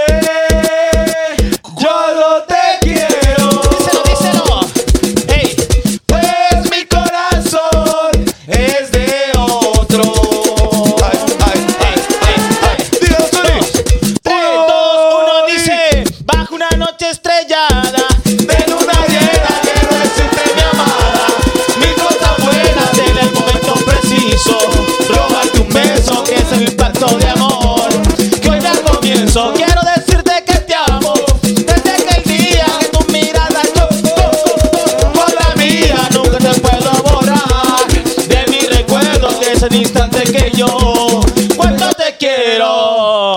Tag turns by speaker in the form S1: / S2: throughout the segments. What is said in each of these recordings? S1: Perdóname. Yo no te quiero.
S2: Díselo, díselo. Ey,
S1: Pues mi corazón es de otro. Ay, ay, ay, ay, ay. Dígalo, Sony.
S2: tres, dos, uno, dice. Bajo una noche estrellada.
S1: De luna llena que no existe mi amada. Mi cosa buena
S2: Buenas en el momento preciso. Robarte un beso que es el impacto de amor. Que hoy da comienzo. Quiero decirte que te amo. Desde aquel día que tu mirada tocó con la mía. Nunca te puedo borrar de mi recuerdo que es el instante que yo. ¿Cuánto te
S3: Ah.
S2: quiero?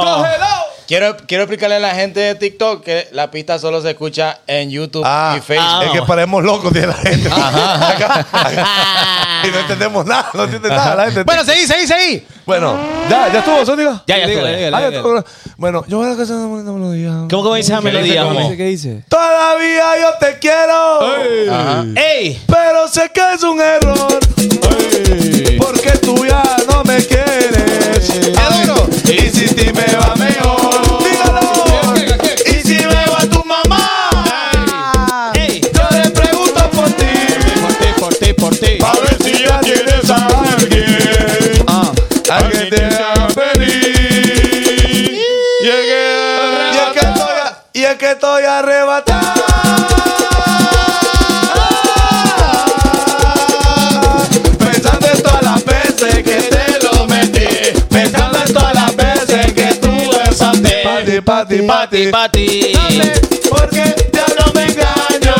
S1: ¡Cógelo!
S4: Quiero, quiero explicarle a la gente de TikTok que la pista solo se escucha en YouTube
S3: Ah,
S4: y Facebook.
S2: ah.
S3: Es que paremos locos de la gente. y no entendemos nada, no entiende nada la gente.
S2: Bueno, seguí, seguí, seguí.
S3: Bueno, ya, ya estuvo, Sónico.
S2: Ya, ya estuvo,
S3: Dígale,
S2: ya,
S3: dígale,
S2: ya,
S3: dígale. Ah, Bueno, yo voy a la casa de una melodía.
S2: ¿Cómo que me dice la melodía,
S4: ¿Cómo
S2: mo?
S4: dice?
S1: ¿Qué dice?
S3: Todavía yo te quiero,
S5: Ah,
S4: Ajá.
S2: ¡Ey!
S3: pero sé que es un error. Porque tú ya no me quieres.
S2: duro!
S3: Y si ti me va mejor. Dígalo. Y si me va tu mamá.
S2: ¡Ey!
S3: Yo le pregunto por ti.
S2: Por ti, por ti, por ti.
S3: A ver si ya tienes a alguien. Ah, Alguien te haga feliz. Y es que, y es que estoy, a- Ah. y es que estoy arrebatado. Pensando en todas las veces que te lo metí. Pensando en todas las veces que tú besaste. Pati, pati,
S2: Pati,
S3: pati.
S2: pati.
S3: Porque ya no me engaño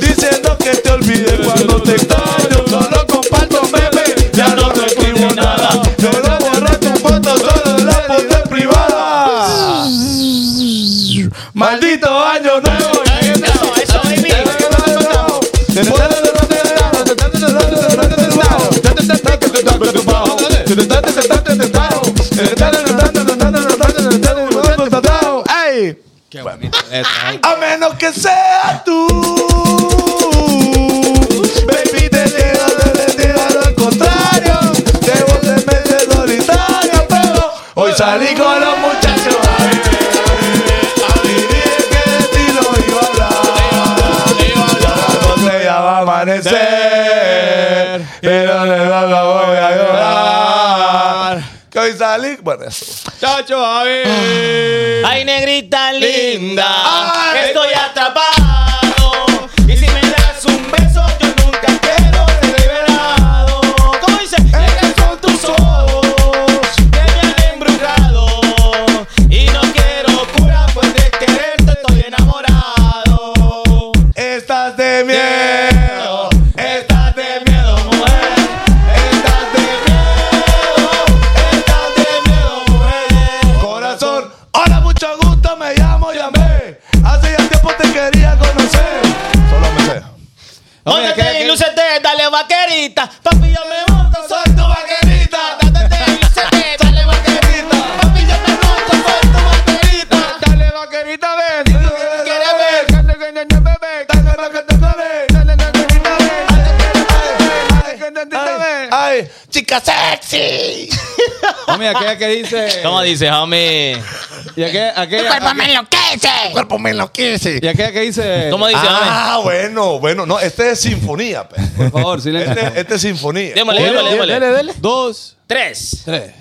S3: Diciendo que te olvidé cuando te extraño Solo comparto memes, ya no te escribo nada Yo no borré tu foto, solo la puse en privada Maldito año nuevo
S2: Eso, eso, baby.
S3: ¡Ay!
S5: Qué bonito eso.
S3: A menos que sea tú. Baby, te quiero, te quiero al contrario. Debo de meter solitario, pero hoy salí con los muchachos. A beber, a vivir que de ti no iba a hablar. Ya la botella va a amanecer, pero le va la voy a llorar. Que hoy salí, bueno, eso.
S5: Chacho, a ver.
S2: Ay, negrita linda,
S3: Ay.
S2: estoy atrapado. Y si me das un beso, yo nunca quiero ser liberado. ¿Cómo dice? Llegan con tus ojos, que me han embrujado. Y no quiero cura, pues de quererte estoy enamorado.
S3: Estás de miedo, estás de miedo, mujer. Estás de miedo, estás de miedo, mujer. Corazón, hola, mucho gusto, me llamo Yamé. Hace ya tiempo te quería conocer. Solo me sé.
S5: Oye,
S2: Óndate
S5: que- que-
S2: y lúcete, dale vaquerita. Papi, yo me monto, soy tu vaquerita. Date y lúcete, dale vaquerita. Papi, yo me monto, soy tu vaquerita.
S5: Dale, vaquerita, ven.
S2: Quiere ver.
S5: Dale, ven, ven, ven, ven. Dale, vaquerita, ven. Dale, vaquerita, ven.
S3: Ay, chica sexy.
S5: Homie, aquella que dice.
S2: ¿Cómo dice, homie?
S5: Y aquella, aquella, aquella-
S3: Cuerpo me enloquece.
S5: y aquella que dice.
S2: ¿Cómo dice, homie?
S3: Ah, bueno, bueno, no, este es sinfonía, pe.
S5: Por favor, silencio.
S3: Este, este es sinfonía.
S2: Démosle, démosle, démosle.
S5: Dos,
S2: Tres.
S5: tres.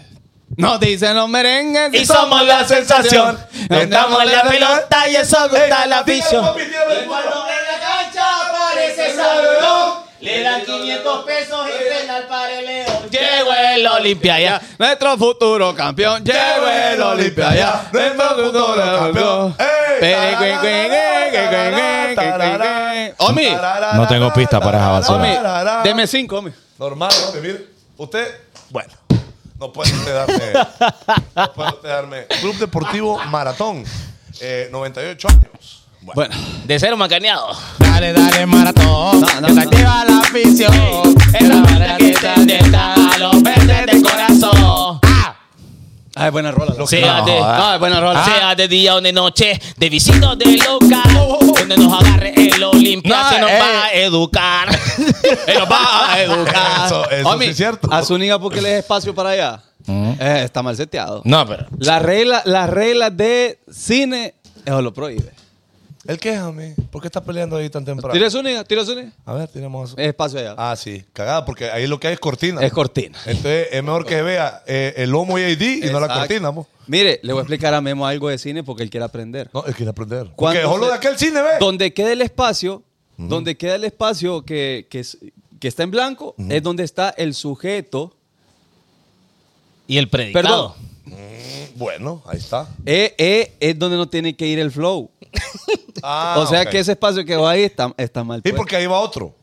S5: Nos dicen los merengues.
S2: Y somos la sensación. Estamos en la pelota y
S5: Eh,
S2: eso gusta la afición. Cuando en la cancha aparece Sabrón, le dan 500 pesos y
S5: Eh.
S2: penal para el León. Llegó el Olimpia ya.
S5: Nuestro futuro campeón llegó el Olimpia ya. Nuestro futuro campeón. Pere, cuen, cuen, cuen, cuen, cuen, cuen, cuen, cuen. Omi,
S4: No tengo pista para esa basura.
S5: Omi, deme cinco, Omi.
S3: Normal, hombre, mire. Usted, bueno, no puede usted darme. no puede usted darme. Club Deportivo Maratón, eh, 98 años. Bueno,
S5: Bueno,
S2: De cero macaneado.
S5: dale, dale, maratón.
S2: Activa la afición.
S5: Oh.
S2: Esa banda que te alienta a los verdes del corazón.
S5: Ay, Ah, buena rola. loco.
S2: Sea de,
S5: Ay, buena rola.
S2: sea de día o de noche, de visita o de local, donde nos agarre el Olimpia,
S4: No,
S2: se nos
S4: eh.
S2: va a educar. se nos va a educar.
S3: Eso, eso
S5: Omi,
S3: sí es cierto.
S5: A Zúñiga porque le es espacio para allá. Eh, está mal seteado.
S4: No, pero.
S5: Las reglas las reglas de cine, eso lo prohíbe.
S3: ¿El qué, homie? ¿Por qué estás peleando ahí tan temprano?
S5: Tira Zúñiga, tira Zúñiga.
S3: A ver, tenemos.
S5: Es espacio allá.
S3: Ah, sí, cagada, porque ahí lo que hay es cortina.
S5: Es cortina.
S3: Entonces es mejor que vea eh, el lomo y AD y no la
S5: Exacto.
S3: cortina, mo.
S5: Mire, le voy a explicar a Memo algo de cine porque él quiere aprender.
S3: No, él quiere aprender.
S5: Cuando
S3: Porque dejó lo
S5: se-
S3: de aquel cine, ve.
S5: Donde queda el espacio, donde queda el espacio que, que, es- que está en blanco, es donde está el sujeto.
S2: Y el predicado.
S5: Perdón.
S3: Bueno, ahí está.
S5: Eh, eh, es donde no tiene que ir el flow.
S3: Ah,
S5: o sea
S3: ok.
S5: que ese espacio que va ahí está, está mal.
S3: Y
S5: puesto.
S3: porque ahí va otro.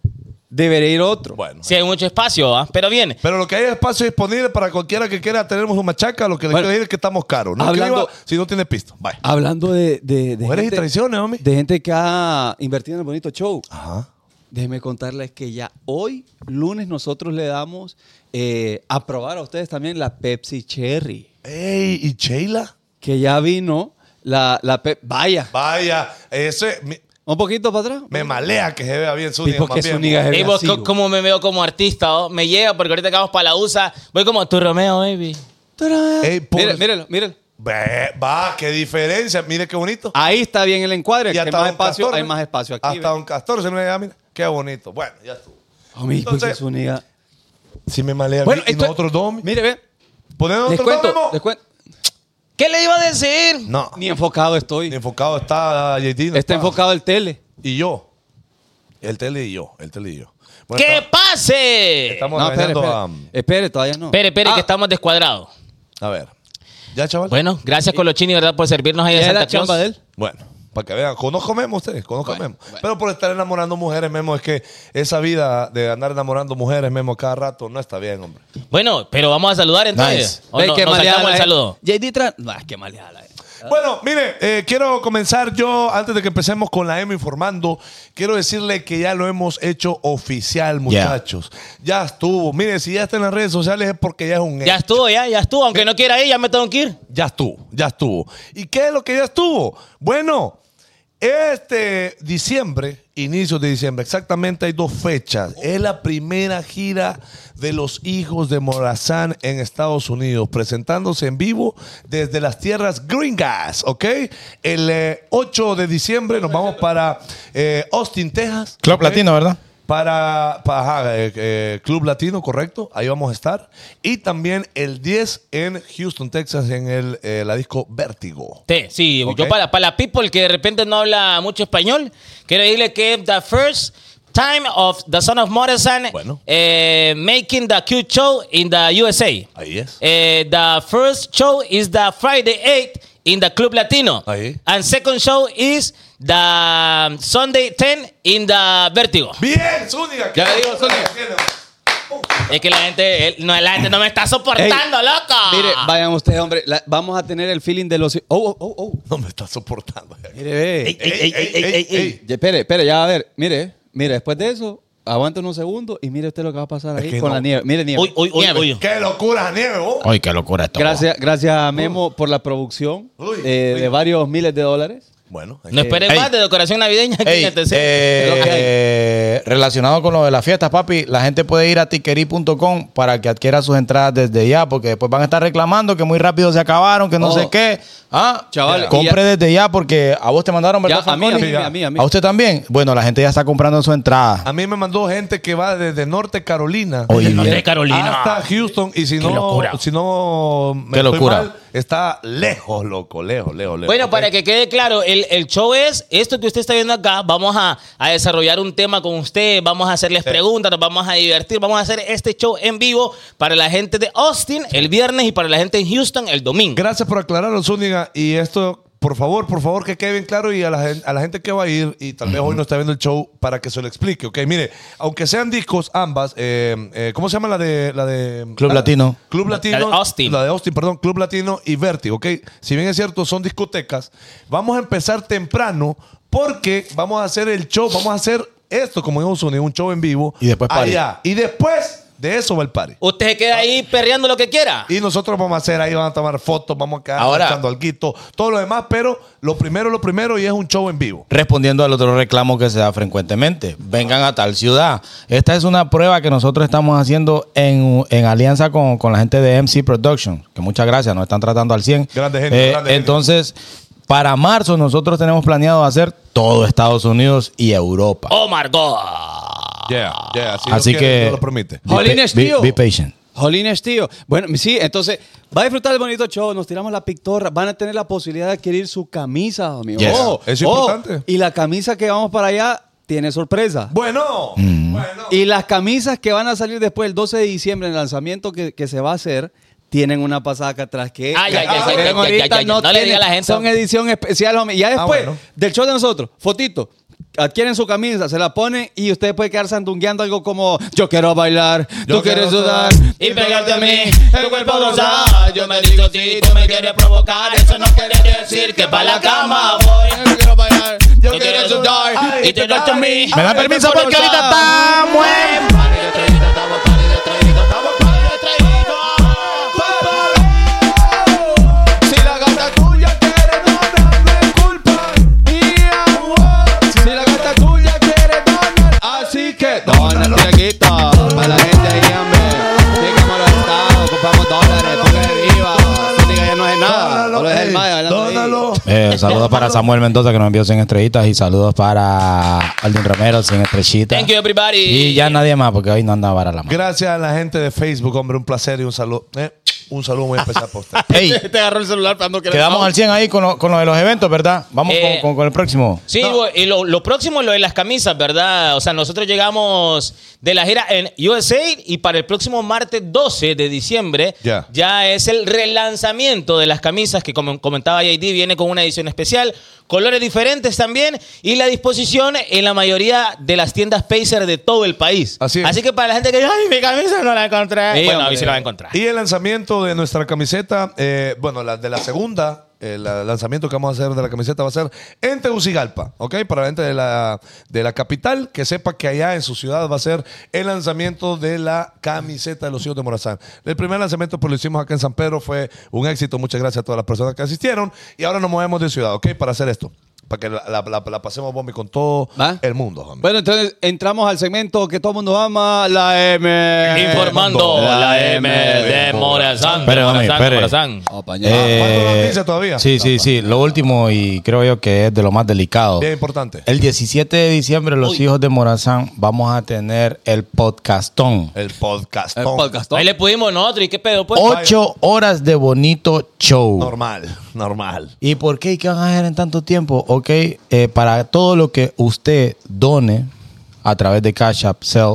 S5: Debería ir otro.
S3: Bueno.
S2: Si hay mucho espacio, ¿ah? Pero bien,
S3: Pero lo que hay es espacio disponible para cualquiera que quiera tenemos un machaca. Lo que le
S5: Bueno,
S3: quiero decir es que estamos caros. No
S5: hablando-
S3: escriba si no tiene pista. Bye.
S5: Hablando de, de, de
S3: Mujeres y traiciones, homie.
S5: de gente que ha invertido en el bonito show.
S3: Ajá.
S5: Déjenme contarles que ya hoy, lunes, nosotros le damos eh, a probar a ustedes también la Pepsi Cherry,
S3: Ey, ¿y Sheila?
S5: que ya vino la, la Pepsi. Vaya,
S3: Vaya, ese me,
S5: un poquito para atrás.
S3: me malea que se vea bien su
S5: Sí, porque es un hígado.
S2: Ey, vos, co- como me veo como artista, oh? me llega porque ahorita que vamos para la USA, voy como tu Romeo, baby.
S3: Ey, Eh, por-
S5: Míralo, míralo, míralo.
S3: Ve, Va, qué diferencia. Mire qué bonito.
S5: Ahí está bien el encuadre.
S3: Y
S5: Ah, que hay más espacio,
S3: castor,
S5: hay
S3: ¿ve?
S5: más espacio aquí.
S3: Hasta un castor se me da, mira. Qué bonito. Bueno, ya estuvo.
S5: Homie, pues,
S3: Entonces-
S5: es un hígado.
S3: Si me malea
S5: Bueno,
S3: y
S5: esto-
S3: nosotros dos. mi-
S5: Mire, ve.
S3: ¿Poner
S5: Les
S3: otro
S5: cuento,
S3: dos,
S5: les
S3: Memo?
S5: cuento.
S2: ¿Qué le iba a decir?
S3: No.
S5: Ni enfocado estoy.
S3: Enfocado está JD. no
S5: Está enfocado el tele.
S3: Y yo. El tele y yo. El tele y yo. Bueno,
S2: ¡Que
S3: está-
S2: pase!
S3: Estamos
S5: No, espere,
S3: regañando
S5: espere.
S3: a-
S5: Espere, todavía no.
S2: Espere, espere,
S5: Ah,
S2: que estamos descuadrados.
S3: A ver. ¿Ya, chaval? Bueno,
S2: Bueno, gracias Colochini, ¿verdad? Por servirnos ahí
S5: ya
S2: de
S5: es
S2: Santa
S5: la chamba
S2: Claus.
S5: de él.
S3: para que vean. Conozco a Memo ustedes, conozco a
S5: Bueno,
S3: Memo.
S5: bueno.
S3: Pero por estar enamorando mujeres, Memo, es que esa vida de andar enamorando mujeres, Memo, cada rato, no está bien, hombre.
S2: Bueno, pero vamos a saludar entonces.
S5: Ve
S2: ¿O Oh, no-
S5: qué
S2: nos
S5: maleada
S2: sacamos
S5: la
S3: eh.
S2: el
S5: es.
S2: saludo.
S5: JD Tran. Bah, qué maleada la es.
S3: Bueno, mire, eh, quiero comenzar yo, antes de que empecemos con la M informando, quiero decirle que ya lo hemos hecho oficial, muchachos. Ya estuvo. Mire, si ya está en las redes sociales es porque ya es un
S2: Ya
S3: hecho.
S2: estuvo, ya, ya estuvo. Aunque no quiera ir, ya me tengo que ir.
S3: Ya estuvo, ya estuvo. ¿Y qué es lo que ya estuvo? Bueno, este diciembre, inicio de diciembre, exactamente hay dos fechas. Es la primera gira de los hijos de Morazán en Estados Unidos, presentándose en vivo desde las tierras gringas, ¿ok? El eh, 8 de diciembre nos vamos para eh, Austin, Texas.
S4: Club
S3: ¿ok?
S4: Latino, ¿verdad?
S3: Para, para, ajá, eh, eh, Club Latino, correcto. Ahí vamos a estar. Y también el 10 en Houston, Texas, en el, eh, la disco Vértigo.
S2: Te- sí,
S3: Ok.
S2: yo para, para la people que de repente no habla mucho español, quiero decirle que the first time of the son of Morrison
S3: Bueno.
S2: eh, making the cute show in the USA.
S3: Ahí es.
S2: Eh, the first show is the Friday 8 in the Club Latino.
S3: Ahí.
S2: And second show is the um, Sunday 10 in the Vértigo.
S3: Bien, Zúñiga.
S5: Ya le digo, Zúñiga.
S2: Es que la gente, el- no, la gente no me está soportando,
S5: Ey,
S2: loco.
S5: Mire, vayan ustedes, hombre. la- vamos a tener el feeling de los. Oh, oh, oh, oh.
S3: No me está soportando.
S5: Mire, ve.
S2: Ey, ey, ey, ey, ey, ey.
S3: ey.
S5: Ya, espere, espere, ya va a ver. Mire, mire, después de eso, aguanten un segundo y mire usted lo que va a pasar
S3: Es
S5: ahí
S3: que
S5: con
S3: no.
S5: la nieve. Mire, nieve.
S2: Uy, uy, uy,
S5: Nieve.
S2: uy.
S3: ¡Qué locura, nieve! oh. vos!
S4: Ay, qué locura esto.
S5: Gracias, gracias a Memo por la producción
S3: Uy,
S5: eh,
S3: uy.
S5: de varios miles de dólares.
S3: Bueno, ahí
S2: No esperen
S4: Ey.
S2: más de decoración navideña. aquí
S4: Ey,
S2: en este-
S4: eh, eh, relacionado con lo de las fiestas, papi, la gente puede ir a tiquerí.com para que adquiera sus entradas desde ya, porque después van a estar reclamando que muy rápido se acabaron, que no
S5: Oh.
S4: sé qué. Ah,
S5: Chaval,
S4: Mira. compre
S5: y
S4: desde ya porque a vos te mandaron, ¿verdad?
S5: Ya, a mí, a
S4: Fanconi?
S5: mí, a mí, a mí.
S4: ¿A usted también. Bueno, la gente ya está comprando su entrada.
S3: A mí me mandó gente que va desde Norte Carolina
S4: Oye,
S2: No
S4: bien.
S2: sé, Carolina.
S3: hasta Houston y si
S2: Qué
S3: no,
S2: locura.
S3: si no me
S4: Qué
S3: estoy
S4: locura.
S3: mal, está lejos, loco, lejos, lejos, lejos.
S2: Bueno,
S3: ¿ok?
S2: para que quede claro, el, el show es esto que usted está viendo acá. Vamos a, a desarrollar un tema con usted, vamos a hacerles preguntas, nos vamos a divertir, vamos a hacer este show en vivo para la gente de Austin el viernes y para la gente en Houston el domingo.
S3: Gracias por aclararlo, Zúñiga. Y esto, por favor, por favor, que quede bien claro y a la, gen- a la gente que va a ir y tal vez hoy no está viendo el show para que se lo explique, ¿ok? Mire, aunque sean discos ambas, eh, eh, ¿cómo se llama la de... La de
S4: Club
S3: la-
S4: Latino.
S3: Club Latino.
S2: La de Austin.
S3: La de Austin, perdón. Club Latino y Vertigo, ¿ok? Si bien es cierto, son discotecas, vamos a empezar temprano porque vamos a hacer el show, vamos a hacer esto, como dijo Zúñiga, un show en vivo.
S4: Y después party.
S3: Allá. Y después... De eso va el party.
S2: Usted se queda ahí perreando lo que quiera.
S3: Y nosotros vamos a hacer ahí, van a tomar fotos, vamos a quedar
S4: Ahora-
S3: echando alguito, todo lo demás, pero lo primero, lo primero, y es un show en vivo.
S4: Respondiendo al otro reclamo que se da frecuentemente, vengan a tal ciudad. Esta es una prueba que nosotros estamos haciendo en, en alianza con, con la gente de MC Production, que muchas gracias, nos están tratando al 100.
S3: Grande gente, grande gente.
S4: entonces, para marzo nosotros tenemos planeado hacer todo Estados Unidos y Europa.
S2: Oh, my God.
S3: Yeah, yeah, así,
S4: Así
S3: lo
S4: que-
S3: quiere, Dios lo permite.
S4: Be
S5: Jolines,
S4: pa- be-
S5: tío.
S4: be patient.
S5: Jolines, tío. Bueno, sí, entonces va a disfrutar el bonito show. Nos tiramos la pictorra. Van a tener la posibilidad de adquirir su camisa, amigo.
S4: Yes.
S5: Ojo,
S3: Es
S5: ojo.
S3: importante.
S5: Y la camisa que vamos para allá tiene sorpresa.
S3: Bueno,
S4: Mm.
S3: bueno.
S5: Y las camisas que van a salir después del 12 de diciembre en el lanzamiento que, que se va a hacer tienen una pasada acá atrás que
S2: Ay, ay, ay,
S5: que
S2: ay,
S5: ven
S2: ay,
S5: ahorita,
S2: ay, ay,
S5: no
S2: no le
S5: tienen-
S2: diga a la gente.
S5: son edición especial homie. ya después
S3: Ah, bueno.
S5: del show de nosotros fotito adquieren su camisa se la ponen y ustedes pueden quedar sandungueando algo como yo quiero bailar tú
S3: Yo
S5: quieres
S3: quiero
S5: sudar
S2: Y pegarte a mí, el cuerpo lo sabe. Yo me digo si tú me quieres provocar. Eso no quiere decir que pa' la cama voy. Yo quiero bailar, yo quiero sudar. Y te lo a mí.
S4: Me da permiso porque ahorita estamos en
S2: Si la gata tuya quiere donar, no es culpa mía. Si la gata tuya quiere donar, así que dona chiquito. Para la gente de Yambe. Llega molestado, ocupamos dólares, porque viva. No diga ya no es nada.
S3: Dónalo,
S5: Solo es el
S3: ey,
S5: Maya hablando ahí.
S3: dónalo.
S4: Eh, saludos para Samuel Mendoza que nos envió 100 estrellitas y saludos para Alvin Romero 100 estrellitas.
S2: Thank you, everybody.
S4: Y ya nadie más porque hoy no anda para la mano.
S3: Gracias a la gente de Facebook, hombre, un placer y un saludo. eh, un saludo muy especial para usted.
S4: Ey,
S2: Te agarró el celular pensando que era-
S4: quedamos al 100 ahí con lo, con lo de los eventos, ¿verdad? Vamos
S2: Eh.
S4: con, con- con el próximo.
S2: Sí, güey, y lo, lo próximo es lo de las camisas, ¿verdad? O sea, nosotros llegamos de la gira en USA y para el próximo martes 12 de diciembre
S3: Ya.
S2: ya es el relanzamiento de las camisas que como comentaba JD viene con una edición especial, colores diferentes también y la disposición en la mayoría de las tiendas Pacer de todo el país.
S3: Así es.
S2: que para la gente que dice, ay, mi camisa no la encontré. bueno,
S5: hombre.
S2: hoy sí la va a encontrar.
S3: Y el lanzamiento de nuestra camiseta, eh, bueno, la de la segunda, el la- lanzamiento que vamos a hacer de la camiseta va a ser en Tegucigalpa, ¿ok? Para la gente de la, de la capital, que sepa que allá en su ciudad va a ser el lanzamiento de la camiseta de los hijos de Morazán. El primer lanzamiento pues lo hicimos acá en San Pedro, fue un éxito, muchas gracias a todas las personas que asistieron y ahora nos movemos de ciudad, ¿ok? Para hacer esto. Para que la, la- la- la pasemos bombi con todo
S5: ¿Va?
S3: el mundo. hombre.
S5: Bueno, entonces entramos al segmento que todo el mundo ama, la M.
S2: Informando
S5: La
S2: la M
S5: M
S2: de Morazán. de
S4: Espere, hombre,
S2: Morazán, de
S4: espere.
S2: Morazán.
S5: Oh, pañal.
S3: ¿cuánto nos
S4: Eh,
S3: dice todavía?
S4: Sí, sí, sí. Lo último y creo yo que es de lo más delicado.
S3: Bien importante.
S5: Eh,
S4: El 17 de diciembre los hijos de Morazán vamos a tener el podcastón.
S3: El podcast.
S5: El podcastón.
S2: Ahí le pudimos nosotros y qué pedo pues.
S4: Ocho horas de bonito show.
S3: Normal, normal.
S4: ¿Y por qué? ¿Y qué van a hacer en tanto tiempo? Ok, eh, para todo lo que usted done a través de Cash App, Cell,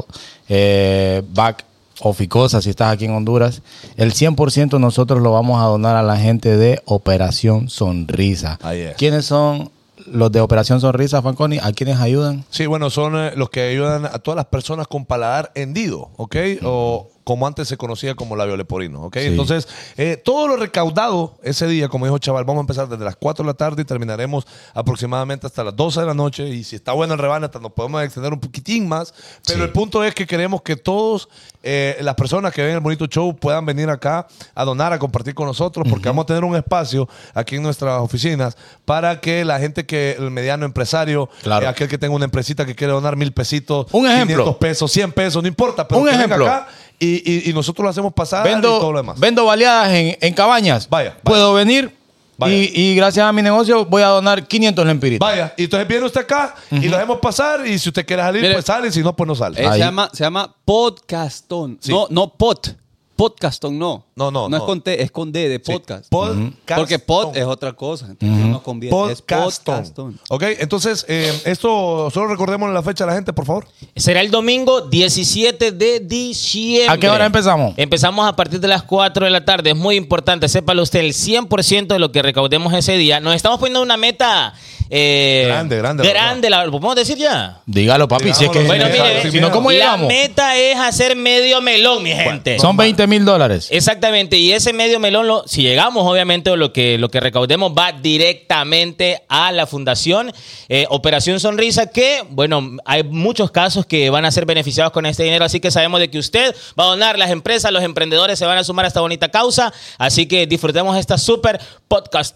S4: eh, Back o Ficosa, si estás aquí en Honduras, el 100% nosotros lo vamos a donar a la gente de Operación Sonrisa.
S3: Ahí es.
S4: ¿Quiénes son los de Operación Sonrisa, Fanconi? ¿A quiénes ayudan?
S3: Sí, bueno, son eh, los que ayudan a todas las personas con paladar hendido, ¿ok? O como antes se conocía como labio leporino, ¿ok? Entonces, eh, todo lo recaudado ese día, como dijo Chaval, vamos a empezar desde las 4 de la tarde y terminaremos aproximadamente hasta las 12 de la noche. Y si está bueno el rebane, hasta nos podemos extender un poquitín más. Pero el punto es que queremos que todos eh, las personas que ven el bonito show puedan venir acá a donar, a compartir con nosotros, porque vamos a tener un espacio aquí en nuestras oficinas para que la gente que, el mediano empresario,
S4: Claro.
S3: eh, aquel que tenga una empresita que quiere donar mil pesitos,
S4: Un ejemplo.
S3: 500 pesos, 100 pesos, no importa, pero
S4: Un
S3: que venga
S4: ejemplo.
S3: acá y, y- y nosotros lo hacemos pasar y todo lo
S4: Vendo,
S3: demás.
S4: vendo baleadas en, en cabañas.
S3: Ah, Vaya, vaya.
S4: Puedo venir
S3: Vaya.
S4: Y, y gracias a mi negocio voy a donar 500 lempiritas.
S3: Vaya, y entonces viene usted acá y lo hacemos pasar y si usted quiere salir,
S5: Mire.
S3: pues sale, y si no, pues no sale.
S5: Eh, se,
S4: Ahí.
S5: llama, se llama podcastón. No, no pot. Podcastón, no.
S3: No, no,
S5: No es
S3: no.
S5: con T, es con D de podcast.
S3: Podcastón.
S5: Porque pod es otra cosa. Entonces no conviene. Es
S3: Podcastón.
S5: podcastón.
S3: Ok, entonces, eh, esto solo recordemos la fecha a la gente, por favor.
S2: Será el domingo 17 de diciembre.
S4: ¿A qué hora empezamos?
S2: Empezamos a partir de las 4 de la tarde. Es muy importante, sépalo usted, el 100% de lo que recaudemos ese día. Nos estamos poniendo una meta Eh,
S3: Grande, grande, la
S2: Grande, la, ¿lo podemos decir ya?
S4: Dígalo, papi. si es que.
S2: Bueno, mire,
S4: si no, ¿cómo
S2: la
S4: llegamos?
S2: meta es hacer medio melón, mi gente.
S4: Son 20 mil dólares.
S2: Exactamente, y ese medio melón, lo- si llegamos, obviamente, o lo que, lo que recaudemos va directamente a la fundación eh, Operación Sonrisa, que, bueno, hay muchos casos que van a ser beneficiados con este dinero, así que sabemos de que usted va a donar, las empresas, los emprendedores se van a sumar a esta bonita causa, así que disfrutemos esta súper podcast.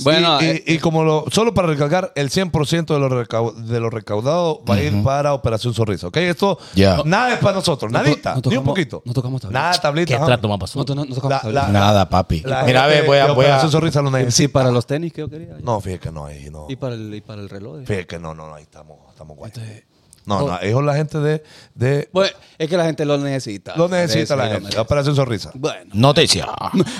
S6: Bueno,
S3: y,
S6: eh,
S3: y- y como lo, solo para recalcar, el 100% de lo, recau- de lo recaudado va a ir para Operación Sonrisa, ¿ok? Esto,
S4: Ya.
S3: nada es para nosotros,
S5: No to-
S3: nadita,
S5: no
S3: ni un
S5: tocamos-
S3: poquito.
S5: no tocamos tablita.
S3: Nada, tablita.
S2: ¿Qué
S3: ajá.
S2: trato más pasó?
S5: No, to- no, no tocamos
S3: La-
S5: tablita.
S3: la-
S4: Nada, papi.
S3: La
S4: Mira, a
S3: gente
S4: ver, voy
S3: de
S4: a. voy a-
S3: Operación Sonrisa lo necesita.
S5: Sí, para los tenis que yo quería.
S3: No, fíjate que no, ahí no.
S5: Y pues, para el, y para el reloj.
S3: Fíjate que no, no, no, ahí estamos, estamos guay. No, no, ellos la gente de, de
S5: oh. Bueno, es que la gente lo necesita.
S3: lo necesita
S5: Merece,
S3: la
S5: lo
S3: gente.
S5: merece.
S3: Operación Sonrisa.
S5: Bueno.
S4: Noticia.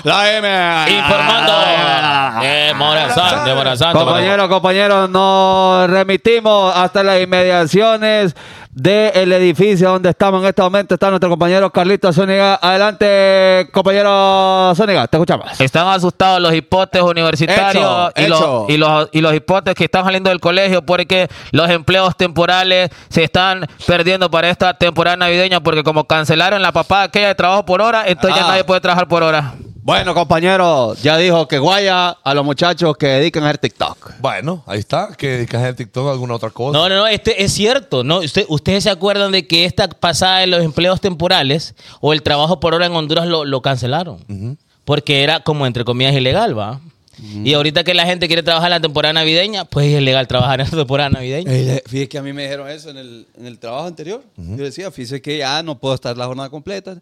S6: la M.
S2: Informando de Morazán, de Morazán. de Morazán.
S7: Compañeros, compañeros, nos remitimos hasta las inmediaciones del edificio donde estamos en este momento. Está nuestro compañero Carlito Zúñiga. Adelante, compañero Zúñiga, te escuchamos.
S8: Están asustados los hipotes universitarios
S7: Hecho,
S8: y,
S7: hecho.
S8: Los, y, los, y los hipotes que están saliendo del colegio porque los empleos temporales se están perdiendo para esta temporada navideña porque como cancelaron la papada aquella de trabajo por hora, entonces ya
S7: Ah.
S8: nadie puede trabajar por hora.
S7: Bueno, compañeros, ya dijo que guaya a los muchachos que dedican a hacer TikTok.
S3: Bueno, ahí está, que dedicas el TikTok a alguna otra cosa.
S2: No, no, no, este es cierto. No, usted, ustedes se acuerdan de que esta pasada de los empleos temporales o el trabajo por hora en Honduras lo, lo cancelaron. Porque era como entre comillas ilegal, ¿va? Y ahorita que la gente quiere trabajar en la temporada navideña, pues es ilegal trabajar en la temporada navideña.
S5: Ey, le- Fíjese que a mí me dijeron eso en el, en el trabajo anterior. Yo decía, fíjese que ya no puedo estar la jornada completa.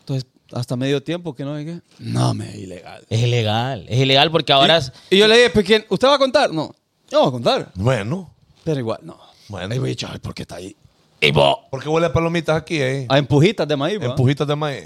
S5: Entonces, hasta medio tiempo que no llegué. No, me es ilegal.
S2: Es ilegal, es ilegal porque ahora es-
S5: Y yo le dije, pues, ¿quién? ¿usted va a contar? No, yo voy a contar.
S3: Bueno,
S5: Pero igual, no.
S3: bueno.
S5: Ahí voy a echar, ¿por qué está ahí?
S3: ¿Por qué huele a palomitas aquí, eh?
S5: A empujitas de maíz, ¿va?
S3: Empujitas de maíz.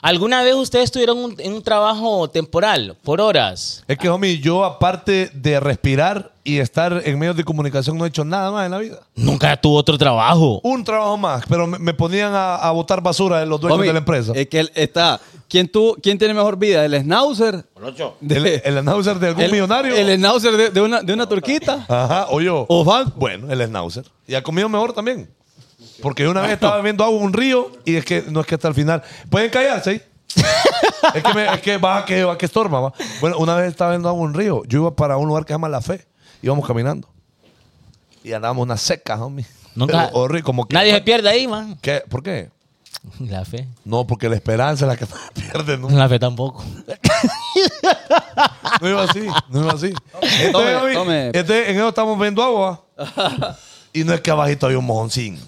S2: ¿Alguna vez ustedes tuvieron un, en un trabajo temporal por horas?
S3: Es que, homie, yo aparte de respirar y estar en medios de comunicación no he hecho nada más en la vida.
S2: Nunca tuvo otro trabajo.
S3: Un trabajo más, pero me, me ponían a, a botar basura de los dueños
S5: Homie,
S3: de la empresa.
S5: Es que él está. ¿Quién, tú, ¿Quién tiene mejor vida? ¿El schnauzer? De-
S3: el, el announcer de algún
S5: el-
S3: millonario.
S5: El schnauzer de, de una, de una turquita.
S3: Ajá, o yo.
S5: O Van.
S3: Bueno, el schnauzer. Y ha comido mejor también. Porque yo una vez estaba bebiendo agua en un río y es que no es que hasta el final. Pueden callarse, ¿eh? es que, me- es que va que va que estorba. va. Bueno, una vez estaba viendo agua en un río. Yo iba para un lugar que se llama La Fe. Íbamos caminando. Y andábamos unas secas, homie.
S2: Nunca.
S3: Pero horrible, como que-
S2: Nadie se pierde ahí, man.
S3: ¿Qué? ¿Por qué?
S2: La fe.
S3: No, porque la esperanza es la que se pierde, ¿no?
S2: La fe tampoco.
S3: No iba así, no iba así. Este Entonces,
S5: Tome,
S3: hoy-
S5: tome.
S3: entonces, Este, en eso estamos viendo agua. y no es que abajito hay un mojoncín.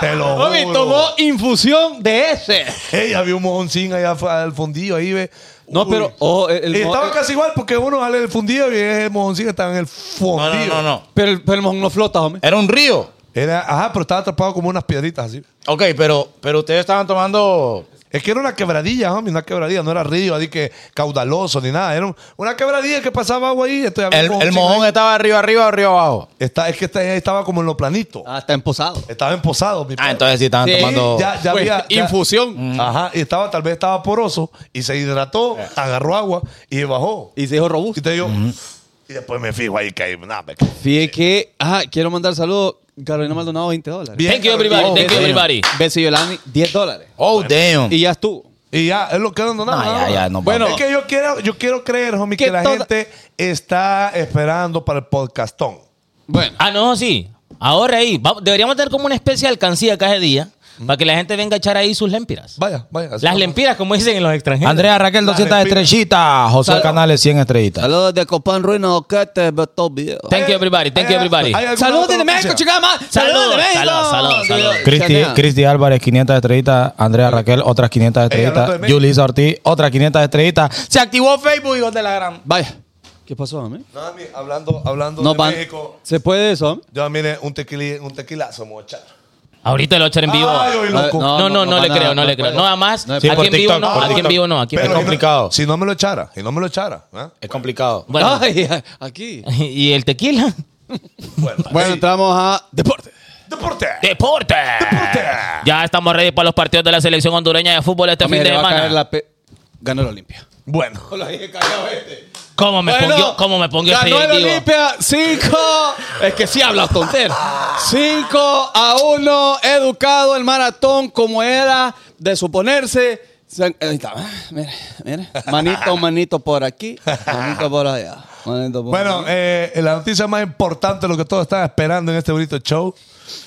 S3: Te lo juro.
S5: Homie, tomó infusión de ese.
S3: Ey, había un mojoncín allá afu- al fondillo, ahí ve.
S5: No,
S3: Uy.
S5: pero. ojo, el- el
S3: y
S5: mo- eh,
S3: estaba
S5: el-
S3: casi igual porque uno sale del fundillo y el mojoncín estaba en el fondillo.
S5: Pero el, pero el mojón no flota, homie.
S4: Era un río.
S3: Era, ajá, pero estaba atrapado como unas piedritas así.
S4: Ok, pero, pero ustedes estaban tomando.
S3: Es que era una quebradilla, homie, una quebradilla, no era río, así que caudaloso ni nada. Era un- una quebradilla que pasaba agua ahí. entonces había
S4: El,
S3: un
S4: el
S3: mojoncín ahí.
S4: mojón estaba arriba, arriba, arriba, abajo.
S3: Está, es que está- estaba como en lo planito.
S5: Ah, está emposado.
S3: Estaba emposado, mi
S4: Ah,
S3: perro.
S4: entonces sí estaban
S5: Sí,
S4: tomando.
S3: Ya, ya
S5: Pues,
S3: había. ya- Mm.
S5: infusión.
S3: Ajá, y estaba, tal vez estaba poroso y se hidrató, agarró agua y bajó.
S5: Y se dijo robusto.
S3: Y te digo.
S4: Mm-hmm.
S3: Y después me fijo ahí que hay nada, me-
S5: Fíjate que, ah, quiero mandar saludos. Carolina Maldonado, 20 dólares.
S3: Bien,
S2: Thank you, everybody.
S3: Carolina.
S2: Thank you, everybody.
S5: Bessie Yolani, 10 dólares.
S4: Oh, damn.
S5: Y ya estuvo.
S3: Y ya, es lo que ando nada.
S4: No, ya, ya, no,
S3: bueno,
S4: papi.
S3: es que yo quiero, yo quiero creer, homie, que,
S5: Que
S3: la
S5: toda-
S3: gente está esperando para el podcastón.
S5: Bueno.
S2: Ah, no, sí. Ahora ahí. va- deberíamos tener como una especie de alcancía cada día para que la gente venga a echar ahí sus lempiras.
S3: Vaya, vaya. así
S2: Las
S3: vamos.
S2: lempiras, como dicen en los extranjeros.
S4: Andrea Raquel, 200
S3: respira.
S4: estrellitas. José
S5: Salud.
S4: Canales, 100 estrellitas.
S5: Saludos de Copán Ruina Oquete, Beto Video.
S2: Thank you, everybody. Thank
S3: ¿Hay-
S2: you, everybody.
S3: hay alguna
S5: Saludos
S3: otra
S5: desde
S3: noticia?
S5: México, chica más. Saludos de
S2: Saludos,
S5: México.
S2: saludos, saludos, saludos.
S4: Cristi,
S5: Chanea.
S4: Cristi Álvarez, 500 estrellitas. Andrea Raquel, otras 500
S3: hablando de
S4: estrellitas.
S3: México.
S4: Yulisa Ortiz, otras 500 estrellitas. Se activó Facebook, hijos de la gran.
S5: Vaya. ¿Qué pasó, homie?
S3: No, homie, hablando, hablando
S5: No,
S3: de
S5: pan.
S3: México.
S5: ¿Se puede eso, homie?
S3: Yo, mire, un, tequili, un tequilazo, mocha.
S2: Ahorita lo echar en vivo.
S3: Ay, hoy loco.
S5: No,
S2: no, no, no,
S5: no, no,
S2: le
S5: no,
S2: creo, no,
S5: no
S2: le creo.
S5: puede.
S2: No, además,
S5: No,
S4: sí,
S2: aquí
S4: por
S2: en vivo
S4: TikTok,
S2: no,
S4: por
S2: aquí en
S4: TikTok.
S2: vivo no, aquí en
S3: Ah, Pero si
S2: vivo no.
S3: no-
S4: complicado.
S3: Si no me lo echara, si no me lo echara. ¿ah?
S4: Es complicado.
S2: Bueno,
S5: Ay, aquí.
S2: y el tequila.
S3: Bueno,
S5: Bueno,
S3: ahí.
S5: entramos a deporte.
S3: deporte.
S2: Deporte. Ya estamos ready para los partidos de la selección hondureña de fútbol este
S5: Homie,
S2: fin de
S5: le va a caer
S2: semana.
S5: la pe- Ganó la Olimpia.
S3: Bueno.
S5: Hola, dije callado este.
S2: ¿Cómo me
S5: Bueno,
S2: pongo cómo me pongo ese
S5: Ganó el
S2: directivo?
S5: Olimpia 5. Es que sí hablas tontero. 5 a 1. Educado el maratón como era de suponerse. Se- Ahí está. Mira, mira. Manito, manito por aquí. Manito por allá. Manito por
S3: Bueno, eh, la noticia más importante, lo que todos están esperando en este bonito show.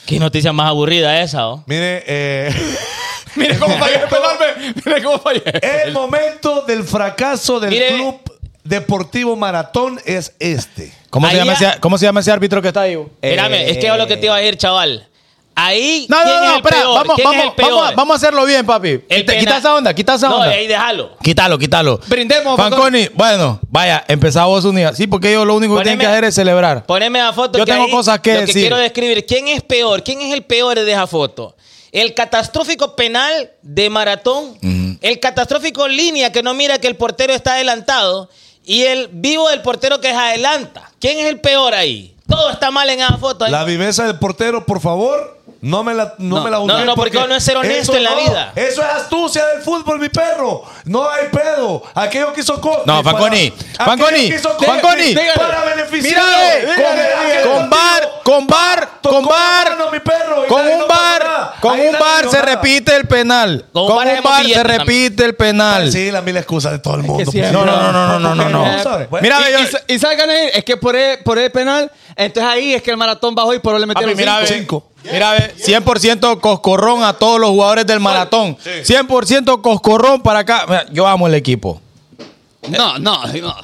S2: Qué noticia más aburrida esa, oh. ¿o?
S3: Mire, eh,
S5: Mire cómo fallé en pelarme. Mire cómo fallé.
S3: el momento del fracaso del
S2: Mire.
S3: Club Deportivo Maratón es este.
S4: ¿Cómo se,
S2: Ahí
S4: llama
S2: ya- Eh,
S4: ese, ¿Cómo se llama ese árbitro que está ahí? bu?
S2: Espérame, es que es lo que te iba a ir, chaval. Ahí.
S4: No,
S2: ¿quién
S4: no,
S2: es
S4: no,
S2: el
S4: espera.
S2: peor?
S4: Vamos,
S2: ¿Quién es
S4: vamos,
S2: el peor?
S4: vamos, a- vamos a hacerlo bien, papi.
S2: El
S4: Quita,
S2: pena-
S4: quita esa onda, quita esa onda.
S2: No, ahí déjalo.
S4: Quítalo, quítalo.
S5: Brindemos,
S4: Fanconi, bueno, vaya, empezamos vos unida. Sí, porque ellos lo único que tienen
S2: Poneme-
S4: que hacer es celebrar.
S2: Poneme la foto.
S4: Yo
S2: que
S4: tengo
S2: ahí
S4: cosas que
S2: lo
S4: decir.
S2: Que quiero describir. ¿Quién es peor? ¿Quién es el peor de esa foto? El catastrófico penal de maratón. El catastrófico línea que no mira que el portero está adelantado. Y el vivo del portero que se adelanta. ¿Quién es el peor ahí? Todo está mal en esa foto. ¿eh? ahí.
S3: La viveza del portero, por favor, no me la no,
S2: No,
S3: me la
S2: no,
S3: hundas
S2: no, porque uno es ser honesto
S3: eso
S2: en la vida.
S3: Eso es astucia del fútbol, mi perro. No hay pedo. Aquello que hizo Cosme.
S4: No, Fanconi,
S3: para-
S4: Fanconi,
S3: aquello que hizo Cosme
S4: Fanconi.
S3: Para beneficiar.
S4: Mira, eh,
S3: con- aquel
S4: con, con bar, con bar,
S3: Tocó
S4: con
S3: la
S4: bar,
S3: mano, mi perro, y
S4: con
S3: nadie no
S4: un
S3: pasó
S4: bar,
S3: nada.
S4: con
S3: Ahí
S4: un
S3: nadie
S4: bar
S3: no
S4: se
S3: nada.
S4: repite el penal.
S2: Con un
S4: Con
S2: bar
S4: un
S2: hemos
S4: bar se
S2: billete también.
S4: repite el penal.
S3: Pues Sí, la mil excusas de todo el mundo.
S5: sí,
S3: pues.
S4: No, no, no, no, no, no, no.
S3: ¿Tú sabes? pues.
S4: Mira,
S5: Y-
S4: ve, yo-
S5: y, sa- y salgan ahí, es que por el, por el penal, entonces ahí es que el maratón bajó y por él le metieron
S4: Papi, mira, ve,
S5: cinco.
S4: mira, ve, 100% coscorrón a todos los jugadores del maratón. 100% coscorrón para acá. Mira, Yo amo el equipo.
S2: eh.
S5: No, no, no.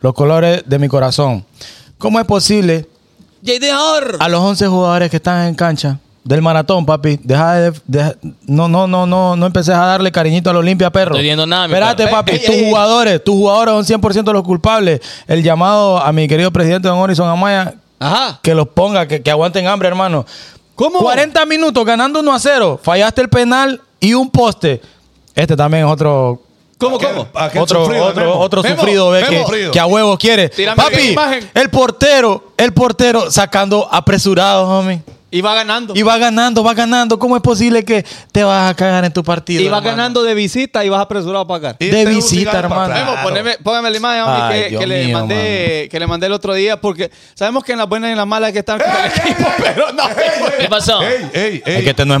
S4: Los colores de mi corazón. ¿Cómo es posible
S5: JD Horror.
S4: a los 11 jugadores que están en cancha del maratón, papi? Deja de, deja- no, no, no, no, no empecé a darle cariñito al Olimpia, perro.
S2: Estoy viendo nada, mi
S4: Espérate,
S2: perro.
S4: papi,
S5: Ey, ey,
S4: tus
S5: ey.
S4: jugadores, tus jugadores son 100% los culpables. El llamado a mi querido presidente Don Horizon Amaya,
S5: Ajá.
S4: que los ponga, que, que aguanten hambre, hermano.
S5: ¿Cómo?
S4: 40 minutos ganando 1 a 0. Fallaste el penal y un poste. Este también es otro.
S5: ¿Cómo,
S3: Aquel-
S5: cómo?
S3: aquel
S4: Otro,
S3: sufrido,
S4: otro,
S3: Memo.
S4: otro
S5: Memo,
S4: sufrido, ve,
S5: Memo.
S4: que,
S3: Sufrido.
S4: que a huevos quiere.
S5: Tírame la
S4: Papi,
S5: imagen.
S4: el portero, el portero sacando apresurado, homie.
S5: Y va ganando.
S4: Y va ganando, va ganando. ¿Cómo es posible que te vas a cagar en tu partido?
S5: Y vas
S4: hermano?
S5: ganando de visita y vas apresurado a pagar.
S3: Y este
S4: de
S3: te gusta
S4: visita,
S3: llegar para
S4: hermano.
S3: atrás.
S5: Memo,
S4: Claro.
S5: poneme, póngame la imagen homie,
S4: Ay,
S5: que,
S4: Dios
S5: que le
S4: mío,
S5: mandé, que le mandé el otro día porque sabemos que en las buenas y en las malas que están con el equipo, pero no.
S2: ¿Qué pasó?
S3: Ey, ey, ey.
S4: Es que este no es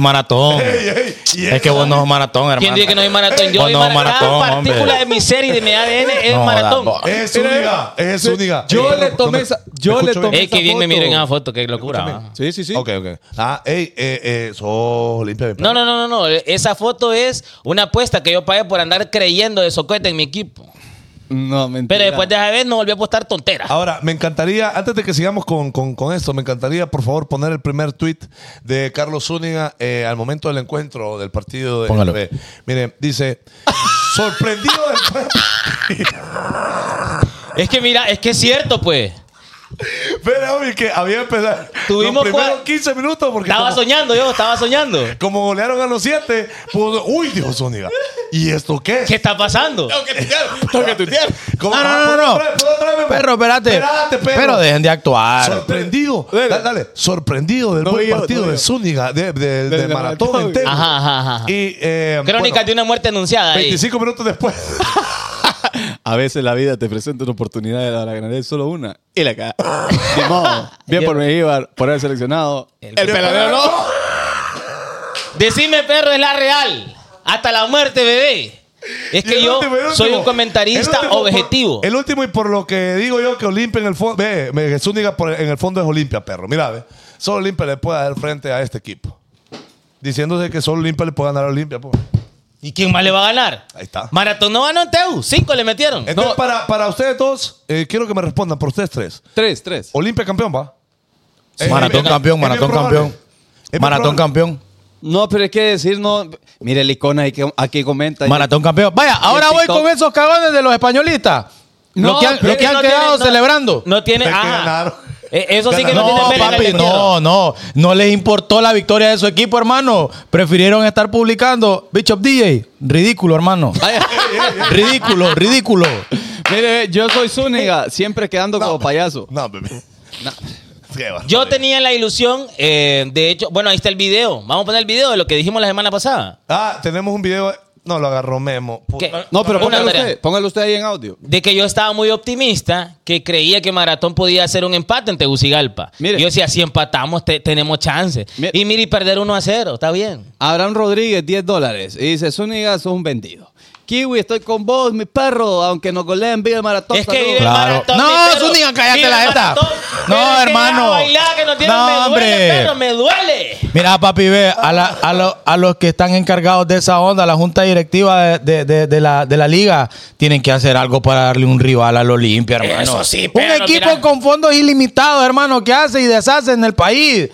S4: maratón.
S3: Ey, ey, y
S4: Es que vos no es maratón, hermano.
S2: ¿Quién dice que no hay maratón? Yo
S4: Vos
S2: hay
S4: Pues no,
S2: maratón.
S4: maratón,
S2: Cada partícula
S4: hombre.
S2: de mi serie y de mi ADN es
S4: No,
S2: maratón.
S4: da-
S3: Es única, es única.
S5: Yo
S3: Ey,
S5: le
S3: no,
S5: tomé
S3: no,
S5: esa-
S3: ¿me
S5: yo le
S3: escucho bien?
S5: tomé-
S2: Ey, que bien
S5: esa
S2: me
S5: foto.
S2: miren esa foto, qué locura. ¿ah?
S5: Sí, sí, sí.
S3: Ok, ok. Ah, ey, eh, eh, sos limpia.
S2: No, no, no, no, no. Esa foto es una apuesta que yo pagué por andar creyendo de socote en mi equipo.
S5: No, mentira.
S2: Pero después de esa vez no volví a apostar tonteras.
S3: Ahora, me encantaría, antes de que sigamos con, con, con esto, me encantaría, por favor, poner el primer tweet de Carlos Zúñiga eh, al momento del encuentro del partido. De,
S4: Póngalo.
S3: de- mire, dice, sorprendido del...
S2: Es que mira, es que es cierto, pues.
S3: Espera, hombre, que había empezado
S2: Tuvimos
S3: los primeros
S2: cua-
S3: 15 minutos porque
S2: Estaba
S3: como,
S2: soñando yo, estaba soñando.
S3: como golearon a los 7, pudo... Uy, dijo Zúñiga, ¿y esto qué?
S2: ¿Qué está pasando?
S3: Tengo que tuitear. ¿Cómo?
S4: No, no,
S3: Ah, ponlo
S4: no, no.
S3: otra vez, ponlo otra vez, Memo.
S4: Perro, espérate.
S3: Espérate, perro.
S4: Pero dejen de actuar.
S3: Sorprendido. Dale, dale. Sorprendido del buen
S5: yo,
S3: partido
S5: no yo.
S3: de Zúñiga, de, de- del
S5: del
S3: maratón
S5: maratón.
S3: entero.
S2: Ajá, ajá, ajá.
S3: Y, eh,
S2: Crónica
S3: bueno,
S2: de una muerte anunciada. ahí.
S3: 25 minutos después.
S9: A veces la vida te presenta una oportunidad de la ganaré solo una y la caga. Ni modo. Bien por Mengíbar, por haber seleccionado. El, peladero no.
S2: Decime, perro, es la real. Hasta la muerte, bebé. Es
S3: Y
S2: que
S3: el
S2: yo
S3: último, el último.
S2: soy un
S3: El
S2: comentarista
S3: último por-
S2: objetivo.
S3: el último, y por lo que digo yo, que Olimpia en el fondo. Ve, me- que Zúñiga por- en el fondo es Olimpia, perro. Mira, ve. Solo Olimpia le puede dar frente a este equipo. Diciéndose que solo Olimpia le puede ganar a Olimpia, po.
S2: ¿Y quién más le va a ganar?
S3: Ahí está.
S2: Maratón no ganó en Teu. Cinco le metieron.
S3: Entonces, para, para ustedes dos, eh, quiero que me respondan, por ustedes tres.
S5: Tres, tres.
S3: Olimpia campeón, va. Eh,
S4: Maratón
S3: eh,
S4: campeón,
S3: es bien
S4: maratón
S3: probable.
S4: campeón.
S3: Es bien
S4: Maratón
S3: probable.
S4: campeón.
S5: No, pero hay que decir, no. Mire el icono ahí que aquí comenta.
S4: Maratón campeón. Vaya, ahora
S5: el
S4: voy
S5: TikTok.
S4: con esos cagones de los españolistas.
S5: No,
S4: lo que han, lo
S2: Pero
S4: que han
S2: no
S4: quedado
S2: tiene- no-
S4: celebrando.
S2: No tiene.
S3: Es que
S2: ajá.
S3: ganaron.
S2: Eh, Eso sí que no,
S3: Ganaron.
S2: tiene
S4: No,
S2: pena en el
S4: papi,
S2: entierro.
S4: no, no. No les importó la victoria de su equipo, hermano. Prefirieron estar publicando Bishop DJ. Ridículo, hermano. ridículo, ridículo.
S5: Mire, yo soy Zúñiga, siempre quedando como payaso.
S3: No, bebé. Qué barbaridad.
S2: Yo tenía la ilusión, eh, de hecho, bueno, ahí está el video. Vamos a poner el video de lo que dijimos la semana pasada.
S3: Ah, tenemos un video No lo agarró Memo. Puta.
S2: ¿Qué?
S5: No, pero
S2: Una
S5: póngalo
S2: tarea.
S5: usted, póngalo usted ahí en audio.
S2: de que yo estaba muy optimista, que creía que Maratón podía hacer un empate en Tegucigalpa.
S5: Mire.
S2: yo decía, si empatamos, te- tenemos chance.
S5: Mire.
S2: Y mire, y perder 1 a 0, está bien.
S5: Abraham Rodríguez, 10 dólares. Y dice, Zúñiga, sos un vendido. Kiwi, estoy con vos, mi perro. Aunque nos goleen, vive el maratón.
S2: Es que
S5: saludos".
S2: vive el
S4: Claro.
S2: maratón.
S4: No,
S2: mi perro.
S4: Zúñiga, cállate
S2: Vive
S4: la
S2: el
S4: jeta.
S2: maratón.
S4: No,
S2: Pero es que
S4: hermano.
S2: ya bailar, que no tiene-
S4: No,
S2: me
S4: hombre.
S2: Duele, perro, me duele.
S4: Mira, papi, ve, a, la- a lo- a los que están encargados de esa onda, la junta directiva de, de- de- de la, de la liga, tienen que hacer algo para darle un rival al Olimpia, hermano.
S2: Eso sí,
S4: Un
S2: pero
S4: equipo
S2: mira.
S4: con fondos ilimitados, hermano, que hace y deshace en el país.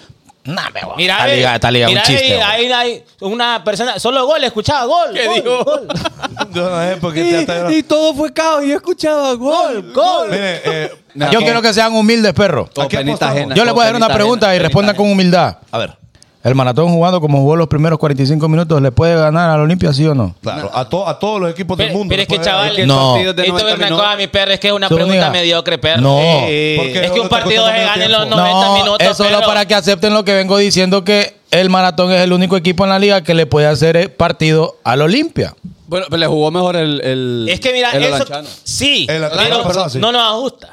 S4: Nah, me voy.
S2: Mira,
S4: esta
S2: ve,
S4: liga, esta liga es
S2: mira,
S4: un chiste.
S2: ve,
S4: güey.
S2: ahí hay una persona, solo gol, escuchaba gol.
S5: ¿Qué
S2: gol,
S5: dijo?
S2: gol.
S3: Yo no sé por qué te atacaron.
S5: Y, y todo fue caos. Y yo escuchaba gol, gol.
S3: Mire, eh,
S5: Nah,
S4: Yo
S5: todo-
S4: quiero que sean humildes, perro.
S5: todo
S3: ¿A qué
S5: penita
S3: apostamos?
S5: ajena,
S4: Yo les
S5: todo
S4: voy a hacer una
S5: penita
S4: pregunta
S5: ajena,
S4: y respondan
S5: penita
S4: con humildad.
S3: a ver,
S4: ¿El maratón jugando como jugó los primeros 45 minutos le puede ganar al Olimpia, sí o no?
S3: claro, a, to- a todos los equipos del
S2: Pero-
S3: mundo.
S2: pero es
S3: después
S2: que,
S3: de-
S2: chaval,
S5: ajena.
S4: No.
S5: Partidos de
S2: Esto es
S5: 90
S2: una
S5: minutos.
S2: cosa, mi perro, es que es una
S4: Zúñiga.
S2: pregunta mediocre, perro.
S4: No.
S3: ¿Por qué
S2: Es que
S3: solo
S2: un
S3: te
S2: partido
S3: costó
S2: se
S3: medio
S2: gana en
S3: tiempo?
S2: los 90 minutos.
S4: Es solo
S2: pero-
S4: para que acepten lo que vengo diciendo que el maratón es el único equipo en la liga que le puede hacer eh, partido al Olimpia.
S5: Eh, Bueno, pero le jugó mejor el. el
S2: Es que mira,
S5: el
S2: eso.
S5: Olanchano.
S2: Sí,
S3: El Atlanta,
S2: pero
S3: perdón, sí.
S2: no nos ajusta.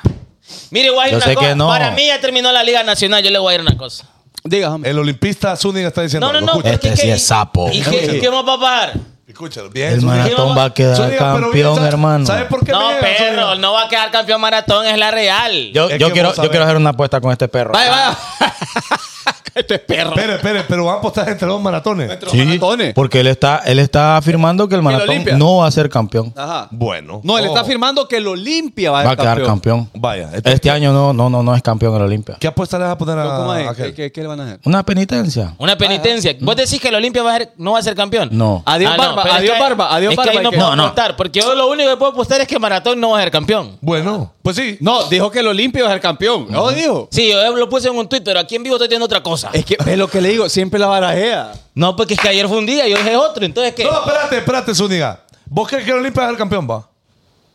S2: Mire, voy a decir
S4: Yo
S2: una
S4: sé
S2: cosa.
S4: que no.
S2: Para mí ya terminó la Liga Nacional, yo le voy a decir una cosa.
S5: Diga,
S4: Eh,
S5: hombre.
S3: El olimpista Zúñiga está diciendo.
S2: No, no,
S3: algo.
S2: no.
S3: Escucha,
S2: porque
S4: Este sí
S2: que-
S4: es sapo.
S2: ¿Y qué, qué vamos a pasar?
S3: escúchalo, bien.
S4: El
S3: Zúñiga.
S4: maratón va a quedar
S3: Zúñiga, pero bien,
S4: campeón,
S3: ¿sabe-
S4: hermano.
S3: ¿Sabe por qué?
S2: No,
S3: me llega,
S2: perro,
S3: Zúñiga?
S2: no va a quedar campeón maratón, es la real.
S4: Yo,
S3: Es
S4: yo
S3: que
S4: quiero,
S3: vos
S4: yo
S3: sabés.
S4: quiero hacer una apuesta con este perro.
S5: Vaya, vaya. este perro.
S3: Espere, espere, pero van a apostar entre dos maratones.
S4: Sí,
S5: maratones.
S4: porque él está, él está afirmando que el maratón
S5: Olimpia.
S4: no va a ser campeón.
S5: Ajá.
S3: Bueno.
S5: No, él está
S3: Oh,
S5: afirmando que lo limpia
S4: Va a quedar campeón.
S3: Vaya. entonces,
S4: Este año no, no, no, no es campeón el Olimpia.
S3: ¿Qué apuesta le vas a poner a,
S5: ¿Cómo
S3: a
S5: es?
S3: aquel?
S5: ¿Qué, qué, qué le van a hacer?
S4: Una penitencia.
S2: Una penitencia. ¿Vos decís que el Olimpia va a ser- no va a ser campeón? Ah,
S4: No.
S5: Adiós,
S2: no,
S5: Barba,
S2: pero es
S5: adiós,
S2: que-
S5: Barba, adiós,
S2: es que ahí
S5: Barba,
S2: no
S5: que-
S2: puedo
S5: No, no.
S2: apostar, porque yo lo único que puedo apostar es que maratón no va a ser campeón.
S3: Bueno, pues sí.
S5: No, dijo que el Olimpio es el campeón. No dijo.
S2: Sí, yo lo puse en un tweet, pero aquí en vivo estoy diciendo otra cosa.
S5: Es que es lo que le digo, siempre la barajea.
S2: No, porque es que ayer fue un día y hoy es otro, entonces ¿qué?
S3: No, espérate, espérate, Zúñiga. ¿Vos crees que el Olimpia es el campeón, va?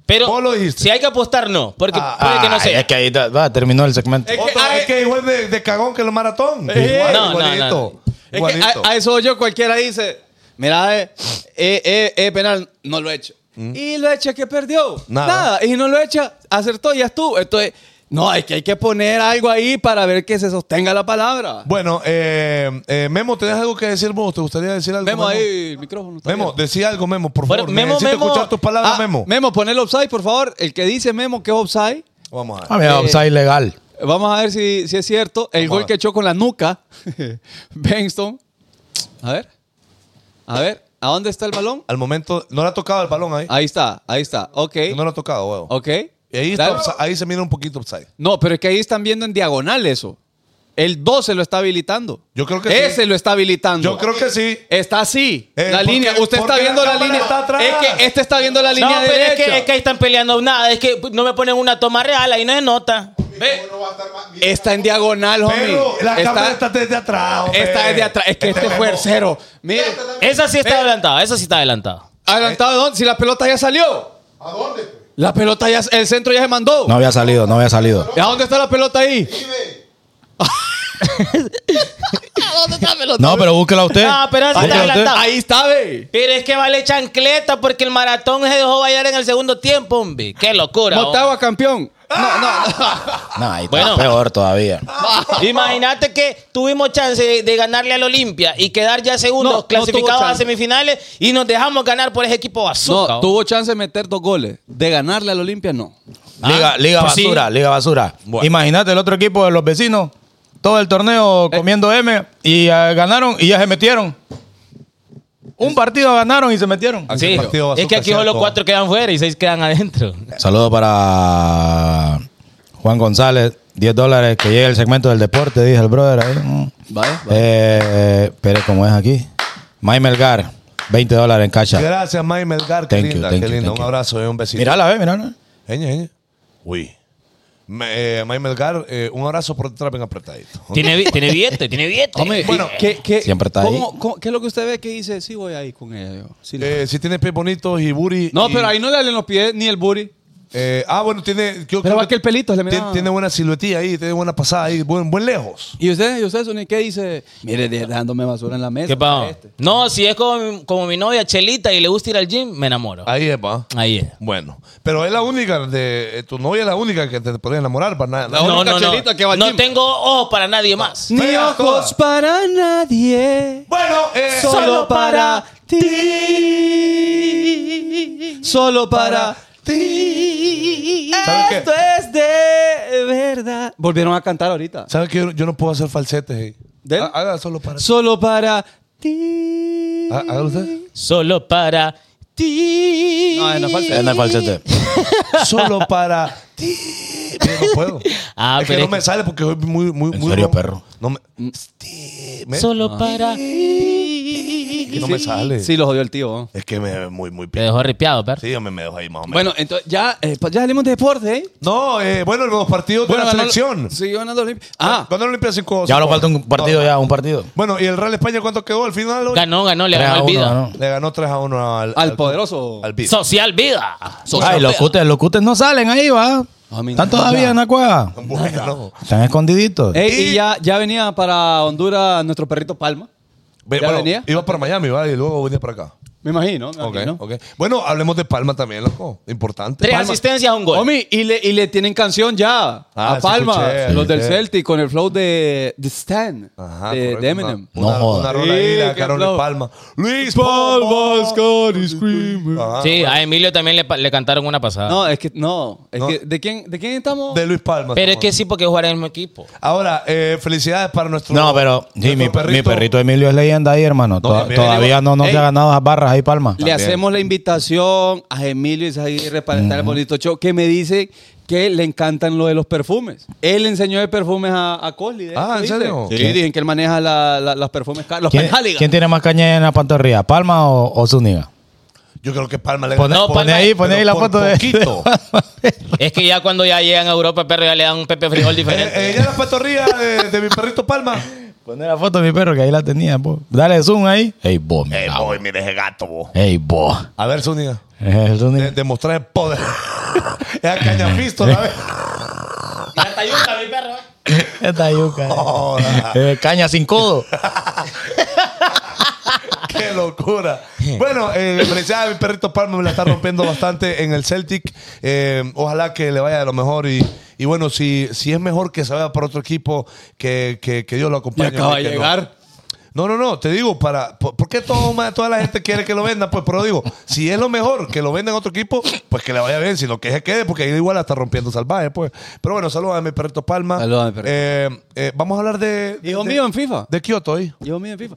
S2: Pero
S3: Vos lo dijiste.
S2: si hay que apostar, no. Porque puede que no
S4: Ay,
S2: sea.
S4: Ah, Es que ahí está- va, terminó el segmento.
S5: Es que-
S3: Otro,
S5: ay-
S3: es que igual de, de cagón que el maratón.
S5: Eh,
S3: igual,
S2: no, no,
S3: igualito.
S2: no.
S5: Es que
S3: Igualito.
S5: a, a eso yo cualquiera dice, mira, eh, eh, eh, eh, penal, no lo echo. Y lo echa que perdió.
S3: Nada.
S5: Mm. Nada. Y no lo echa, acertó, ya estuvo. Entonces, no, es que hay que poner algo ahí para ver que se sostenga la palabra.
S3: Bueno, eh, eh, Memo, ¿tenés algo que decir vos? ¿Te gustaría decir algo?
S5: Memo ahí el micrófono. está
S3: Memo,
S5: abierto.
S3: decía algo, Memo, por
S2: Bueno,
S3: favor.
S2: Memo,
S3: Necesito
S2: Memo-
S3: escuchar tus palabras,
S5: Ah,
S3: Memo.
S5: Memo, pon el offside, por favor. El que dice Memo que es offside.
S3: Vamos a ver.
S4: Ah, mira,
S5: eh,
S4: offside legal.
S5: Vamos a ver si, si es cierto. El
S3: Vamos a
S5: gol
S3: ver.
S5: que echó con la nuca, Benston. A ver. A ver, ¿a dónde está el balón?
S3: Al momento, no le ha tocado el balón ahí.
S5: Ahí está, ahí está. Ah, Ok.
S3: No le ha tocado, huevo.
S5: Ok.
S3: Y ahí, está
S5: Dale.
S3: upsi- ahí se mira un poquito upside.
S5: No, pero es que ahí están viendo en diagonal eso. El 12 lo está habilitando.
S3: Yo creo que
S5: Ese
S3: sí.
S5: lo está habilitando.
S3: Yo creo que sí.
S5: Está así.
S3: Eh,
S5: la
S3: porque-
S5: línea. Usted está
S3: porque
S5: viendo
S3: la
S5: la,
S3: cámara
S5: línea.
S3: está atrás.
S5: Es que este está viendo la
S2: No,
S5: línea
S2: pero es
S5: derecha.
S2: que, es que ahí están peleando nada. Es que no me ponen una toma real, ahí no se nota.
S5: Está en diagonal, homie.
S3: Pero la cámara
S5: está,
S3: está desde atrás, hombre.
S5: está desde atrás. Es que este
S3: Memo- Este
S5: fue el cero. Mire. eh,
S2: Esa sí está
S5: Ve.
S2: adelantada, esa sí está adelantada.
S5: ¿Adelantado dónde? Si la pelota ya salió. ¿A dónde? La pelota ya. El centro ya se mandó.
S4: No había salido, no había salido.
S5: ¿Y a dónde está la pelota ahí?
S4: No, pero búsquela usted.
S2: No, Ah, pero así está
S4: Búsquela usted.
S2: adelantado.
S5: Ahí está, ve.
S2: Pero es que vale chancleta porque el maratón se dejó bailar en el segundo tiempo, hombre. Qué locura. hombre.
S5: Motagua campeón. No, no, no.
S4: No, ahí está
S2: Bueno. Ah,
S4: peor todavía.
S2: Imagínate que tuvimos chance de, de ganarle al Olimpia y quedar ya segundos
S5: No, no
S2: clasificados
S5: tuvo
S2: a
S5: chance.
S2: semifinales y nos dejamos ganar por ese equipo bazooka.
S5: No,
S2: hombre.
S5: tuvo chance de meter dos goles. De ganarle al Olimpia, no.
S4: Liga, liga
S2: pues sí.
S4: basura, liga basura. Imagínate el otro equipo de los vecinos, todo el torneo comiendo M y eh, ganaron y ya se metieron. Un partido ganaron y se metieron.
S3: Aquel
S2: Sí,
S3: partido
S2: es que
S3: bazooka
S2: aquí solo
S3: cierto.
S2: cuatro quedan fuera y seis quedan adentro.
S4: Saludos para Juan González, 10 dólares, que llega el segmento del deporte, dije el brother. ahí. Mm.
S5: Vaya,
S4: Eh, pero como es aquí. May Melgar, 20 dólares en cacha.
S3: Gracias, May Melgar. Qué
S4: Thank you,
S3: linda,
S4: thank
S3: qué
S4: you,
S3: linda.
S4: thank
S3: Un
S4: you.
S3: abrazo y un besito.
S4: Mírala, ve, mírala.
S3: Eñe, eñe. Uy. Me- eh, May Melgar, eh, un abrazo por detrás bien apretadito.
S2: Tiene, bi- tiene billete, tiene billete.
S5: Hombre,
S3: Bueno,
S5: ¿y ¿qué, qué-
S4: siempre está
S5: cómo-
S4: ahí.
S5: cómo- ¿Qué es lo que usted ve que dice? Sí, voy ahí con ella. yo. Sí,
S3: Eh, si tiene pies bonitos y buri.
S5: no,
S3: Eh, y-
S5: pero ahí no le dan los pies ni el booty.
S3: Eh, ah, bueno, tiene. yo creo
S5: Pero va que el pelito se le
S3: tiene,
S5: miraba.
S3: tiene buena siluetilla ahí, tiene buena pasada ahí, buen, buen lejos.
S5: ¿Y usted, y usted, Sony, qué dice? Mire, de- dándome basura en la mesa.
S2: ¿Qué pasó?
S5: Este.
S2: No, si es como, mi- como mi novia Chelita y le gusta ir al gym, me enamoro.
S3: Ahí es, pa.
S2: Ahí es.
S3: Bueno, pero es la única de eh, tu novia es la única que te puede enamorar para nada.
S2: No, no,
S5: Chelita que va
S2: no.
S5: al
S2: No
S5: gym.
S2: tengo ojos para nadie más.
S5: Ni
S3: Fea
S5: ojos
S3: toda.
S5: para nadie,
S3: Bueno, eh,
S5: solo para ti. Solo para ti.
S3: ¿Sabe qué?
S5: Esto es de verdad. Volvieron a cantar ahorita.
S3: ¿Sabes que yo, yo no puedo hacer falsetes? eh?
S5: ¿De él?
S3: Ah, Hágalo solo para.
S5: Solo para ti.
S3: Ah, Hágalo usted.
S2: Solo para ti.
S5: No, no falta.
S4: Es en el falsete.
S3: solo para ti. Yo no puedo.
S2: Ah,
S3: es que
S2: pero
S3: no
S2: es
S3: me sale porque soy muy, muy,
S4: ¿En
S3: muy
S4: serio,
S3: rom-
S4: perro?
S3: No me,
S5: Mm.
S3: Ti- me-
S2: Solo para
S3: Es que no me sale.
S5: Sí, Eh. lo jodió el tío. ¿no?
S3: Es que me muy, muy
S2: Te
S3: pico.
S2: dejó ripiado, perro.
S3: Sí, yo me, me dejo ahí más o menos.
S5: Bueno, entonces ya, eh, pues ya salimos de deporte, ¿eh?
S3: no, eh, bueno, los partidos de la
S5: ganó-
S3: selección.
S5: Sí, ganando la Olimpi- Ah,
S3: Ganó la Olimpia 5
S4: Ya ahora falta un partido, ya, un partido.
S3: Bueno, ¿y el Real España cuánto quedó al final? hoy?
S2: Ganó, ganó, le
S4: Tres
S2: ganó
S4: a
S2: el
S4: uno,
S2: vida.
S4: ganó.
S3: Le ganó 3 a 1 al,
S5: al poderoso.
S3: Al Bid.
S2: Social vida. Social
S4: Ay, los
S2: vida.
S4: cutes, los cutes no salen ahí, va.
S5: A mí
S4: Están
S5: no.
S4: todavía en la cueva.
S3: Bueno,
S4: Están escondiditos.
S5: Ey,
S3: Y-
S5: y ya, ya venía para Honduras nuestro perrito Palma.
S3: Ve-
S5: ¿Ya
S3: bueno,
S5: venía? Ah,
S3: iba para Miami, ¿vale? Y luego venía para acá.
S5: Me imagino. me
S3: Ok,
S5: imagino.
S3: ok. Bueno, hablemos de Palma también, loco. Importante.
S2: Tres
S3: Palma.
S2: asistencias a un gol.
S5: Homie, y le, y le tienen canción ya
S3: Ah,
S5: a
S3: sí
S5: Palma,
S3: escuché,
S5: los
S3: sí
S5: del
S3: escuché.
S5: Celtic con el flow de The Stan,
S3: Ajá,
S5: de,
S3: correcto,
S5: de Eminem.
S3: Una, una,
S4: No joda.
S3: una rola ahí, la
S5: Sí,
S3: de Carol
S5: claro.
S3: Palma. Luis Palma, Scotty Screamer. Ajá.
S2: sí, a Emilio también le, pa- le cantaron una pasada.
S5: No, es que no, es
S3: No.
S5: que ¿de quién, de quién estamos?
S3: De Luis Palma.
S2: Pero es
S3: Simón.
S2: que sí, porque jugar en el mismo equipo.
S3: Ahora, eh, felicidades para nuestro.
S4: No, pero sí, mi, mi
S3: nuestro
S4: perrito. Emilio es leyenda ahí, hermano.
S3: No,
S4: To-
S3: también.
S4: todavía no, no
S5: Ey.
S4: se ha ganado las barras ahí, Palma.
S5: le hacemos la invitación a Emilio Izaguirre para estar en el bonito show, que me dice que le encantan lo de los perfumes. Él enseñó de perfumes a, a Cosli.
S3: Ah, ¿en serio?
S5: Sí, dicen que él maneja la- la- las perfumes, caros, los
S4: ¿Quién,
S5: Penhaligan.
S4: quién tiene más caña en la pantorrilla, Palma o, o Zúñiga?
S3: Yo creo que Eh, Palma le
S4: Pone,
S3: ganó
S2: No,
S3: por-
S4: pone ahí, pone
S3: pero
S4: ahí la
S3: por
S4: foto de.
S3: poquito.
S2: Es que ya cuando ya llegan a Europa, perro, ya le dan un pepe frijol
S3: Eh,
S2: diferente.
S3: eh, ya la patorría de, de mi perrito Palma.
S4: Poner la foto de mi perro, que ahí la tenía, po. Dale zoom ahí. Ey, bo, mi
S3: Eh,
S4: cabo.
S3: boy, mire ese gato, Eh, bo.
S4: Ey, bo.
S3: A ver, Zúñiga.
S4: El Zúñiga.
S3: de- Demostrar el poder. Esa caña pisto, la vez.
S2: Hasta Utah, mi perro.
S4: Esta yuca. eh.
S3: Joda.
S4: Eh, caña sin codo.
S3: Qué locura. Bueno, eh, felicidades a mi perrito Palma, me la está rompiendo bastante en el Celtic. Eh, ojalá que le vaya de lo mejor y, y bueno, si, si es mejor que se vaya para otro equipo, que, que, que Dios lo
S5: Y
S3: acompañe.
S5: acaba de
S3: que no.
S5: llegar.
S3: No, no, no, te digo, para, ¿por, por qué todo ma- toda la gente quiere que lo vendan? Pues, pero digo, si es lo mejor que lo venda en otro equipo, pues que le vaya bien, si no que se quede, porque ahí igual la está rompiendo salvaje, pues. Pero bueno, saludos a mi perrito Palma.
S5: Saludos a mi perrito.
S3: Eh, eh, vamos a hablar de.
S5: Hijo
S3: de-
S5: mío en FIFA.
S3: De Kioto hoy.
S5: Yo mío en FIFA.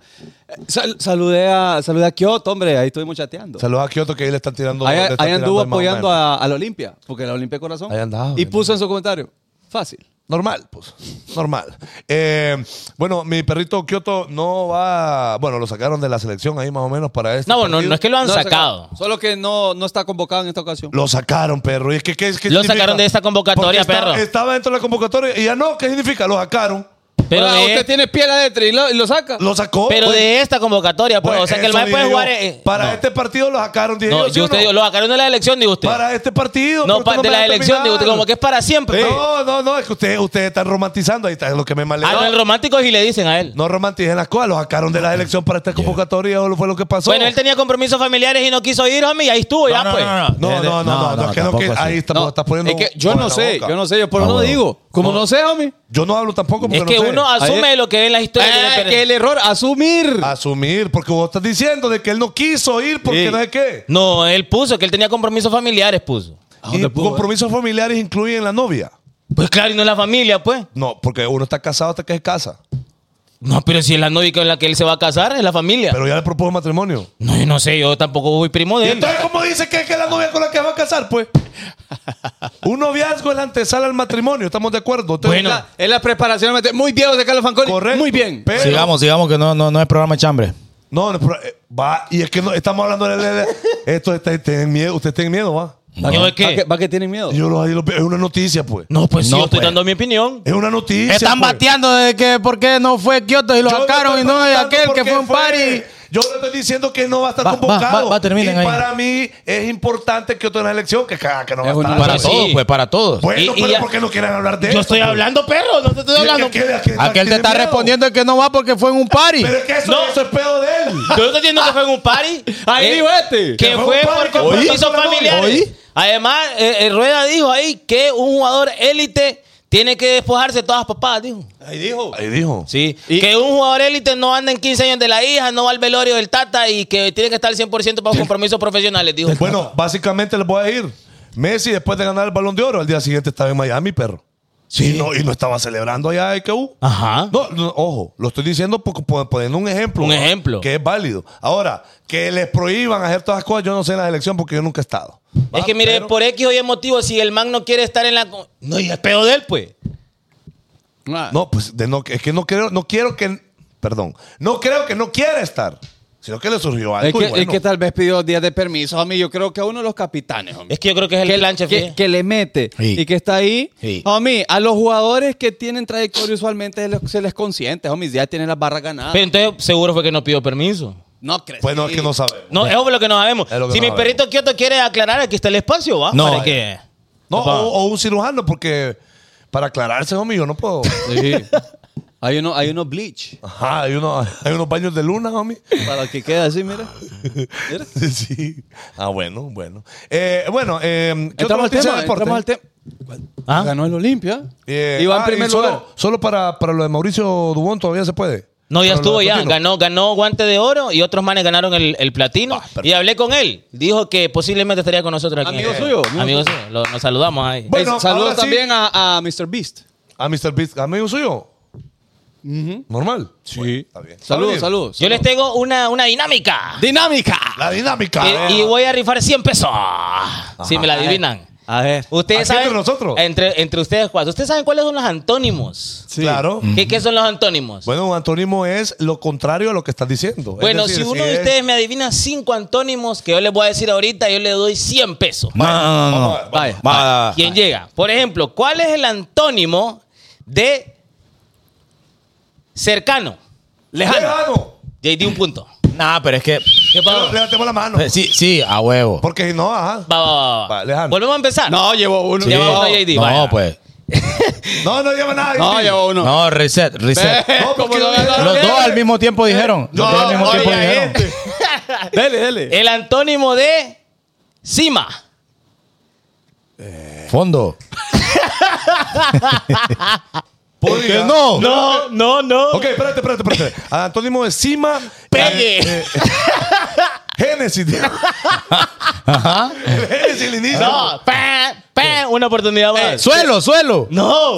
S5: Eh, sal- saludé, a, saludé a Kioto, hombre, ahí estuvimos chateando.
S3: Saludos a Kioto que ahí le están tirando.
S5: ahí
S3: le están
S5: ahí anduvo
S3: tirando al más o
S5: apoyando
S3: menos.
S5: a, a la Olimpia, porque la Olimpia es Corazón.
S3: Ahí andaba,
S5: y
S3: ahí
S5: puso en su comentario, fácil.
S3: Normal, pues. Normal. Eh, bueno, mi perrito Kioto no va. Bueno, lo sacaron de la selección ahí más o menos para esto.
S2: No, bueno, no es que lo han
S5: No,
S2: sacado.
S5: Solo que no, no está convocado en esta ocasión.
S3: Lo sacaron, perro. Y es que, ¿qué, qué
S2: Lo
S3: significa?
S2: sacaron de esta convocatoria,
S3: Porque estaba-
S2: perro.
S3: Estaba dentro de la convocatoria y ya no. ¿Qué significa? Lo sacaron.
S2: Pero,
S5: Ahora,
S2: de,
S5: Ah, usted tiene piel adentro y lo, y lo saca.
S3: Lo sacó.
S2: pero
S3: pues.
S2: de esta convocatoria, pues.
S3: Pues,
S2: o sea, que el
S3: eso
S2: maestro puede
S3: digo yo.
S2: jugar. eh,
S3: para
S2: no.
S3: este partido lo sacaron, dije
S2: No,
S3: yo, ¿sí
S2: yo
S3: o
S2: usted
S3: no?
S2: dijo, lo sacaron de la elección, digo usted.
S3: Para este partido.
S2: no,
S3: pero
S2: para
S3: tú
S2: de
S3: me
S2: la
S3: dejas
S2: elección, digo
S3: terminar.
S2: usted, como que es para siempre. pues. Ah,
S3: No, no, no, es que ustedes ustedes están romantizando, ahí está es lo que me
S2: A
S3: malea.
S2: los románticos y le dicen a él.
S3: No romanticen las cosas, lo sacaron de la elección para esta convocatoria, o fue lo que pasó.
S2: Bueno, él tenía compromisos familiares y no quiso ir, homie, y ahí estuvo, ya pues.
S3: No, no, no, no, no, es que no, que ahí está,
S5: No,
S3: estás poniendo.
S5: es que yo
S3: un-
S5: no
S3: en la
S5: sé,
S3: boca.
S5: yo no sé, yo por
S4: Ah,
S5: eso no
S4: bueno.
S5: digo. Como no, sé, homie.
S3: Yo no hablo tampoco porque
S2: Es que
S3: no sé.
S2: uno asume
S5: Ayer-
S2: lo que ve en las historias.
S5: Ah,
S2: de-
S5: que el error, asumir.
S3: Ah, Asumir, porque vos estás diciendo de que él no quiso ir porque
S5: Sí.
S3: no sé qué.
S2: No, él puso que él tenía compromisos familiares, puso.
S5: ¿A
S3: Y
S5: dónde pudo?
S3: compromisos familiares incluyen la novia.
S2: Pues claro, y no la familia, pues.
S3: No, porque uno está casado hasta que se casa.
S2: No, pero si es la novia con la que él se va a casar, es la familia.
S3: Pero ya le propuso matrimonio.
S2: no, yo no sé, yo tampoco voy primo
S3: ¿Y
S2: de él.
S3: entonces cómo dice que que es la novia con la que va a casar, pues? Un noviazgo es la antesala al matrimonio, estamos de acuerdo. Entonces,
S2: Bueno.
S3: ya-
S5: Es la preparación. Muy bien, de Carlos Fanconi.
S3: correcto.
S5: Muy bien.
S3: Pero-
S4: Sigamos, sigamos, que no, no, no es programa de chambre.
S3: No, no, pero, eh, va, y es que no, estamos hablando de. de- de- esto está, tienen miedo, ustedes tienen miedo, va.
S2: Yo es
S5: ¿Va que,
S2: que.
S5: va que tienen miedo?
S3: Y Yo los, ahí los- es una noticia, pues.
S2: No, pues sí,
S4: No,
S2: yo estoy
S4: pues.
S2: dando mi opinión.
S3: Es una noticia.
S4: Están
S3: pues.
S4: bateando de que por qué no fue Kioto y lo
S3: Yo no
S4: sacaron
S3: estoy
S4: y no es
S3: preguntando
S4: aquel
S3: por
S4: que
S3: qué
S4: fue un
S3: fue.
S4: party
S3: Yo le estoy diciendo que no va a estar
S4: Va, va,
S3: convocado.
S4: va, va, terminen
S3: y
S4: ahí.
S3: para mí es importante que otra elección que, ca- que no va a
S10: Es un-
S3: estar.
S4: Para
S2: Sí.
S4: todos, pues, para todos.
S3: Bueno,
S2: Y- y
S3: pero
S2: ya-
S3: ¿por qué no quieren hablar de
S9: Yo
S3: eso?
S9: estoy
S2: Pues,
S9: hablando, perro, no te estoy
S3: Y es que
S9: hablando.
S3: queda- queda-
S4: Aquel te
S3: tiene
S4: está
S3: miedo.
S4: respondiendo que no va porque fue en un party.
S3: Pero es que eso,
S9: No.
S3: eso es pedo de él.
S9: Yo no estoy diciendo que fue en un party.
S5: Ahí
S2: Eh,
S5: dijo este.
S2: Que fue por compromisos
S3: ¿Oí?
S2: familiares.
S3: ¿Oí?
S2: Además, eh, eh, Rueda dijo ahí que un jugador élite tiene que despojarse de todas las papadas, dijo.
S3: Ahí dijo. Ahí dijo.
S2: Sí, que un jugador élite no anda en 15 años de la hija, no va al velorio del tata y que tiene que estar al 100% para los compromisos profesionales, dijo.
S3: Bueno, básicamente les voy a ir. Messi, después de ganar el balón de oro, al día siguiente estaba en Miami, perro. Sí. Y no, y no estaba celebrando allá uh, en IKU.
S9: Ajá.
S3: No, no, ojo, lo estoy diciendo por- por- poniendo un ejemplo.
S2: Un
S3: ¿no?
S2: ejemplo.
S3: Que es válido. Ahora, que les prohíban hacer todas las cosas, yo no sé en la elección porque yo nunca he estado. Ah,
S2: es que mire, por X o Y motivo, si el man no quiere estar en la... co- No, y es pedo de él, pues.
S3: No, pues de no, es que no quiero, no quiero que. Perdón. No creo que no quiera estar. Sino que le surgió algo.
S5: Es que,
S3: y bueno.
S5: es que tal vez pidió días de permiso, homie. Yo creo que a uno de los capitanes, homie.
S2: Es que yo creo que es el
S5: que,
S2: planche,
S5: que-
S2: fíjate.
S5: que le mete
S4: Sí.
S5: y que está ahí.
S4: Sí.
S5: Homie, a los jugadores que tienen trayectoria usualmente se les, se les consiente, homie, ya tienen las barras ganadas.
S2: Pero entonces seguro fue que no pidió permiso.
S5: no crees.
S3: Bueno, es que Pues no sabe.
S2: No, eso es lo que no sabemos.
S3: Es lo que
S2: si
S3: no
S2: mi
S3: sabemos. eh,
S2: perrito Kioto quiere aclarar, aquí está el espacio, ¿va?
S4: No.
S2: Para que...
S3: No, o, o un cirujano, porque para aclararse, homie, yo no puedo.
S5: Sí. Hay uno, hay uno bleach
S3: Ajá, hay, unos- hay unos baños de luna, homie.
S5: para que quede así, mira.
S3: sí. Ah, bueno, bueno. Eh, bueno, eh, ¿qué otra
S5: Entramos al
S3: noticia
S5: tema,
S3: de deporte?
S5: entramos al tema.
S4: ¿Ah?
S5: Ganó el Olimpia.
S3: Eh,
S5: y va en
S3: ah,
S5: primer
S3: solo,
S5: lugar.
S3: Solo para, para lo de Mauricio Dubón todavía se puede.
S2: No, ya
S3: Para lo
S2: estuvo
S3: de
S2: ya.
S3: Totino.
S2: Ganó, ganó guante de oro y otros manes ganaron el, el platino.
S3: Ah,
S2: y hablé con él. Dijo que posiblemente estaría con nosotros aquí.
S5: Amigo
S2: Eh,
S5: suyo, amigo
S2: Amigo suyo. Lo- nos saludamos ahí.
S3: Bueno,
S5: Eh, saludos
S3: ahora sí.
S5: también a, a Mr. Beast.
S3: A Mr. Ah, Beast, amigo suyo. Normal. Sí. está bien.
S5: Saludos,
S3: Está bien.
S5: saludos.
S2: Yo les tengo una, una dinámica. Eh,
S5: Dinámica.
S3: La dinámica. eh.
S2: Y, y voy a rifar 100 pesos. Si me la adivinan.
S5: A ver.
S2: Ustedes
S3: Aquí
S2: saben.
S3: entre nosotros.
S2: Entre, entre ustedes cuatro. Ustedes saben cuáles son los antónimos.
S3: Claro.
S2: ¿Qué, qué son los antónimos?
S3: Mm.
S2: Bueno,
S3: Bueno, un antónimo es lo contrario a lo que estás diciendo. Es decir,
S2: si uno
S3: es-
S2: de ustedes me adivina cinco antónimos que yo les voy a decir ahorita, yo le doy 100 pesos.
S4: No, no, no, no.
S3: Vamos a ver,
S5: Vaya.
S4: Va,
S2: ¿Quién llega? Por ejemplo, ¿cuál es el antónimo de cercano? Lejano.
S3: Lejano.
S2: JD un punto.
S4: Nah, pero es que.
S2: ¿Qué pasó?
S3: Levantemos la mano.
S4: Eh, Sí, sí, a huevo.
S3: Porque si no, ajá.
S2: Va, va, va, va.
S3: Va, lejano.
S2: Volvemos a empezar.
S5: No, llevo uno.
S4: Sí.
S2: lleva uno JD,
S4: No,
S2: vaya.
S4: pues.
S3: No, no lleva nada.
S5: No,
S3: Jimmy.
S5: llevo uno.
S4: No, reset, reset.
S3: No, porque
S5: ¿Cómo
S3: no
S5: no
S3: lleva
S5: ganó?
S3: nada.
S4: Los dos al mismo tiempo dijeron. Los dos al mismo tiempo
S5: oye,
S4: dijeron.
S5: gente. dele, dele.
S2: El antónimo de cima.
S4: Fondo.
S3: ¿Por qué
S4: no?
S2: No, no, no.
S3: Ok, espérate, espérate, espérate. Antónimo de cima.
S2: Pegue.
S3: eh, eh, Génesis. tío. El Génesis, el inicio.
S2: No, pa, pa, una oportunidad
S4: Eh,
S2: más.
S4: Suelo, suelo.
S2: no.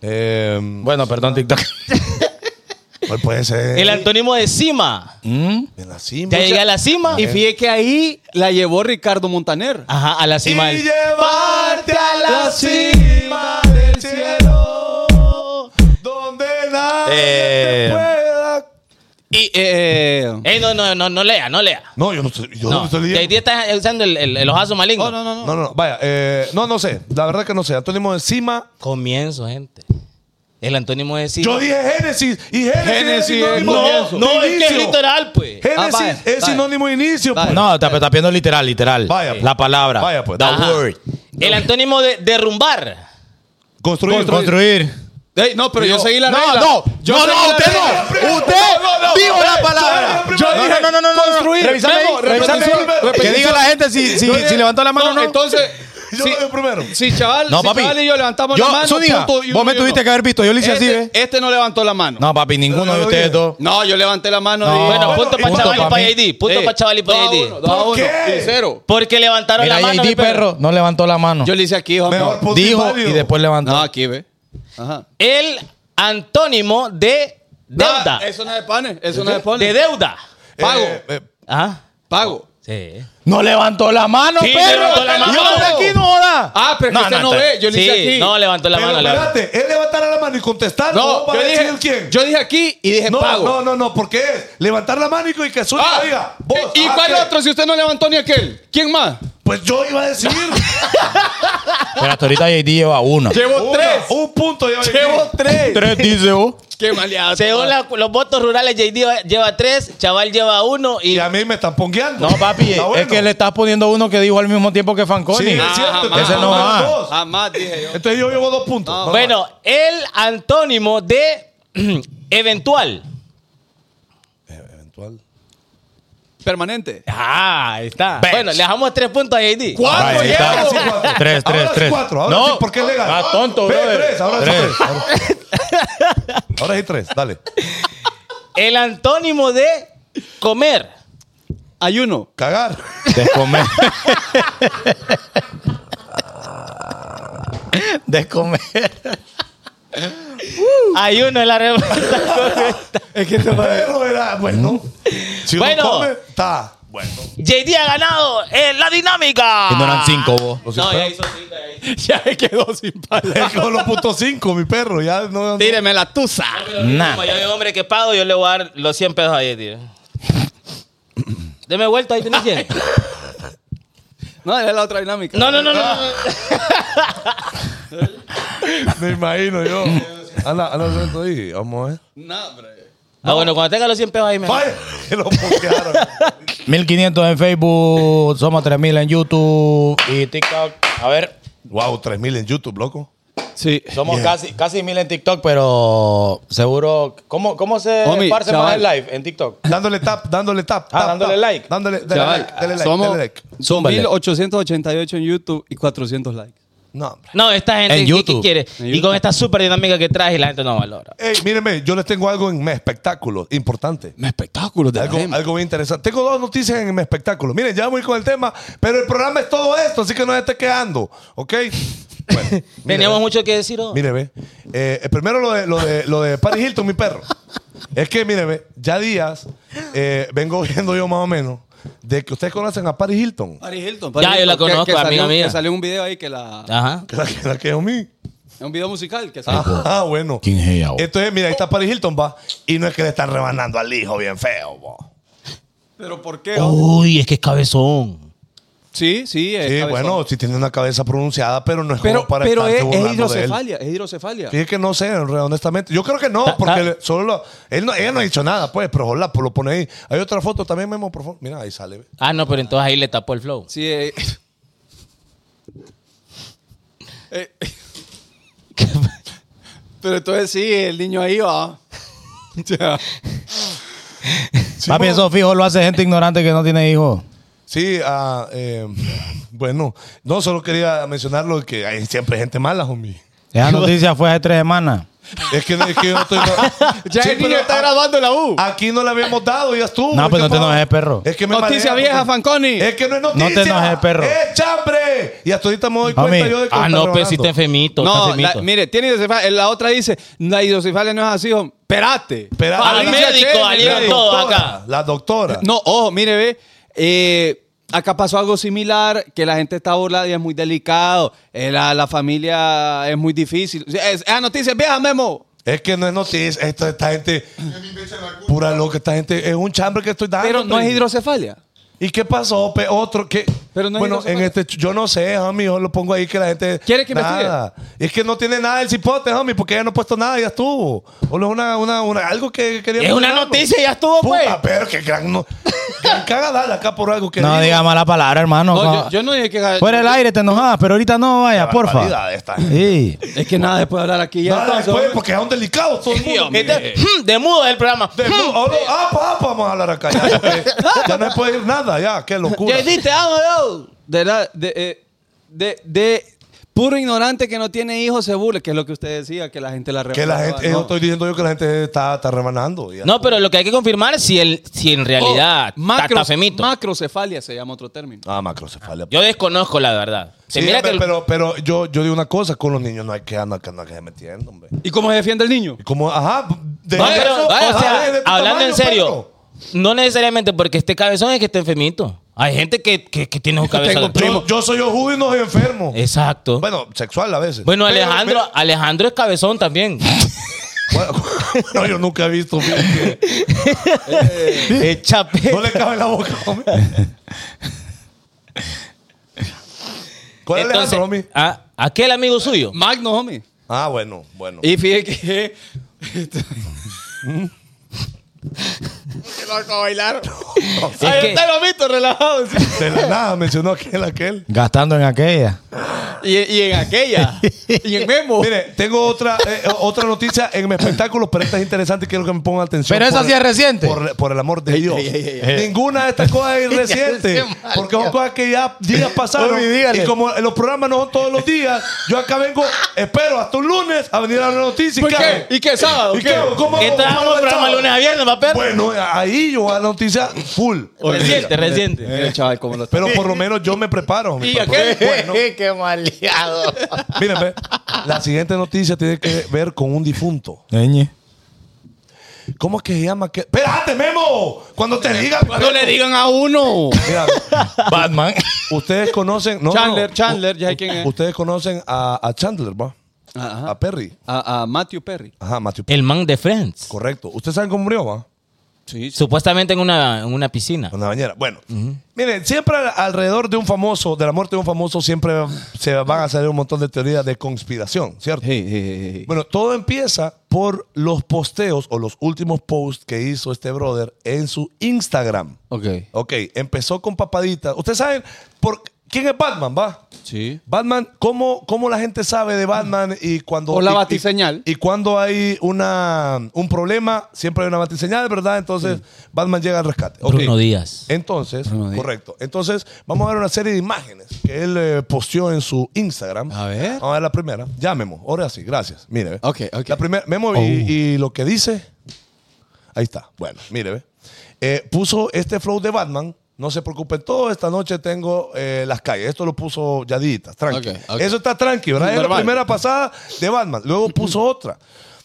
S3: Eh,
S4: Bueno, perdón, TikTok.
S3: ¿Cuál pues puede ser?
S2: El antónimo de cima.
S4: Mm.
S3: En la cima.
S2: Ya llegué a la cima.
S5: Y fíjate que ahí la llevó Ricardo Montaner.
S2: Ajá, a la cima.
S3: Y
S2: del-
S3: llevarte a la cima del cielo. Donde nadie
S4: Eh.
S3: te pueda.
S5: Y, eh,
S2: Ey, no, no, no, no lea, no lea.
S3: No, yo no estoy, yo no
S2: No,
S3: estoy
S2: JD
S3: leyendo.
S2: está usando el, el, el ojazo maligno.
S5: no, no, no, no.
S3: No, no, no, vaya. eh, no, no sé. La verdad que no sé. Antónimo de cima.
S2: Comienzo, gente. El antónimo de cima.
S3: Yo dije Génesis. Y Génesis, es
S5: Génesis es
S3: sinónimo
S2: no,
S3: de
S2: no, es que es
S3: inicio.
S2: literal, pues.
S3: Génesis
S5: Ah, vaya,
S3: es
S5: vaya.
S3: sinónimo de inicio.
S5: Vaya.
S3: pues.
S4: No, está, está viendo literal, literal.
S3: Vaya, pues.
S4: La palabra.
S3: Vaya, pues.
S4: The
S2: Ajá.
S4: word.
S2: El antónimo de derrumbar.
S3: Construir.
S4: Construir.
S5: Ey, no, pero yo,
S4: Yo-
S5: seguí la
S4: no,
S5: regla.
S4: No,
S5: Yo
S4: no,
S5: seguí
S4: no,
S5: la
S4: usted
S5: regla.
S4: no. Usted dijo la palabra.
S3: yo dije
S4: Yo
S3: primero.
S4: dije, no, no, no, no, no.
S5: Construir.
S4: Revisame ahí,
S5: Memo,
S4: revisame ahí.
S5: repetición,
S4: Que diga la gente si, si, si levantó la mano o no.
S5: Entonces,
S3: Yo
S5: si,
S3: lo digo primero.
S5: si chaval,
S4: No,
S5: si
S4: papi.
S5: chaval y yo levantamos la
S4: Yo,
S5: mano.
S4: Zúñiga,
S5: punto, y uno
S4: vos me
S5: y uno.
S4: tuviste que haber visto. Yo le hice
S5: este,
S4: así, ¿ves?
S5: Este no levantó la mano. No,
S4: Eh, No, papi, ninguno de
S3: Yo
S4: ustedes
S3: dije.
S4: dos.
S5: yo levanté la mano.
S4: No.
S5: y-
S2: Bueno,
S4: bueno,
S2: punto para
S4: punto
S2: chaval y
S4: pa'
S2: para
S4: mí.
S2: JD. Punto
S5: Ey,
S2: para chaval y
S5: dos
S2: para
S5: a uno,
S2: JD.
S5: dos a
S3: ¿Por
S5: uno,
S3: qué?
S5: y cero.
S2: Porque levantaron
S4: Mira,
S2: la mano.
S4: JD
S2: mi perro.
S4: Perro no levantó la mano.
S5: Yo le hice aquí, hombre.
S3: Mejor punto
S4: Dijo
S3: inválido.
S4: y después levantó.
S5: No, aquí, ve. Ajá.
S2: El antónimo de deuda.
S5: No, Ah, eso no es de panes. Eso no es de panes.
S2: de deuda.
S3: Eh,
S5: Pago.
S3: eh,
S2: Ajá.
S5: Pago.
S2: Sí.
S4: ¡No levantó la mano,
S2: Sí,
S4: perro!
S2: levantó la mano.
S4: ¡Yo no sé aquí, no joda!
S5: Ah, pero es que
S4: No,
S5: usted
S4: no,
S5: no,
S4: está-
S5: ve. Yo le hice
S2: Sí,
S5: aquí.
S2: No, levantó la
S3: pero
S2: mano. la mano.
S3: espérate, él levantar la mano y contestar.
S5: No,
S3: va
S5: yo
S3: a decir
S5: dije,
S3: quién.
S5: yo dije aquí y dije
S3: no,
S5: pago.
S3: no, no, no, porque es levantar la mano y que suya
S5: Ah,
S3: diga. vos,
S5: ¿Y
S3: ah,
S5: cuál
S3: que-
S5: otro si usted no levantó ni aquel? ¿Quién más?
S3: Pues yo iba a decir.
S4: Pero hasta ahorita JD lleva una.
S5: Llevo
S3: una,
S5: tres.
S3: Un punto lleva
S5: Llevo
S3: aquí.
S5: tres.
S4: Tres dice vos.
S5: Qué maleado.
S2: Según la- los votos rurales, JD va- lleva tres, Chaval lleva uno y...
S3: Y a mí me están pongueando.
S4: No, papi,
S3: Está
S4: es
S3: bueno.
S4: que le estás poniendo uno que dijo al mismo tiempo que Fanconi. Ah.
S3: Sí, es cierto.
S5: Ah, jamás.
S3: entonces
S4: Ese no
S3: van
S4: va.
S3: dos.
S5: Jamás dije yo.
S3: Entonces yo llevo dos puntos. No,
S2: Bueno, el antónimo de eventual.
S3: Eventual.
S5: Permanente.
S2: Ah, ahí está. Bueno, le dejamos tres puntos a JD.
S3: ¿Cuatro
S4: Ahí está.
S3: llevo? Sí, cuatro.
S4: Tres,
S3: Ahora
S4: tres,
S3: sí
S4: tres.
S3: cuatro, ahora
S4: no,
S3: sí, porque es legal.
S4: Ah, tonto,
S3: Ve,
S4: brother.
S3: tres, ahora sí
S4: Tres.
S3: tres. Ahora, ahora sí tres, dale.
S2: El antónimo de comer.
S5: Ayuno.
S3: Cagar.
S4: Descomer. Descomer.
S2: Ayuno es la respuesta.
S3: Es que te bueno, era, bueno. Si uno
S2: Bueno.
S3: come, está. Bueno.
S2: JD ha ganado en la dinámica.
S4: Y no eran cinco vos.
S2: No, ya hizo cinco. ya hizo.
S5: Ya me quedó sin palabras.
S3: Es con los puntos cinco, mi perro. Ya no. no.
S5: Tíreme la tusa.
S4: Nah.
S2: Como yo soy un hombre que pago, yo le voy a dar los 100 pesos a JD. Deme vuelta, ahí tenés 100.
S5: No, era la otra dinámica.
S2: No, no, no, no. no.
S3: Me imagino yo. Anda, anda, suelto ahí. Vamos a ver.
S5: No, hombre.
S2: Ah, bueno, cuando tenga los 100 pesos ahí me.
S3: Vaya, que lo ponguearon.
S4: 1500 en Facebook, somos 3000 en YouTube y TikTok. A ver,
S3: wow, 3000 en YouTube, loco.
S5: Sí.
S4: somos casi casi 1000 en TikTok, pero seguro ¿cómo, cómo se
S5: Homie,
S4: esparce más
S5: chaval.
S4: el live en TikTok?
S3: Dándole tap, dándole tap.
S4: Ah,
S3: tap,
S4: dándole
S3: tap.
S4: like.
S3: Dándole, dale
S5: Chaval,
S3: like, dale like,
S5: somos
S3: dale like.
S5: son
S4: Zúmbale.
S5: 1888 en YouTube y 400 likes.
S3: No, hombre.
S2: No, esta gente
S4: En
S2: ¿qué- qué
S4: YouTube.
S2: quiere.
S5: En
S2: Y
S5: YouTube.
S2: con esta super dinámica que traes, la gente no valora.
S3: Ey, mírenme, yo les tengo algo en mi espectáculo importante.
S5: Me espectáculos de la
S3: Algo,
S5: gema.
S3: algo bien interesante. Tengo dos noticias en mi espectáculo. Miren, ya voy con el tema, pero el programa es todo esto, así que no se esté quedando, ¿ok? Bueno, mire,
S2: Teníamos
S3: ve.
S2: mucho que decir. hoy.
S3: Mire, ve. Eh, eh, primero lo de, lo, de, lo de Paris Hilton, mi perro. Es que, mire, ve, ya días eh, vengo viendo yo más o menos de que ustedes conocen a Paris Hilton.
S5: Paris Hilton.
S2: Ya, yo la
S5: Hilton, que-
S2: conozco,
S5: que salió-
S2: amiga mía.
S5: que salió un video ahí que la...
S2: Ajá.
S3: Que la, que la que es a mí.
S5: Es un video musical que salió.
S3: Ah, bueno.
S4: ¿Quién es ella, vos?
S3: Entonces, mira, ahí está Paris Hilton, va. Y no es que le están rebanando al hijo bien feo, bo.
S5: ¿Pero por qué?
S2: Uy, es que es cabezón.
S5: Sí, sí. es
S3: Sí,
S5: Eh, cabezón.
S3: bueno, sí tiene una cabeza pronunciada, pero no es
S5: Pero,
S3: como para
S5: pero es,
S3: estarse
S5: es
S3: burlando de él.
S5: hidrocefalia. Es hidrocefalia.
S3: Fíjate que no sé, en realidad, honestamente. Yo creo que no, porque le- solo lo- él no, ella no ha dicho nada, pues, pero ojalá, pues, lo pone ahí. Hay otra foto también, Memo, por favor. Mira, ahí sale. ve.
S2: Ah, no, pero entonces ahí le tapó el flow.
S5: Sí, eh, eh, pero entonces sí, el niño ahí va. Ya.
S4: Papi, eso fijo lo hace gente ignorante que no tiene hijos.
S3: Sí, ah, eh, bueno, no, solo quería mencionarlo que hay siempre gente mala, homie.
S4: Esa noticia fue hace tres semanas.
S3: Es que, es que yo no estoy...
S5: Ya
S3: Sí,
S5: el niño
S3: pero
S5: está
S3: a-
S5: graduando en la U.
S3: Aquí no la habíamos dado, ya estuvo.
S4: No, pues
S3: ¿qué
S4: no te
S3: pasa?
S4: enojes, perro.
S3: Es que me
S5: Noticia
S3: marea,
S5: vieja,
S3: porque-
S5: Fanconi.
S3: Es que no es noticia.
S4: te enojes, perro.
S3: ¡Es chambre! Y hasta ahorita me doy cuenta
S4: Homie,
S3: yo de que
S2: Ah,
S3: me
S2: no,
S3: están
S2: pero si
S3: grabando.
S2: está enfermito. está
S5: No,
S2: enfermito.
S5: la- mire, tiene hidrocefalia. La otra dice, la hidrocefalia no es así, hombre. Espérate.
S3: Espérate.
S5: Vaya,
S2: Al
S5: che,
S2: médico,
S5: al
S2: al
S5: médico.
S2: doctor. todo
S3: doctora,
S2: acá.
S3: La doctora.
S5: No, ojo, mire, ve. eh, acá pasó algo similar, que la gente está burlada y es muy delicado. Eh, la, la familia es muy difícil. Es, es noticia vieja, Memo.
S3: Es que no es noticia. Esto, esta gente. Pura loca, esta gente. Es un chambre que estoy dando.
S5: Pero no es
S3: primo.
S5: hidrocefalia.
S3: ¿Y qué pasó, pe? Otro que.
S5: Pero no es
S3: bueno, en
S5: hidrocefalia.
S3: este. Yo no sé, homie. Yo lo pongo ahí que la gente.
S5: ¿Quiere que investigue?
S3: nada. Es que no tiene nada el cipote, homie, porque ella no ha puesto nada, ya estuvo. O lo- una, una, una, algo que quería.
S2: Es una
S3: mencionarlo.
S2: noticia, ya estuvo, pues.
S3: Puta, pero que gran. No, gran cagadala acá por algo que.
S4: No
S3: digo.
S4: diga mala palabra, hermano.
S5: No,
S4: Con-
S5: yo, yo no dije que.
S4: Fuera el aire te enojabas, pero ahorita no vaya,
S3: Qué
S4: porfa.
S3: barbaridad esta.
S4: Sí.
S5: Es que nada después de hablar aquí ya.
S3: Nada,
S5: entonces,
S3: después, porque son delicados todo el
S5: Sí,
S3: mundo.
S5: hombre.
S2: Este- Hmm, de mudo es el programa.
S3: De- ahora- ah, pa, pa, vamos a hablar acá. Ya, porque ya no se puede ir nada, ya, qué locura.
S5: JD, te amo, yo. "Ah, De la. De, eh, de, de puro ignorante que no tiene hijos se burla, que es lo que usted decía, que la gente la
S3: Que la
S5: remataba,
S3: gente,
S5: ¿no?
S3: yo estoy diciendo yo que la gente está, está rebanando. ya.
S2: No, pero lo que hay que confirmar es si, el, si en realidad
S5: Oh,
S2: está- está
S5: macros-
S2: femito.
S5: macrocefalia se llama otro término.
S3: Ah, macrocefalia.
S2: Yo desconozco la verdad. Se
S3: Sí,
S2: mira
S3: hombre,
S2: que el-
S3: pero, pero yo, yo digo una cosa, con los niños no hay que andar que, no hay que se metiendo, hombre.
S5: ¿Y cómo se defiende el niño?
S3: Y como, ajá, de
S2: No, pero,
S3: eso,
S2: o
S3: ajá,
S2: sea,
S3: de- de tu
S2: hablando en
S3: tamaño,
S2: serio,
S3: perro.
S2: no necesariamente porque este cabezón es que esté enfermito. Hay gente que, que, que tiene un cabezón.
S3: Yo- Yo, soy ojudo y no soy enfermo.
S2: Exacto. Bueno,
S3: Bueno, sexual a veces. Pero,
S2: Eh. Alejandro, Alejandro es cabezón también.
S3: pero- bueno, no, yo nunca he visto. fíjate.
S2: Es chape.
S3: No le cabe en la boca, hombre. ¿Cuál es Alejandro,
S2: Entonces,
S3: homie?
S2: a- aquel amigo suyo.
S5: Magno, homie.
S3: Ah, bueno, bueno.
S5: Y fíjate que.
S2: Es
S5: Ahí
S2: que-
S5: está el omito relajado. sí.
S3: De la nada mencionó aquel, aquel.
S4: Gastando en aquella.
S5: Y, y en aquella. y en Memo.
S3: Mire, tengo otra, eh, otra noticia en mi espectáculo, pero esta es interesante y quiero que me pongan atención.
S4: Pero esa
S3: por
S4: sí es
S3: el-
S4: reciente.
S3: Por, por el amor de Dios.
S5: ey,
S3: Ninguna de estas cosas es reciente. porque son cosas que ya días pasaron.
S4: Olvi, dígale.
S3: y como los programas no son todos los días, yo acá vengo, espero hasta un lunes a venir a la noticia. ¿Y
S5: ¿Por
S3: qué?
S5: qué? ¿Y qué sábado?
S3: ¿Y qué?
S5: ¿Qué?
S3: ¿Cómo hago?
S2: Entonces
S3: ¿Cómo
S2: hagamos
S3: hago
S2: un programa
S3: el
S2: lunes
S3: sábado?
S2: a viernes, papel.
S3: Bueno, ahí yo voy a la noticia full.
S2: reciente, reciente.
S5: Mira, chaval, cómo lo está.
S3: Pero por lo menos yo me preparo.
S5: ¿Y
S3: mi papá.
S5: aquel?
S3: Bueno,
S4: Qué maleado.
S3: miren, ve, la siguiente noticia tiene que ver con un difunto. ¿Cómo es que se llama? aquel? ¡Espérate, Memo! Cuando te diga.
S5: No le digan a uno.
S3: Mira,
S4: Batman.
S3: ustedes conocen. no,
S5: Chandler,
S3: no.
S5: Chandler, ya hay quien es.
S3: Ustedes conocen a, a Chandler, ¿va? A Perry.
S5: A, a Matthew Perry.
S3: Ajá, Matthew Perry.
S2: El man de Friends.
S3: Correcto. ¿Ustedes saben cómo murió, va?
S2: Supuestamente en una, en una piscina.
S3: En la bañera. Bueno, miren, siempre al- alrededor de un famoso, de la muerte de un famoso, siempre se van a salir un montón de teorías de conspiración, ¿cierto? Bueno, todo empieza por los posteos o los últimos posts que hizo este brother en su Instagram.
S5: Ok.
S3: Ok, empezó con papadita. Ustedes saben por quién es Batman, ¿va?
S5: Sí.
S3: Batman, ¿cómo, cómo la gente sabe de Batman y cuando...
S5: O la
S3: y- y-
S5: batiseñal.
S3: Y, cuando hay una, un problema, siempre hay una batiseñal, ¿verdad? Entonces, Batman llega al rescate. Ok.
S2: Bruno Díaz.
S3: Entonces, correcto. Entonces, vamos a ver una serie de imágenes que él eh, posteó en su Instagram.
S5: A ver.
S3: Vamos a ver la primera. Ya, Memo. Ahora sí, gracias. Mire. ve.
S5: Ok, ok. Oh.
S3: La primera, Memo, y, y lo que dice. Ahí está. Bueno, mire, ve. Eh, puso este flow de Batman. No se preocupen, toda esta noche tengo eh, las calles. Esto lo puso Yaditas, tranqui.
S5: Ok, ok.
S3: Eso está tranqui, ¿verdad? Es la
S5: Normal.
S3: primera pasada de Batman. Luego puso otra.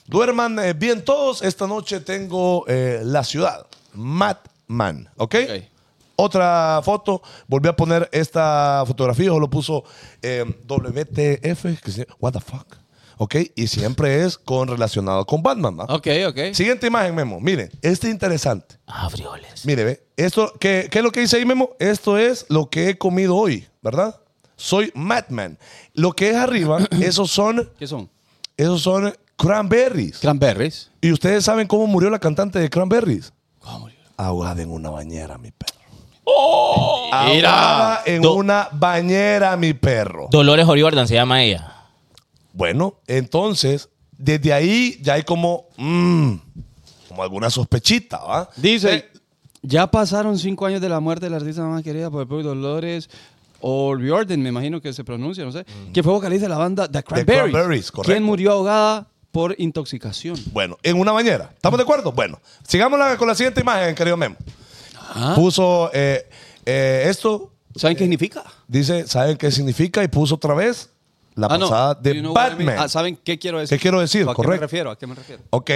S3: Duerman eh, bien todos. Esta noche tengo eh, la ciudad. Madman, ¿ok?
S5: Ok.
S3: Otra foto. Volví a poner esta fotografía. O lo puso eh, WTF. Que se- What the fuck. ¿Ok? Y siempre es con relacionado con Batman. ¿va?
S5: Ok, ok.
S3: Siguiente imagen, Memo. Miren, este es interesante.
S2: Ah, Brioles.
S3: Mire, ve. Esto, ¿qué, ¿Qué es lo que dice ahí, Memo? Esto es lo que he comido hoy, ¿verdad? Soy Madman. Lo que es arriba, esos son,
S5: ¿Qué son?
S3: esos son cranberries.
S5: Cranberries.
S3: ¿Y ustedes saben cómo murió la cantante de Cranberries? Ahogada en una bañera, mi perro. Ahogada en
S2: Do-
S3: una bañera, mi perro.
S2: Dolores O'Riordan se llama ella.
S3: Bueno, entonces, desde ahí ya hay como, mm, como alguna sospechita, ¿va?
S5: Dice,
S3: Eh,
S5: ya pasaron cinco años de la muerte de la artista más querida por el pueblo Dolores O'Riordan, me imagino que se pronuncia, no sé, que fue vocalista de la banda The Cranberries,
S3: Mm. Cranberries, correcto.
S5: quien murió ahogada por intoxicación.
S3: Bueno, en una bañera. ¿Estamos de acuerdo? Bueno, sigamos la- con la siguiente imagen, querido Memo. Puso eh, eh, esto,
S5: ¿Saben qué significa?
S3: dice, ¿saben qué significa? Y puso otra vez la
S5: Ah, no.
S3: pasada de
S5: You know what I mean.
S3: Batman.
S5: Ah, ¿Saben qué quiero decir?
S3: ¿Qué quiero decir?
S5: ¿O ¿A qué
S3: Correcto.
S5: me refiero? ¿A qué me refiero?
S3: ¿Ok?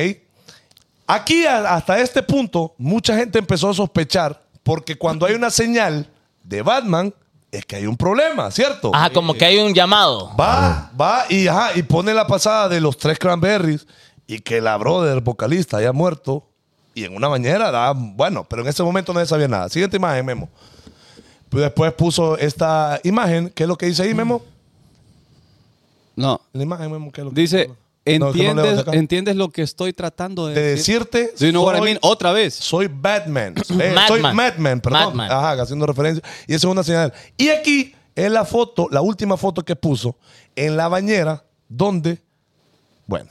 S3: Aquí, a- hasta este punto, mucha gente empezó a sospechar porque cuando hay una señal de Batman, es que hay un problema, ¿cierto?
S2: Ajá, como que hay un llamado.
S3: Va, va y, ajá, y pone la pasada de los tres cranberries y que la brother vocalista haya muerto y en una bañera da, bueno, pero en ese momento nadie sabía nada. Siguiente imagen, Memo. Pues Después puso esta imagen, ¿qué es lo que dice ahí, Memo?
S5: No,
S3: La imagen, Memo, ¿qué es lo que
S5: Mm. dice,
S3: No, es que no leo
S5: ¿entiendes,
S3: acá.
S5: ¿entiendes lo que estoy tratando de,
S3: De decirte,
S5: Do you know what I
S3: soy-
S5: mean? Otra vez.
S3: Soy Batman. Eh,
S2: Madman.
S3: Soy Madman, perdón.
S2: Madman.
S3: Ajá, haciendo referencia. Y esa es una señal. Y aquí es la foto, la última foto que puso en la bañera, donde, bueno,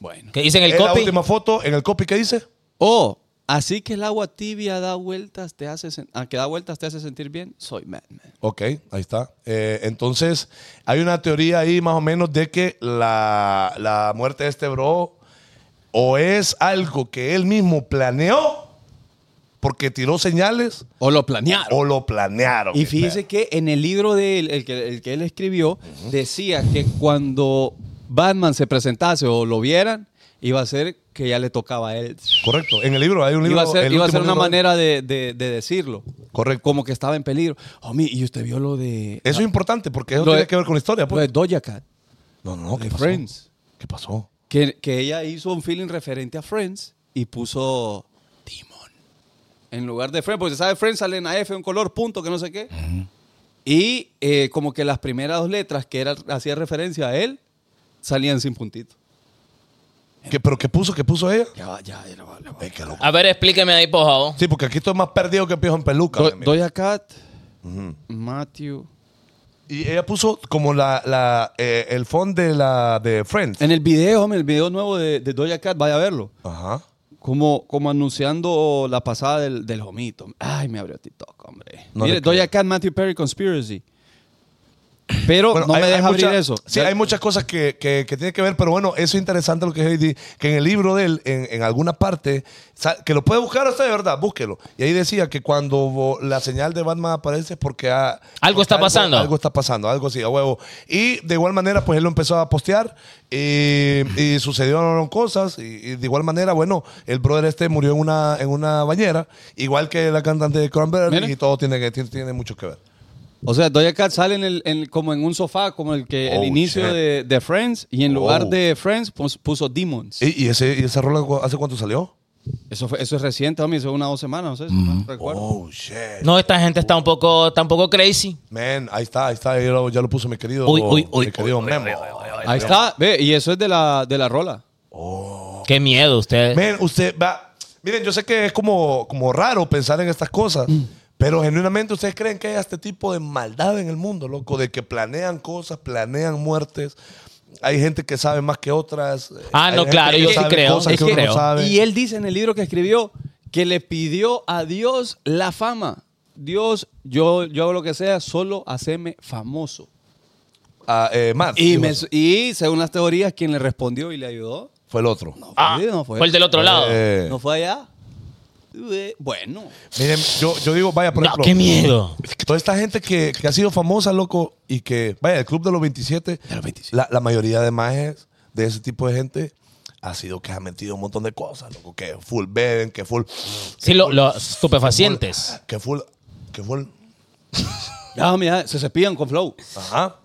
S5: Bueno.
S2: Que dicen el
S3: es la
S2: copy.
S3: última foto en el copy que dice.
S5: Oh, así que el agua tibia da vueltas, te hace, sen- a que da vueltas te hace sentir bien, soy Madman.
S3: Ok, ahí está. Eh, entonces, hay una teoría ahí más o menos de que la, la muerte de este bro o es algo que él mismo planeó porque tiró señales
S5: O lo planearon.
S3: o lo planearon.
S5: Y fíjese que en el libro de él, el que, el que él escribió, decía que cuando Batman se presentase o lo vieran, iba a ser que ya le tocaba a él.
S3: Correcto. En el libro hay un libro.
S5: Iba a ser,
S3: el
S5: iba a ser
S3: último
S5: una
S3: libro de-
S5: manera de, de- de decirlo.
S3: Correcto.
S5: Como que estaba en peligro. Homie, y usted vio lo de.
S3: Eso es importante porque eso
S5: Lo de-
S3: tiene que ver con la historia.
S5: lo de
S3: Pues.
S5: Doja Cat.
S3: No, no, no.
S5: de
S3: ¿Qué pasó?
S5: Friends.
S3: ¿Qué pasó?
S5: Que, que ella hizo un feeling referente a Friends y puso Demon. En lugar de Friends, porque se sabe Friends sale en AF un color, punto, que no sé qué. Y eh, como que las primeras dos letras que era, hacía referencia a él salían sin puntito.
S3: ¿Qué- ¿Pero qué puso? ¿Qué puso ella?
S5: Ya, va, ya, ya, no, no.
S3: Ay, qué loco.
S2: A ver, explíqueme ahí, por favor.
S3: Sí, porque aquí estoy más perdido que pijo en peluca. mi amigo.
S5: Doya Cat, Matthew.
S3: Y ella puso como la, la, eh, el fondo de la de Friends.
S5: En el video, hombre, el video nuevo de, de Doja Cat, vaya a verlo.
S3: Ajá.
S5: Como, como anunciando la pasada del, del homito. Ay, me abrió TikTok, hombre.
S3: No le
S5: Mire,
S3: creo.
S5: Doja Cat, Matthew Perry, Conspiracy. Pero
S3: Bueno,
S5: no
S3: hay-
S5: me
S3: hay
S5: deja abrir
S3: mucha-
S5: eso.
S3: Sí, hay muchas cosas que, que, que tienen que ver, pero bueno, eso es interesante lo que Heidi, que en el libro de él, en, en alguna parte, sa- que lo puede buscar usted de verdad, búsquelo. Y ahí decía que cuando vo- la señal de Batman aparece es porque ha-
S2: Algo
S3: porque
S2: está pasando.
S3: Algo está pasando, algo así, a huevo. Y de igual manera, pues él lo empezó a postear y, y sucedieron cosas. Y, y de igual manera, bueno, el brother este murió en una, en una bañera, igual que la cantante de Cranberry,
S5: Mira.
S3: y todo tiene, que, tiene, tiene mucho que ver.
S5: O sea, Doja Cat sale en el, en- como en un sofá, como el que
S3: Oh,
S5: el inicio
S3: shit.
S5: de, de Friends, y en lugar
S3: Oh.
S5: de Friends pues, puso Demons.
S3: ¿Y, y ese, y esa rola cu- hace cuánto salió?
S5: Eso, fue- eso es reciente, homie, eso es una o dos semanas, no sé, si no recuerdo.
S3: Oh, shit.
S2: No, esta gente está un poco, está un poco crazy.
S3: Man, ahí está, ahí está, ya lo, ya lo puso mi querido,
S2: Uy, uy, uy,
S3: mi querido Memo.
S5: Ahí está, ve, y eso es de la, de la rola.
S2: Qué miedo ustedes.
S3: Man, usted va. Miren, yo sé que es como, como raro pensar en estas cosas,
S2: Mm.
S3: pero genuinamente ustedes creen que hay este tipo de maldad en el mundo, loco, de que planean cosas, planean muertes. Hay gente que sabe más que otras.
S2: Ah,
S3: Hay
S2: no,
S3: gente
S2: claro,
S3: que
S2: yo
S3: no
S2: sí
S3: sabe
S2: creo,
S3: cosas
S2: es
S3: que
S2: que
S3: uno no
S2: creo.
S3: sabe.
S5: Y él dice en el libro que escribió que le pidió a Dios la fama. Dios, yo, yo hago lo que sea, solo haceme famoso.
S3: Ah, eh, Matt,
S5: Y,
S3: dijo
S5: me-
S3: eso.
S5: y según las teorías, quien le respondió y le ayudó.
S3: fue el otro.
S2: Ah,
S5: Sí, no fue.
S2: fue el del otro lado.
S3: Eh,
S5: ¿No fue allá? Eh, Bueno.
S3: Miren, yo, yo digo, vaya, por
S2: No,
S3: ejemplo,
S2: qué miedo.
S3: Toda esta gente que, que ha sido famosa, loco, y que, vaya, el club de los 27, La, la mayoría de majes de ese tipo de gente ha sido que ha metido un montón de cosas, loco, que full beben, que full,
S2: Sí, lo- los estupefacientes.
S3: que full, que full,
S5: Ya, mira, se cepillan con Flow.
S3: ajá,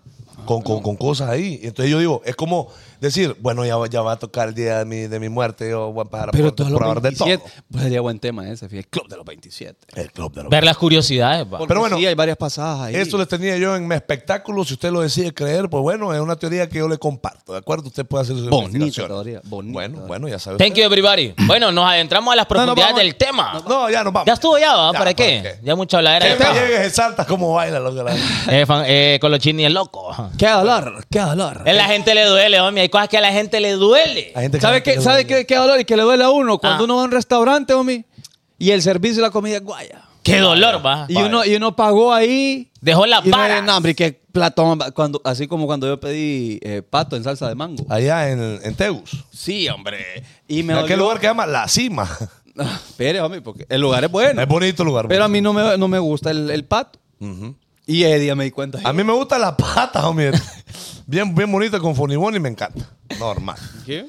S3: con, con, con cosas ahí. Y entonces yo digo, es como decir, bueno, ya, va- ya va a tocar el día de mi, de mi muerte, yo voy a pasar
S5: Pero
S3: por,
S5: todos
S3: por
S5: los
S3: hablar de todo.
S5: 27. Pues sería buen tema ese, fíjate. Club de los 27.
S3: El club de los
S2: Ver las curiosidades. va.
S5: Pero bueno.
S3: bueno,
S5: Sí, hay varias pasadas ahí.
S3: Esto les tenía yo en mi espectáculo. Si usted lo decide creer, pues bueno, es una teoría que yo le comparto, ¿de acuerdo? Usted puede hacer su
S5: Bonita
S3: investigación.
S5: teoría, bonita
S3: Bueno,
S5: teoría.
S3: bueno, ya sabe.
S2: Thank
S3: usted.
S2: you, everybody. Bueno, nos adentramos a las
S3: No, no,
S2: profundidades
S3: vamos-
S2: del tema.
S3: No, ya nos vamos.
S2: ya estuvo ya, ¿va?
S3: Ya,
S2: ¿Para qué?
S3: ¿para qué?
S2: Ya mucha habladera
S3: Que
S2: de
S3: me
S2: tema.
S3: llegues en Santa, cómo baila, loco. la-
S2: Eh, fan- eh, Colochini es loco.
S5: ¿Qué hablar? ¿Qué hablar?
S2: A la gente le duele, homie. Hay cosas que a la gente le duele.
S3: La gente que-
S5: ¿Sabe qué, sabe qué, qué dolor y que le duele a uno? Cuando
S2: Ah.
S5: uno va a un restaurante, homie, y el servicio y la comida es guaya.
S2: Qué dolor,
S3: Ah.
S2: va.
S5: Y uno, y uno pagó ahí.
S2: Dejó la
S5: y uno
S2: vara.
S5: dice, "No, hombre, qué platón. va-". Cuando, así como cuando yo pedí eh, pato en salsa de mango.
S3: Allá en, en Teus.
S5: Sí, hombre. Y me
S3: Ah. En aquel
S5: dolió-
S3: lugar que llama La Cima.
S5: Espere, homie, porque el lugar es bueno.
S3: Es bonito el lugar.
S5: Pero a mí no me, no me gusta el, el pato. Y ese día me di cuenta.
S3: A mí me gusta la pata, homie. Bien, bien bonito con Funiboni, me encanta. Normal.
S5: ¿Qué?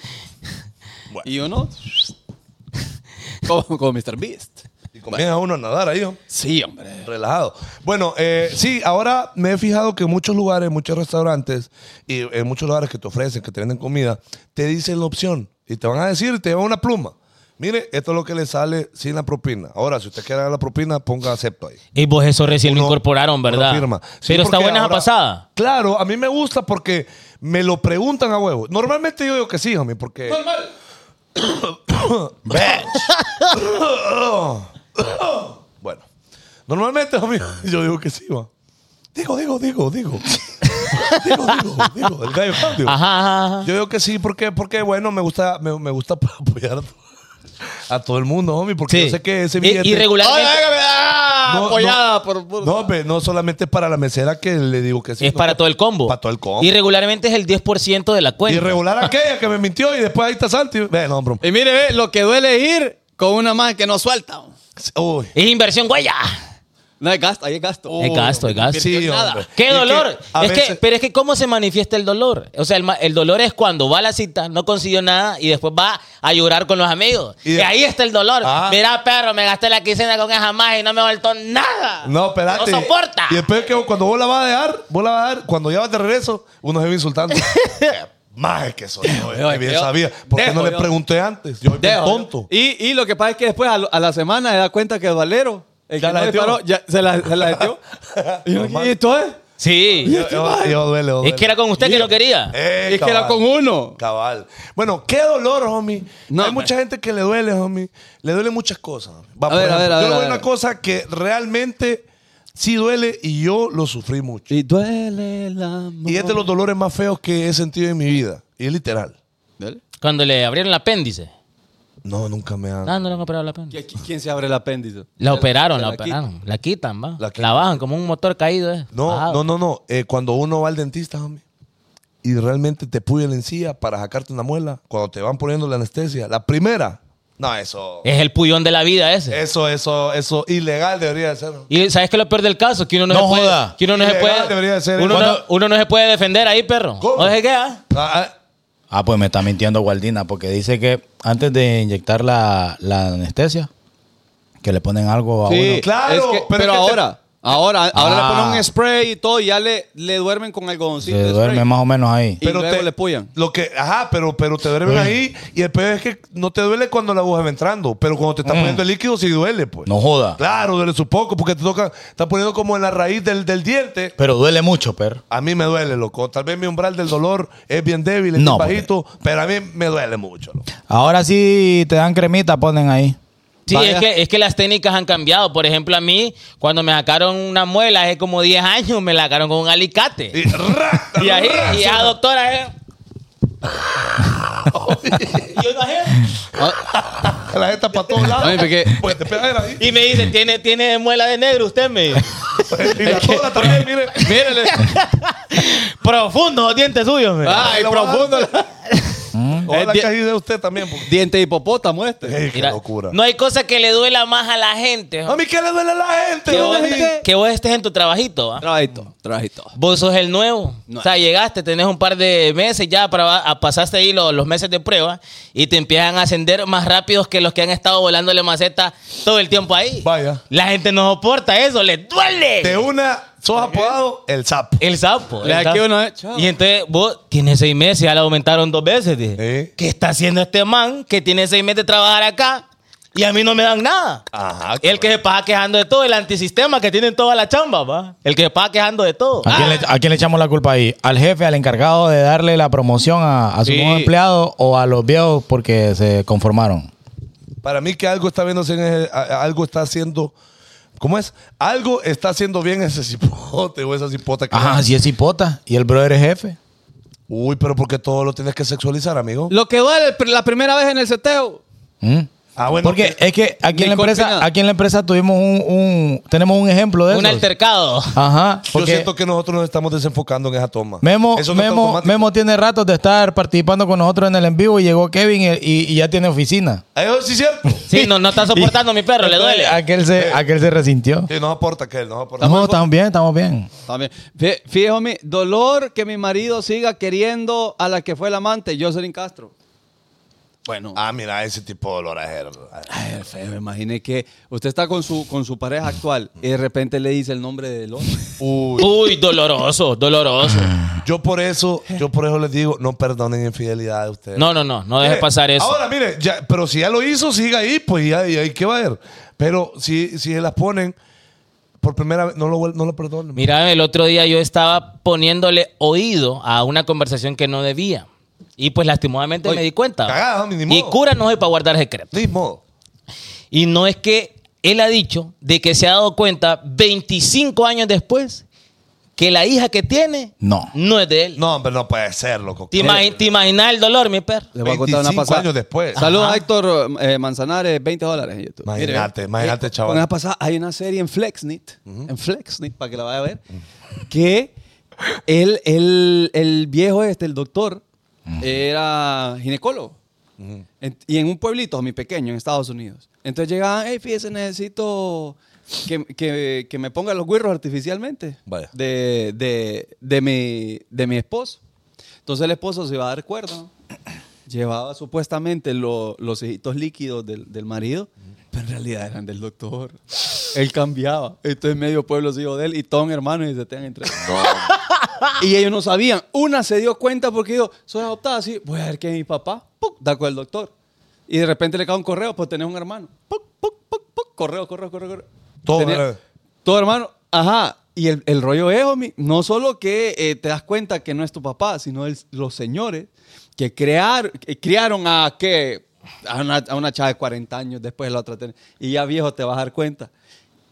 S3: Bueno.
S5: Y uno. como, como Mr. Beast.
S3: Y comienza uno a nadar ahí, homie.
S5: Sí, hombre.
S3: Relajado. Bueno, eh, sí, ahora me he fijado que en muchos lugares, muchos restaurantes y en muchos lugares que te ofrecen, que te venden comida, te dicen la opción y te van a decir, te llevan una pluma. Mire, esto es lo que le sale sin la propina. Ahora, si usted quiere dar la propina, ponga acepto ahí.
S2: Y vos eso recién lo
S3: Uno-
S2: incorporaron, ¿verdad?
S3: uno firma. Sí,
S2: Pero está
S3: porque
S2: buena esa
S3: ahora-
S2: pasada.
S3: Claro, a mí me gusta porque me lo preguntan a huevo. Normalmente yo digo que sí, homie, porque. Normal. bueno. Normalmente, homie, yo digo que sí, va. Digo, digo, digo, digo. digo, digo, digo. El gallo Claudio.
S2: Ajá, ajá, ajá.
S3: Yo digo que sí, porque, porque bueno, me gusta, me, me gusta apoyar a to- a todo el mundo, homie, porque
S2: Sí.
S3: yo sé que ese
S2: Y-
S3: billete...
S2: y regularmente-
S3: Ay, hágame, ah,
S5: No, apoyada por- por-
S3: No, hombre, no solamente para la mesera que le digo que sí.
S2: es
S3: no,
S2: para
S3: que-
S2: todo el combo.
S3: Para todo el combo.
S2: Y regularmente es el 10% de la cuenta.
S3: Y regular aquella que me mintió y después ahí está Santi. Ve, no, bro.
S5: Y mire, ve, lo que duele es ir con una más que no suelta.
S3: Uy.
S2: Es inversión huella.
S5: No, es gasto, ahí es gasto.
S2: es gasto, es gasto.
S3: Oh, Sí,
S5: nada.
S3: hombre. Y
S2: ¡Qué
S3: es que
S2: dolor!
S3: a
S2: es que,
S3: veces-
S2: pero es que ¿cómo se manifiesta el dolor? O sea, el, ma- el dolor es cuando va a la cita, no consiguió nada y después va a llorar con los amigos.
S3: Y
S2: Y,
S3: de-
S2: ahí está el dolor.
S3: Ah.
S2: Mira, perro, me gasté la quincena con esa magia y no me voltó nada.
S3: No, espérate.
S2: No soporta.
S3: Y después que cuando vos la vas a dejar, vos la vas a dejar, cuando ya vas de regreso, uno se va insultando. Más que soy yo,
S5: Dejo,
S3: que bien
S5: yo.
S3: sabía. ¿Por qué
S5: Dejo,
S3: no le
S5: yo.
S3: pregunté antes? Yo soy bien
S5: Dejo.
S3: tonto.
S5: Y, y lo que pasa es que después a, lo- a la semana se da cuenta que el valero El
S4: Ya
S5: que
S4: la
S5: no
S4: metió.
S5: disparó, ya se la, se la metió. y yo, ¿y esto es?
S2: Sí.
S5: este man.
S3: Yo duele,
S2: Es que era con usted que lo quería.
S3: Eh,
S5: Es que era
S3: cabal.
S5: con uno.
S3: Cabal. Bueno, qué dolor, homie.
S5: No,
S3: Hay
S5: hombre.
S3: mucha gente que le duele, homie. Le duele muchas cosas. Va,
S5: A
S3: por
S5: ver,
S3: ejemplo,
S5: a
S3: yo
S5: ver, a ver,
S3: le
S5: a
S3: voy
S5: ver.
S3: una cosa que realmente sí duele y yo lo sufrí mucho.
S5: Y duele el amor.
S3: Y este es de los dolores más feos que he sentido en mi vida. Y es literal.
S2: Cuando le abrieron el apéndice.
S3: No, nunca me han...
S2: Ah, no le han operado el apéndice.
S5: ¿Quién se abre el apéndice?
S2: La operaron,
S5: se
S2: la
S5: la quitan.
S2: operaron. La quitan, va.
S3: La
S2: La,
S3: quitan.
S2: bajan como un motor caído. eh.
S3: No,
S5: Ah.
S3: no,
S2: Bajado.
S3: no, no. Eh, cuando uno va al dentista, homie, y realmente te puya la encía para sacarte una muela, cuando te van poniendo la anestesia, la primera. No, eso.
S2: Es el puyón de la vida
S5: Este.
S2: ese.
S3: Eso, eso, eso ilegal debería de ser.
S2: Y ¿sabes qué es lo peor del caso? Que uno no,
S4: No
S2: se puede...
S4: joda.
S2: Que uno no se
S3: Ilegal debería de
S2: puede...
S3: ser.
S2: Uno no,
S3: Cuando-
S2: uno no se puede defender ahí, perro.
S3: ¿Cómo?
S2: No deje que, ah.
S3: Ah, ah,
S4: Ah, pues me está mintiendo Gualdina, porque dice que antes de inyectar la, la anestesia, que le ponen algo a uno.
S3: claro,
S5: es que-
S3: pero es
S5: pero,
S3: que te-
S5: ahora, ahora, ahora
S4: Ah.
S5: le ponen un spray y todo y ya le, le duermen con algodoncito.
S4: Se
S5: de
S4: duerme
S5: spray.
S4: más o menos ahí.
S5: Y luego le puyan.
S3: Lo que, ajá, pero, pero te duermen ahí y el peor es que no te duele cuando la aguja va entrando, pero cuando te están poniendo el líquido sí duele, pues.
S4: Mm. No joda.
S3: Claro, duele su poco porque te toca, está poniendo como en la raíz del, del diente.
S4: Pero duele mucho, perro.
S3: A mí me duele, loco. Tal vez mi umbral del dolor es bien débil, es
S4: No,
S3: bien bajito, pero a mí me duele mucho, loco.
S4: Ahora sí te dan cremita, ponen ahí.
S2: Sí,
S4: Vaya.
S2: es que, es que las técnicas han cambiado. Por ejemplo, a mí, cuando me sacaron una muela hace como 10 años, me la sacaron con un alicate.
S3: Y, ra-
S2: Y, ahí, y la doctora, eh. Yo no sé.
S5: Ah,
S3: la gente para todos lados.
S5: Ay, porque-
S3: Pues te pegas ahí.
S2: y me dice, ¿tiene, tiene muela de negro usted? Me dice.
S3: Y la cola también, mire.
S5: Mírele.
S2: Profundo los dientes suyos, me.
S5: Ay,
S3: la
S5: profundo.
S3: Ojalá
S5: Eh, di-
S3: que ahí de usted también. porque-
S5: Diente de hipopótamo este.
S3: Ey, qué
S2: Mira,
S3: locura.
S2: No hay cosa que le duela más a la gente.
S3: A mí que le duele a la gente,
S2: Que vos,
S3: homie?
S2: que vos estés en tu trabajito, ¿va?
S5: Trabajito, trabajito.
S2: Vos sos el nuevo. O sea, llegaste, tenés un par de meses ya, para, a- pasaste ahí lo- los meses de prueba y te empiezan a ascender más rápidos que los que han estado volándole maceta todo el tiempo ahí.
S3: Vaya.
S2: La gente no soporta eso, les duele.
S3: De una, sos apodado el sapo.
S2: El sapo.
S5: Le
S2: el
S5: da
S2: sapo.
S5: aquí una vez, chao.
S2: Y entonces vos tienes seis meses, ya la aumentaron dos veces. dije.
S3: Sí.
S2: ¿Qué está haciendo este man que tiene seis meses de trabajar acá y a mí no me dan nada?
S3: Ajá,
S2: El que se pasa quejando de todo, el antisistema que tienen toda la chamba, va. El que se pasa quejando de todo.
S4: ¿A quién, le, a quién le echamos la culpa ahí? ¿Al jefe, al encargado de darle la promoción a, a su
S5: Sí.
S4: nuevo empleado o a los viejos porque se conformaron?
S3: Para mí que algo está viéndose en ese- a- a- algo está haciendo ¿Cómo es? Algo está haciendo bien ese cipote o esa cipota que
S4: Ajá, Ah, si es hipota y el brother es jefe.
S3: Uy, pero porque todo lo tienes que sexualizar, amigo?
S5: Lo que duele pr- la primera vez en el seteo.
S4: ¿Mm?
S3: Ah, bueno.
S4: Porque
S3: que-
S4: es que aquí en, la
S5: Ni culpa ni
S4: empresa,
S5: nada.
S4: aquí en la empresa tuvimos un, un- tenemos un ejemplo de
S2: Ah, Un
S4: eso.
S2: altercado.
S4: Ajá.
S3: yo
S4: porque-
S3: siento que nosotros nos estamos desenfocando en esa toma.
S4: Memo,
S3: Eso no está
S4: Memo,
S3: automático.
S4: Memo tiene ratos de estar participando con nosotros en el en vivo y llegó Kevin y, y- y ya tiene oficina.
S3: Ah, Eso sí es cierto.
S2: Sí, no, no está soportando a mi perro, le duele.
S4: Aquel se, aquel se resintió.
S3: Sí, nos aporta aquel, nos aporta.
S4: No, estamos bien, estamos bien.
S5: También. Fí- Fíjate, mi dolor que mi marido siga queriendo a la que fue el amante, Jocelyn Castro. Bueno,
S3: Ah, mira, ese tipo de dolor es
S5: ay, feo, imagine que usted está con su, con su pareja actual y de repente le dice el nombre del otro.
S3: Uy,
S2: Uy, doloroso, doloroso.
S3: yo por eso, yo por eso les digo, no perdonen infidelidad de ustedes.
S2: No, no, no, no dejes
S3: Mire,
S2: pasar eso.
S3: Eh, Ahora, mire, ya, pero si ya lo hizo, siga ahí, pues ya, ya ¿y qué va a haber? Pero si, si se las ponen por primera vez, no lo, vuel- no lo perdonen.
S2: Mira, el otro día yo estaba poniéndole oído a una conversación que no debía. Y pues lastimosamente
S3: Oye,
S2: me di cuenta.
S3: cagada, homie, ni
S2: y
S3: modo.
S2: cura no soy para guardar secretos.
S3: Ni modo.
S2: Y no es que él ha dicho de que se ha dado cuenta 25 años después que la hija que tiene
S4: No.
S2: no es de él.
S3: No, Eh. hombre, no puede ser, loco.
S2: ¿Te, imagi- te imaginas el dolor, mi perro?
S5: Le voy a contar una
S3: 25
S5: pasada.
S3: años después.
S5: Saludos
S2: Ajá.
S5: a Héctor eh, Manzanares, 20 dólares en YouTube.
S3: Imagínate, imagínate,
S5: eh,
S3: chaval.
S5: Una pasada, hay una serie en Flexnit, en Flexnit, para que la vaya a ver, que el, el, el viejo este, el doctor, era ginecólogo. En- y en un pueblito, mi pequeño, en Estados Unidos. Entonces llegaban, hey, fíjese, necesito que, que- que me pongan los guirros artificialmente
S3: Vaya.
S5: De, de- de mi, de mi esposo. Entonces el esposo se iba a dar cuerda. ¿no? Llevaba supuestamente lo- los hijitos líquidos del, del marido, pero en realidad eran del doctor. Él cambiaba. Entonces medio pueblo se iba de él y todos hermanos y se tenían entre Y ellos no sabían. Una se dio cuenta porque dijo, soy adoptada, así, voy a ver qué es mi papá. ¡Puc! Da con el doctor. Y de repente le cae un correo, pues tenés un hermano. ¡Puc! ¡Puc! ¡Puc! ¡Puc! Correo, correo, correo, correo.
S3: Todo,
S5: Tenía-
S3: ¿verdad?
S5: todo hermano. Ajá. Y el, el rollo es, homie, no solo que eh, te das cuenta que no es tu papá, sino el- los señores que, crear, que criaron a ¿qué? A una, a una chava de 40 años, después la otra. ten- Y ya viejo te vas a dar cuenta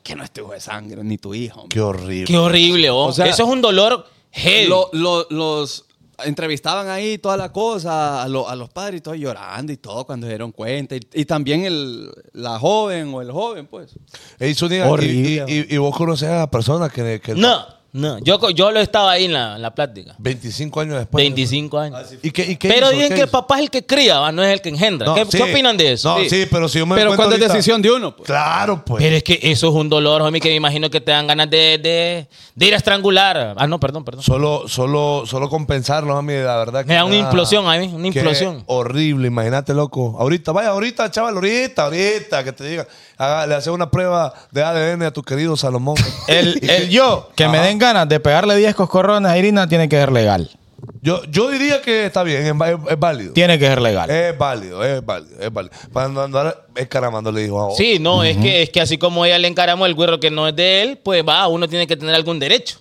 S5: que no es tu hijo de sangre, ni tu hijo. homie.
S3: Qué horrible.
S2: Qué horrible, oh.
S5: O sea,
S2: Eso es un dolor heavy.
S5: Lo- lo- los entrevistaban ahí, toda la cosa, a, lo- a los padres y todo, llorando y todo cuando se dieron cuenta. Y, y también el, la joven o el joven, pues.
S3: Ey, Zúñiga, y,
S5: Horrible.
S3: y- y- y vos conoces a personas que, que
S2: no, no. Yo, co- yo lo estaba ahí en la, en la plática.
S3: 25 años después. Ah,
S2: 25 años.
S3: ¿Y qué, y qué
S2: Pero
S3: hizo?
S2: dicen
S3: ¿Qué
S2: que el
S3: hizo?
S2: papá es el que cría, va, no es el que engendra.
S3: No,
S2: ¿Qué,
S3: sí.
S2: qué opinan de eso?
S3: No, sí. pero si yo me
S5: Pero
S3: encuentro
S5: cuando es
S3: ahorita-
S5: decisión de uno, pues.
S3: Claro, pues.
S2: Pero es que eso es un dolor, homie, que me imagino que te dan ganas de, de, de ir a estrangular. Ah, no, perdón, perdón.
S3: Solo, solo, solo compensarlo, a mí, la verdad. que
S2: Me da una
S3: era-
S2: implosión a mí, una
S3: que
S2: implosión.
S3: Horrible, imagínate, loco. Ahorita, vaya, ahorita, chaval, ahorita, ahorita, que te digan. haga- le haces una prueba de ADN a tu querido Salomón.
S4: El, el yo, que me den ganas de pegarle 10 coscorrones a Irina, tiene que ser legal.
S3: Yo, yo diría que está bien, es, va- es válido.
S4: Tiene que ser legal.
S3: Es válido, es válido, es válido. Para no andar escaramando, le dijo. a-
S2: Sí, no, es, que, es que así como ella le encaramó el güero que no es de él, pues va, uno tiene que tener algún derecho.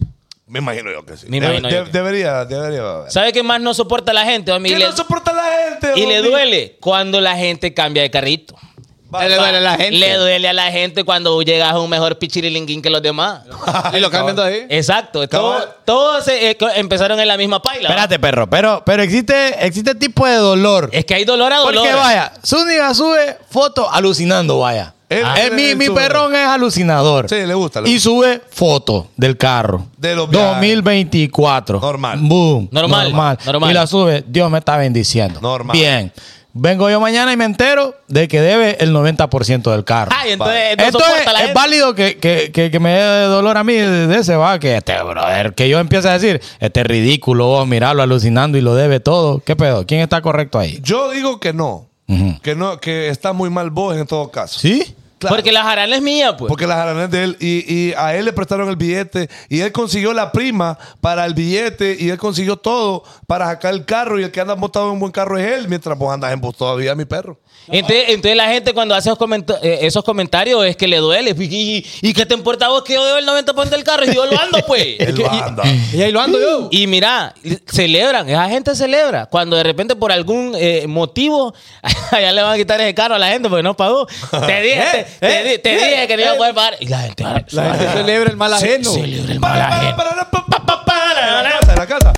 S3: Me imagino yo que sí.
S2: Me imagino yo que-
S3: Debería, debería. haber.
S2: ¿Sabe qué más no soporta la gente, homie?
S3: ¿Qué
S2: Y le-
S3: no soporta la gente?
S2: y le
S3: homie?
S2: duele cuando la gente cambia de carrito.
S5: Le duele a la gente.
S2: Le duele a la gente cuando llegas a un mejor pichirilinguín que los demás.
S5: Y lo cambian de ahí.
S2: Exacto. todo-
S3: Cabal.
S2: todos se- eh, co- empezaron en la misma paila. ¿va?
S4: Espérate, perro, pero, pero existe, existe tipo de dolor.
S2: Es que hay dolor a dolor.
S4: Porque vaya, Zúñiga sube fotos alucinando, vaya.
S3: Él-
S4: Ah.
S3: él-
S4: Eh, mi
S3: él
S4: mi
S3: sube.
S4: perrón es alucinador.
S3: Sí, le gusta, le
S4: Y
S3: gusta.
S4: sube foto del carro.
S3: De los viajes.
S4: 2024.
S3: Normal.
S4: Boom.
S2: Normal, normal.
S4: Y la sube. Dios me está bendiciendo.
S3: Normal.
S4: Bien. Vengo yo mañana y me entero de que debe el 90% del carro.
S2: Ay, entonces
S3: Vale.
S2: no
S4: Entonces,
S2: soporta la
S4: es
S2: gente.
S4: válido que, que- que- que me dé dolor a mí de, de ese va, que este brother, que yo empiece a decir, este es ridículo, vos, miralo alucinando y lo debe todo. ¿Qué pedo? ¿Quién está correcto ahí?
S3: Yo digo que no. Que no, que está muy mal vos en todo caso.
S4: ¿Sí?
S3: Claro.
S2: Porque la jarana es mía, pues.
S3: Porque las aranas de él y, y a él le prestaron el billete y él consiguió la prima para el billete y él consiguió todo para sacar el carro y el que anda montado en un buen carro es él mientras vos andas en bus todavía, mi perro.
S2: Entonces, entonces la gente cuando hace esos, comenta- eh, esos comentarios es que le duele. Y, y, y que te importa a vos que yo debo el 90% del carro y yo lo ando, pues.
S3: Él lo anda.
S5: Y ahí lo ando yo.
S2: Y mira, celebran, esa gente celebra. Cuando de repente por algún eh, motivo allá le van a quitar ese carro a la gente porque no pagó. Te dije, te, te di- te dije que no iba a poder pagar. Y la gente,
S5: La gente celebra el mal ajeno.
S2: celebra el mal
S3: Para,
S2: ajeno.
S3: para, para, pa, pa, pa, para, la casa, la casa.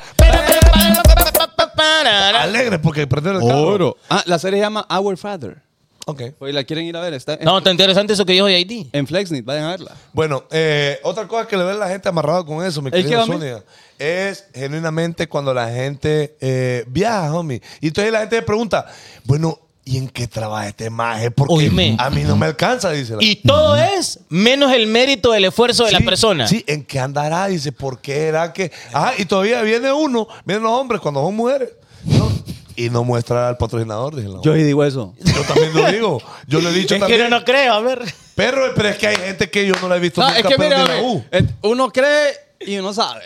S3: Alegre porque perdieron el carro.
S5: Oro. Ah, la serie se llama Our Father.
S3: Ok.
S5: Pues la quieren ir a ver. Está en,
S2: No, está interesante eso que dijo JD.
S5: en Flexnit. Vayan a verla.
S3: Bueno, eh, otra cosa que le ve la gente amarrado con eso, mi
S5: ¿El
S3: querido
S5: qué, homie?
S3: Zúñiga, es genuinamente cuando la gente eh, viaja, homie. Y entonces la gente le pregunta, bueno, ¿y en qué trabaja este maje? Porque
S2: Oíme.
S3: a mí no me alcanza, dice la
S2: Y todo es menos el mérito del esfuerzo de la
S3: Sí,
S2: persona.
S3: Sí, ¿en qué andará? Dice, ¿por qué era que...? Ah, y todavía viene uno, vienen los hombres cuando son mujeres. ¿no? Y no muestra al patrocinador, dice la
S5: Yo ahí digo eso.
S3: mujer. Yo también lo digo. Yo le he dicho
S2: Es que
S3: también.
S2: yo no creo, a ver.
S3: Pero, pero es que hay gente que yo no la he visto
S5: No,
S3: nunca.
S5: es que
S3: pero
S5: mira,
S3: ni la U.
S5: eh, uno cree y uno sabe.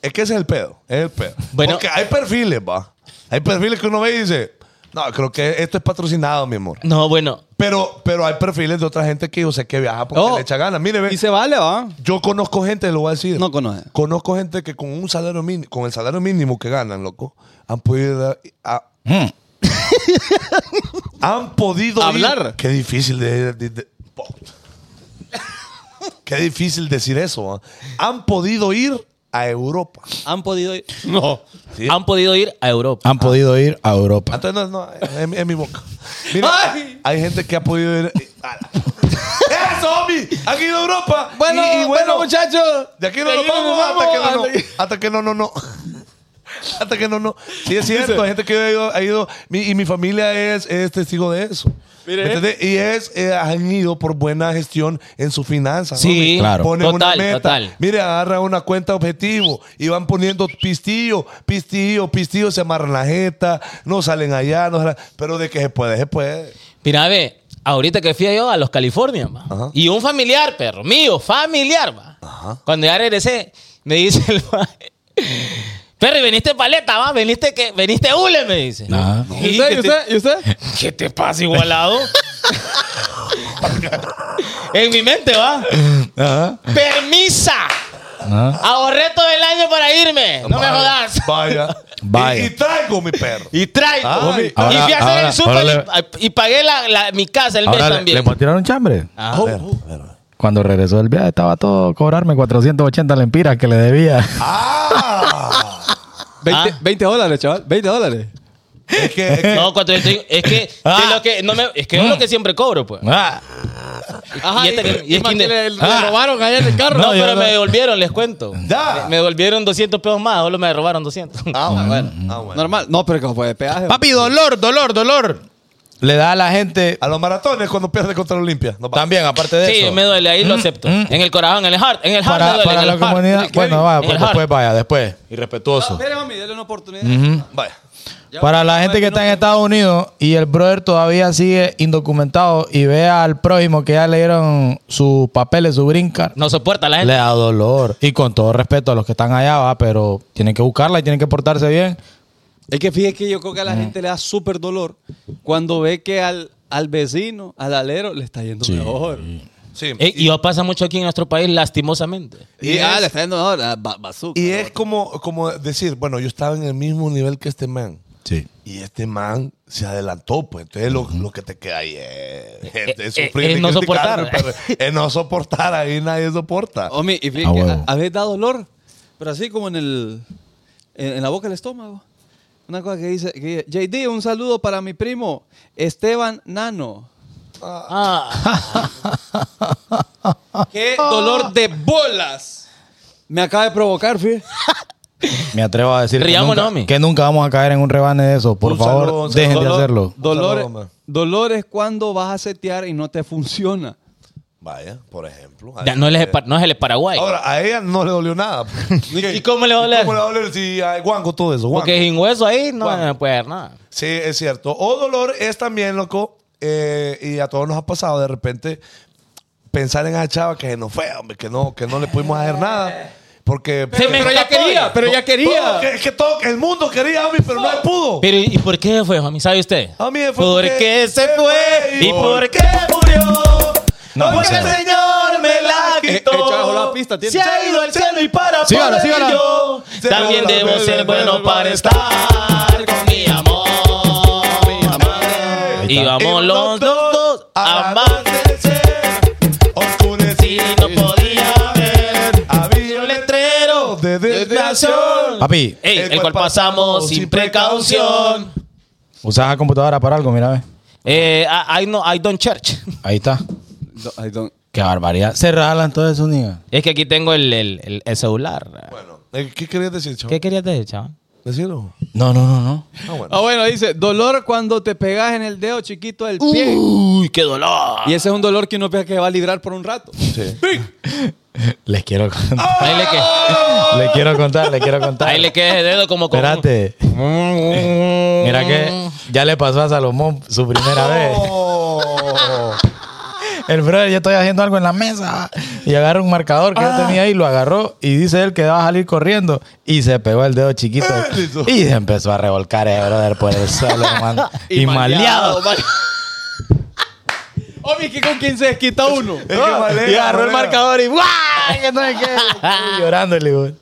S3: Es que ese es el pedo. Es el pedo.
S2: Bueno.
S3: Porque hay perfiles, va. Hay perfiles que uno ve y dice, no, creo que esto es patrocinado, mi amor.
S2: No, bueno.
S3: Pero, pero hay perfiles de otra gente que yo sé que viaja porque
S5: Oh.
S3: le echa ganas. Mire, ve.
S5: Y se vale, ¿va?
S3: Yo conozco gente, lo voy a decir.
S5: No conoce.
S3: Conozco gente que con un salario mínimo, con el salario mínimo que ganan, loco, han podido ir a-
S4: Mm.
S3: han podido ir-
S5: Hablar.
S3: Qué difícil de, de- de- po. Qué difícil decir eso. ¿ah? Han podido ir a Europa.
S5: Han podido ir.
S3: Sí.
S2: Han podido ir a Europa.
S4: Han podido ir a Europa.
S3: Ah, Entonces no, no, es, mi- es mi boca. Mira,
S5: ¡Ay!
S3: hay gente que ha podido ir. a la- ¡Eso, homie! ¡Eh, Han ido a Europa.
S5: Bueno,
S3: Y- y
S5: bueno, muchachos.
S3: De aquí no nos
S5: Seguimos,
S3: vamos hasta que no, no.
S5: hasta que-
S3: Hasta que no, no, no. Hasta que no, no. Sí, es cierto. Hay gente que ha ido. ha ido- mi- y mi familia es, es testigo de eso.
S5: Mire.
S3: ¿Me entendés? Y es, eh, han ido por buena gestión en sus finanzas.
S2: Sí,
S3: homie.
S4: claro.
S3: Ponen
S2: Total,
S3: una meta.
S2: total.
S3: Mire, agarra una cuenta objetivo y van poniendo pistillo, pistillo, pistillo, se amarran la jeta, no salen allá, no salen- Pero de que se puede, se puede.
S2: Mira, ve, ahorita que fui yo a los California, ma.
S3: Ajá.
S2: y un familiar, perro mío, familiar, ma. cuando ya regresé, me dice el ma, perro, y veniste paleta, va, veniste que, veniste hule, me dice.
S4: Ajá.
S2: Y
S5: ¿Y usted?
S2: que
S5: ¿Y
S2: te-
S5: usted? ¿Y usted?
S2: ¿Qué te pasa, igualado? en mi mente, va.
S4: Ajá.
S2: Permisa.
S4: Ajá.
S2: Ahorré todo el año para irme. No me jodas.
S3: Vaya.
S4: Vaya.
S3: Y, y traigo mi perro.
S2: Y traigo.
S3: Ay.
S2: y
S4: Ah. Ahora-
S2: fui a hacer
S4: ahora-
S2: el súper
S4: ahora
S2: y, y pagué la, la- mi casa el mes
S4: Ahora le,
S2: también. Ah.
S4: le voy a tirar un chambre.
S3: A ver, a ver.
S4: Cuando regresó del viaje estaba todo cobrarme 480 lempiras que le debía.
S3: Ah,
S11: 20, 20 dólares, chaval. 20 dólares.
S3: es que, es que-
S2: No, cuando yo estoy- es que, de lo que no me, es que es lo que siempre cobro, pues.
S4: Ah,
S2: y, este que- y es que-
S4: Ah.
S11: robaron allá en el carro.
S2: No,
S4: yo
S2: pero
S4: no.
S2: me devolvieron, les cuento.
S3: Ya.
S2: Me, me devolvieron 200 pesos más, solo me robaron 200.
S3: Ah, bueno. Ah, bueno.
S11: Normal. No, pero como fue de peaje.
S4: Papi, dolor, dolor, dolor. Le da a la gente
S3: A los maratones cuando pierde contra Olimpia. No pasa.
S4: también, aparte de
S2: sí,
S4: eso.
S2: me duele, ahí lo acepto. En el corazón, en el heart, en el heart me
S4: para
S2: duele.
S4: para
S2: en
S4: la
S2: el heart.
S4: comunidad. Bueno, vaya, pues,
S2: En el
S4: después
S2: heart.
S4: vaya, después. Irrespetuoso.
S5: Espere, mami, dale una oportunidad.
S3: Vaya.
S4: Para la gente que está en Estados Unidos y el brother todavía sigue indocumentado y ve al prójimo que ya le dieron sus papeles, su brincar,
S2: No soporta la
S4: le
S2: gente.
S4: da dolor. Y con todo respeto a los que están allá, va, pero tienen que buscarla y tienen que portarse bien.
S5: Es que fíjate que yo creo que a la gente le da súper dolor cuando ve que al, al vecino, al alero, le está yendo mejor.
S3: Sí.
S2: Eh, y eso pasa mucho aquí en nuestro país, lastimosamente.
S3: Y
S5: Y ah,
S3: es-
S5: le está yendo mejor. ah, ba- bazooka.
S3: Y es como, como decir, bueno, yo estaba en el mismo nivel que este man.
S4: Sí.
S3: Y este man se adelantó, pues. Entonces lo, lo que te queda ahí es, es- es
S2: eh,
S3: sufrir.
S2: es
S3: y
S2: no
S3: criticarme,
S2: soportar. Oh.
S3: pero Es no soportar, ahí nadie soporta.
S5: Homie, Oh, y fíjate
S4: Ah,
S5: que a,
S4: huevo.
S5: a veces da dolor, pero así como en el en, en la boca del estómago. Una cosa que dice, que JD, un saludo para mi primo Esteban Nano.
S4: Ah.
S5: Qué dolor de bolas me acaba de provocar, fíjate.
S4: Me atrevo a decir que
S2: Riámonos,
S4: nunca,
S2: homie.
S4: que nunca vamos a caer en un rebane de eso. Por
S3: Un
S4: favor,
S3: saludo, un saludo.
S4: dejen de
S3: Dolor.
S4: hacerlo.
S5: Dolor,
S3: saludo, man.
S5: dolor es cuando vas a setear y no te funciona.
S3: Vaya, por ejemplo.
S2: Ya, no, es el, pa- no es el Paraguay.
S3: Ahora, a ella no le dolió nada.
S2: ¿Y cómo le va a doler?
S3: ¿Cómo le va a doler si hay guango todo eso? guango?
S2: Porque sin hueso ahí no no puede haber nada.
S3: Sí, es cierto. O dolor es también, loco, eh, y a todos nos ha pasado de repente pensar en esa chava que se nos fue, hombre, que no, que no le pudimos hacer nada. Porque.
S2: Se me
S3: porque-
S2: escapó ya.
S11: pero ya
S3: Todo, que, que todo el mundo quería a mí, pero no le pudo.
S2: Pero ¿y por qué fue, homie? ¿Sabe usted?
S3: Oh. A mí me fue
S2: ¿Por
S3: porque
S2: qué se fue? ¿Y por qué
S3: murió?
S4: No, no sé.
S3: Señor me la quitó.
S5: Eh, eh, chaval, la pista tiene.
S3: Se ha ido al cielo y para
S4: Sígala,
S3: poder
S4: sígala.
S3: yo.
S2: También
S3: Pero
S2: debo
S3: la
S2: ser
S3: vez,
S2: bueno
S3: la
S2: para
S3: vez,
S2: estar con mi amor.
S4: Ahí
S2: Y
S4: está.
S2: vamos los dos amantes.
S3: Oscurecido
S2: Y no podía ver.
S3: Había
S2: Un letrero
S3: de desviación.
S4: Papi,
S2: Ey,
S3: El
S2: el cual pasamos sin precaución.
S4: usas la computadora para algo, mira, ve.
S2: Eh, I, I, no- I don't church.
S4: Ahí está.
S5: I don't-
S4: Qué barbaridad. Se ralan todo eso, niña.
S2: Es que aquí tengo el, el- el- el celular.
S3: Bueno, eh, ¿qué querías decir, chaval?
S2: ¿Qué querías decir, chaval?
S3: Decirlo.
S4: No, no, no, no.
S3: Ah, bueno.
S5: Ah, bueno, dice, dolor cuando te pegas en el dedo chiquito del
S4: Uh.
S5: pie.
S2: Uy, qué dolor.
S5: Y ese es un dolor que uno piensa que va a librar por un rato.
S2: Oh.
S3: Sí.
S4: Les quiero contar.
S2: Ahí le, que,
S4: les quiero contar, les quiero contar.
S2: ¡Oh! ahí le queda el dedo como con un-
S4: Espérate. Mira que ya le pasó a Salomón su primera vez.
S3: Oh.
S4: El brother, yo estoy haciendo algo en la mesa. ah, Y agarra un marcador que yo tenía ahí, lo agarró. Y dice él que va a salir corriendo. Y se pegó el dedo chiquito.
S3: Listo.
S4: y se empezó a revolcar el brother por el suelo, hermano. y maleado.
S5: Homie, que con quién se desquita uno.
S3: Es que malea,
S4: y agarró el
S3: malea.
S4: marcador y ¡guau! Que no sé qué. Y llorando, le digo.
S3: Y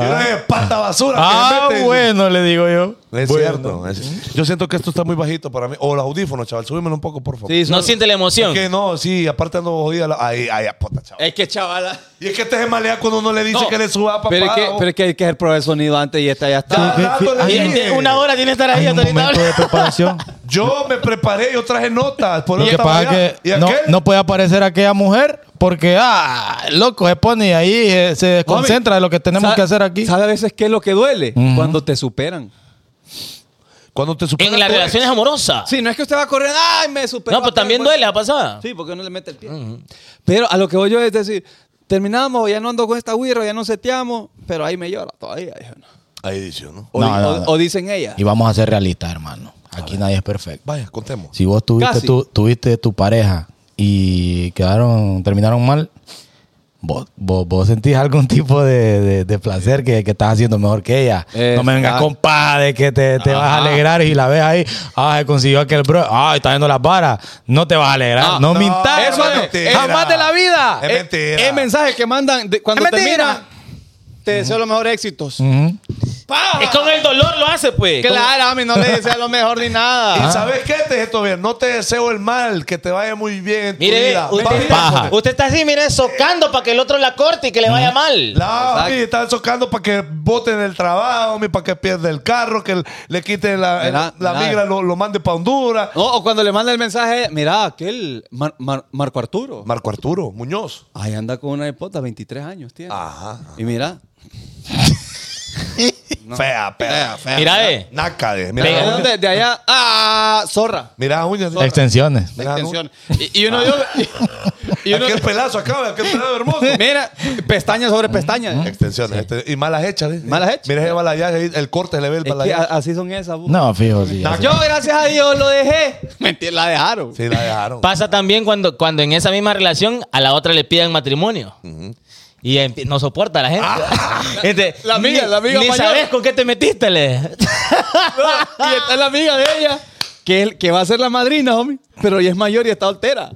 S3: no es pata basura. que
S4: Ah,
S3: meten.
S4: bueno, le digo yo.
S3: Es
S4: Bueno.
S3: cierto. es- Yo siento que esto está muy bajito para mí. O los audífonos, chaval. Súbemelo un poco, por favor.
S5: Sí,
S2: No siente la emoción.
S3: Es que no, sí, aparte ando jodida. la- Ay, ay, puta, chaval.
S5: Es que chavala.
S3: Y es que este se malea cuando uno le dice que le suba papá.
S5: Pero es, que, pero es que hay que hacer prueba de sonido antes y esta ya está.
S3: Está dándole
S2: Y
S3: bien.
S2: este, una hora tiene que estar ahí
S4: Hay un
S2: hasta ahorita.
S4: momento de preparación.
S3: Yo me preparé, yo traje notas. Por
S4: Lo
S3: eso
S4: que
S3: estaba
S4: pasa es
S3: allá. ¿Y
S4: que no,
S3: aquel?
S4: no puede aparecer aquella mujer porque, ah, loco, se pone y ahí eh, se desconcentra de lo que tenemos
S5: Sa-
S4: que hacer aquí.
S5: ¿Sabe a veces qué es lo que duele?
S4: Ujú.
S5: Cuando te superan.
S3: Cuando te superas
S2: En las
S3: tú eres.
S2: relaciones amorosas.
S5: Sí, no es que usted va corriendo, ¡ay, me superó!
S2: no, pero
S5: aquel,
S2: también
S5: bueno".
S2: duele la pasada.
S5: Sí, porque uno le mete el pie. ah. Pero a lo que voy yo es decir, terminamos, ya no ando con esta guirra, ya no seteamos, pero ahí me llora todavía. dijo, ¿no?
S3: Ahí dice, ¿no?
S5: O,
S4: No,
S5: di-
S4: no,
S5: o-
S4: no.
S5: o dicen ella.
S4: Y vamos a ser realistas, hermano. Aquí nadie es perfecto.
S3: Vaya, contemos.
S4: Si vos tuviste
S5: Casi.
S4: tu, tuviste tu pareja y quedaron, terminaron mal, vos, vos- vos sentís algún tipo de, de- de placer que, que estás haciendo mejor que ella. no me vengas
S5: Exacto.
S4: con pa de que te, te vas a alegrar y la ves ahí. Ah, se consiguió aquel bro. Ah, está viendo las varas. No te vas a alegrar.
S5: Ah,
S4: no,
S5: no,
S4: mintas.
S5: Eso
S3: es
S5: es,
S3: mentira.
S5: jamás de la vida.
S3: Es mentira.
S5: Es mensaje que mandan de- cuando
S4: Es mentira.
S5: termina. Te deseo los mejores éxitos.
S4: Ujú.
S2: Es con el dolor lo hace, pues.
S5: Claro, a mí no le deseo lo mejor ni nada.
S3: ¿Y sabes qué? Te dije todavía, no te deseo el mal, que te vaya muy bien en tu
S2: Mire,
S3: vida.
S2: usted,
S4: Paja.
S2: usted está así, mire, socando para que el otro la corte y que le vaya mal.
S3: La, papi, están socando para que boten el trabajo, mi, para que pierda el carro, que le quiten la,
S10: Mira,
S3: el- la
S10: mira.
S3: migra, lo, lo mande para Honduras.
S10: No, o cuando le manda el mensaje, mira, aquel Mar- Mar- Marco Arturo.
S3: Marco Arturo, Muñoz.
S10: Ahí anda con una hipota, 23 años tiene.
S3: Ajá.
S10: Y mira,
S3: Fea, fea, fea.
S2: Mira, eh.
S3: Naca de. Mira,
S2: Pega.
S3: las uñas.
S5: De, de allá, ah, zorra.
S3: Mira las uñas. mira.
S4: Extensiones.
S3: Mira, ¿no?
S5: Extensión. Y, y uno yo. Y, y uno,
S3: Aquel pelazo acaba, aquel pelazo hermoso.
S5: mira, pestaña sobre pestaña.
S3: Extensiones. este- y malas hechas, ¿eh?
S5: Malas hechas.
S3: Mira ese balayaje, ahí, el corte se le ve el
S10: es que a-
S3: balayaje.
S10: así son esas. bu.
S4: No, fijo, sí.
S5: Yo, gracias a Dios, lo dejé. Mentira, la dejaron.
S3: Sí, la dejaron.
S2: Pasa también cuando, cuando en esa misma relación a la otra le piden matrimonio. Y empi- no soporta a la gente. Entonces,
S5: La amiga,
S2: ni-
S5: la amiga
S2: Ni
S5: mayor.
S2: sabes con qué te metiste, le.
S5: No, y está la amiga de ella, que, el- que va a ser la madrina, homie, pero ella es mayor y está altera.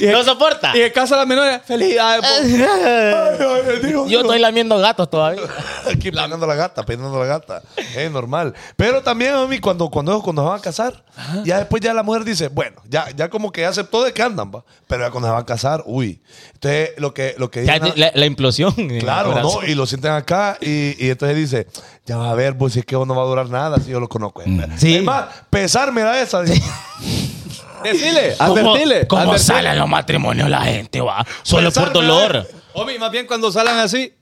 S5: Y,
S2: No soporta.
S5: y en casa de la menor, felicidades.
S2: Eh,
S5: po.
S2: Yo estoy lamiendo gatos todavía.
S3: Aquí peinando la gata, peinando la gata. Es normal. Pero también, mami, cuando, cuando, cuando se van a casar, ya después ya la mujer dice, bueno, ya, ya como que ya aceptó de que andan, va. Pero ya cuando se van a casar, uy. Entonces, lo que, lo que
S2: Ya,
S3: dicen-
S2: la, la implosión. en el
S3: Claro,
S2: corazón.
S3: ¿no? Y lo sienten acá y, y entonces dice, ya va a ver, pues si es que no va a durar nada, si yo lo conozco.
S2: Mm. Sí.
S3: Es más, pesar me da esa.
S5: Decile,
S2: ¿Cómo,
S5: advertile.
S2: cómo
S5: advertile.
S2: salen los matrimonios la gente, va? Solo
S3: Pensar
S2: por
S3: me
S2: dolor.
S5: Homie, más bien cuando salen así,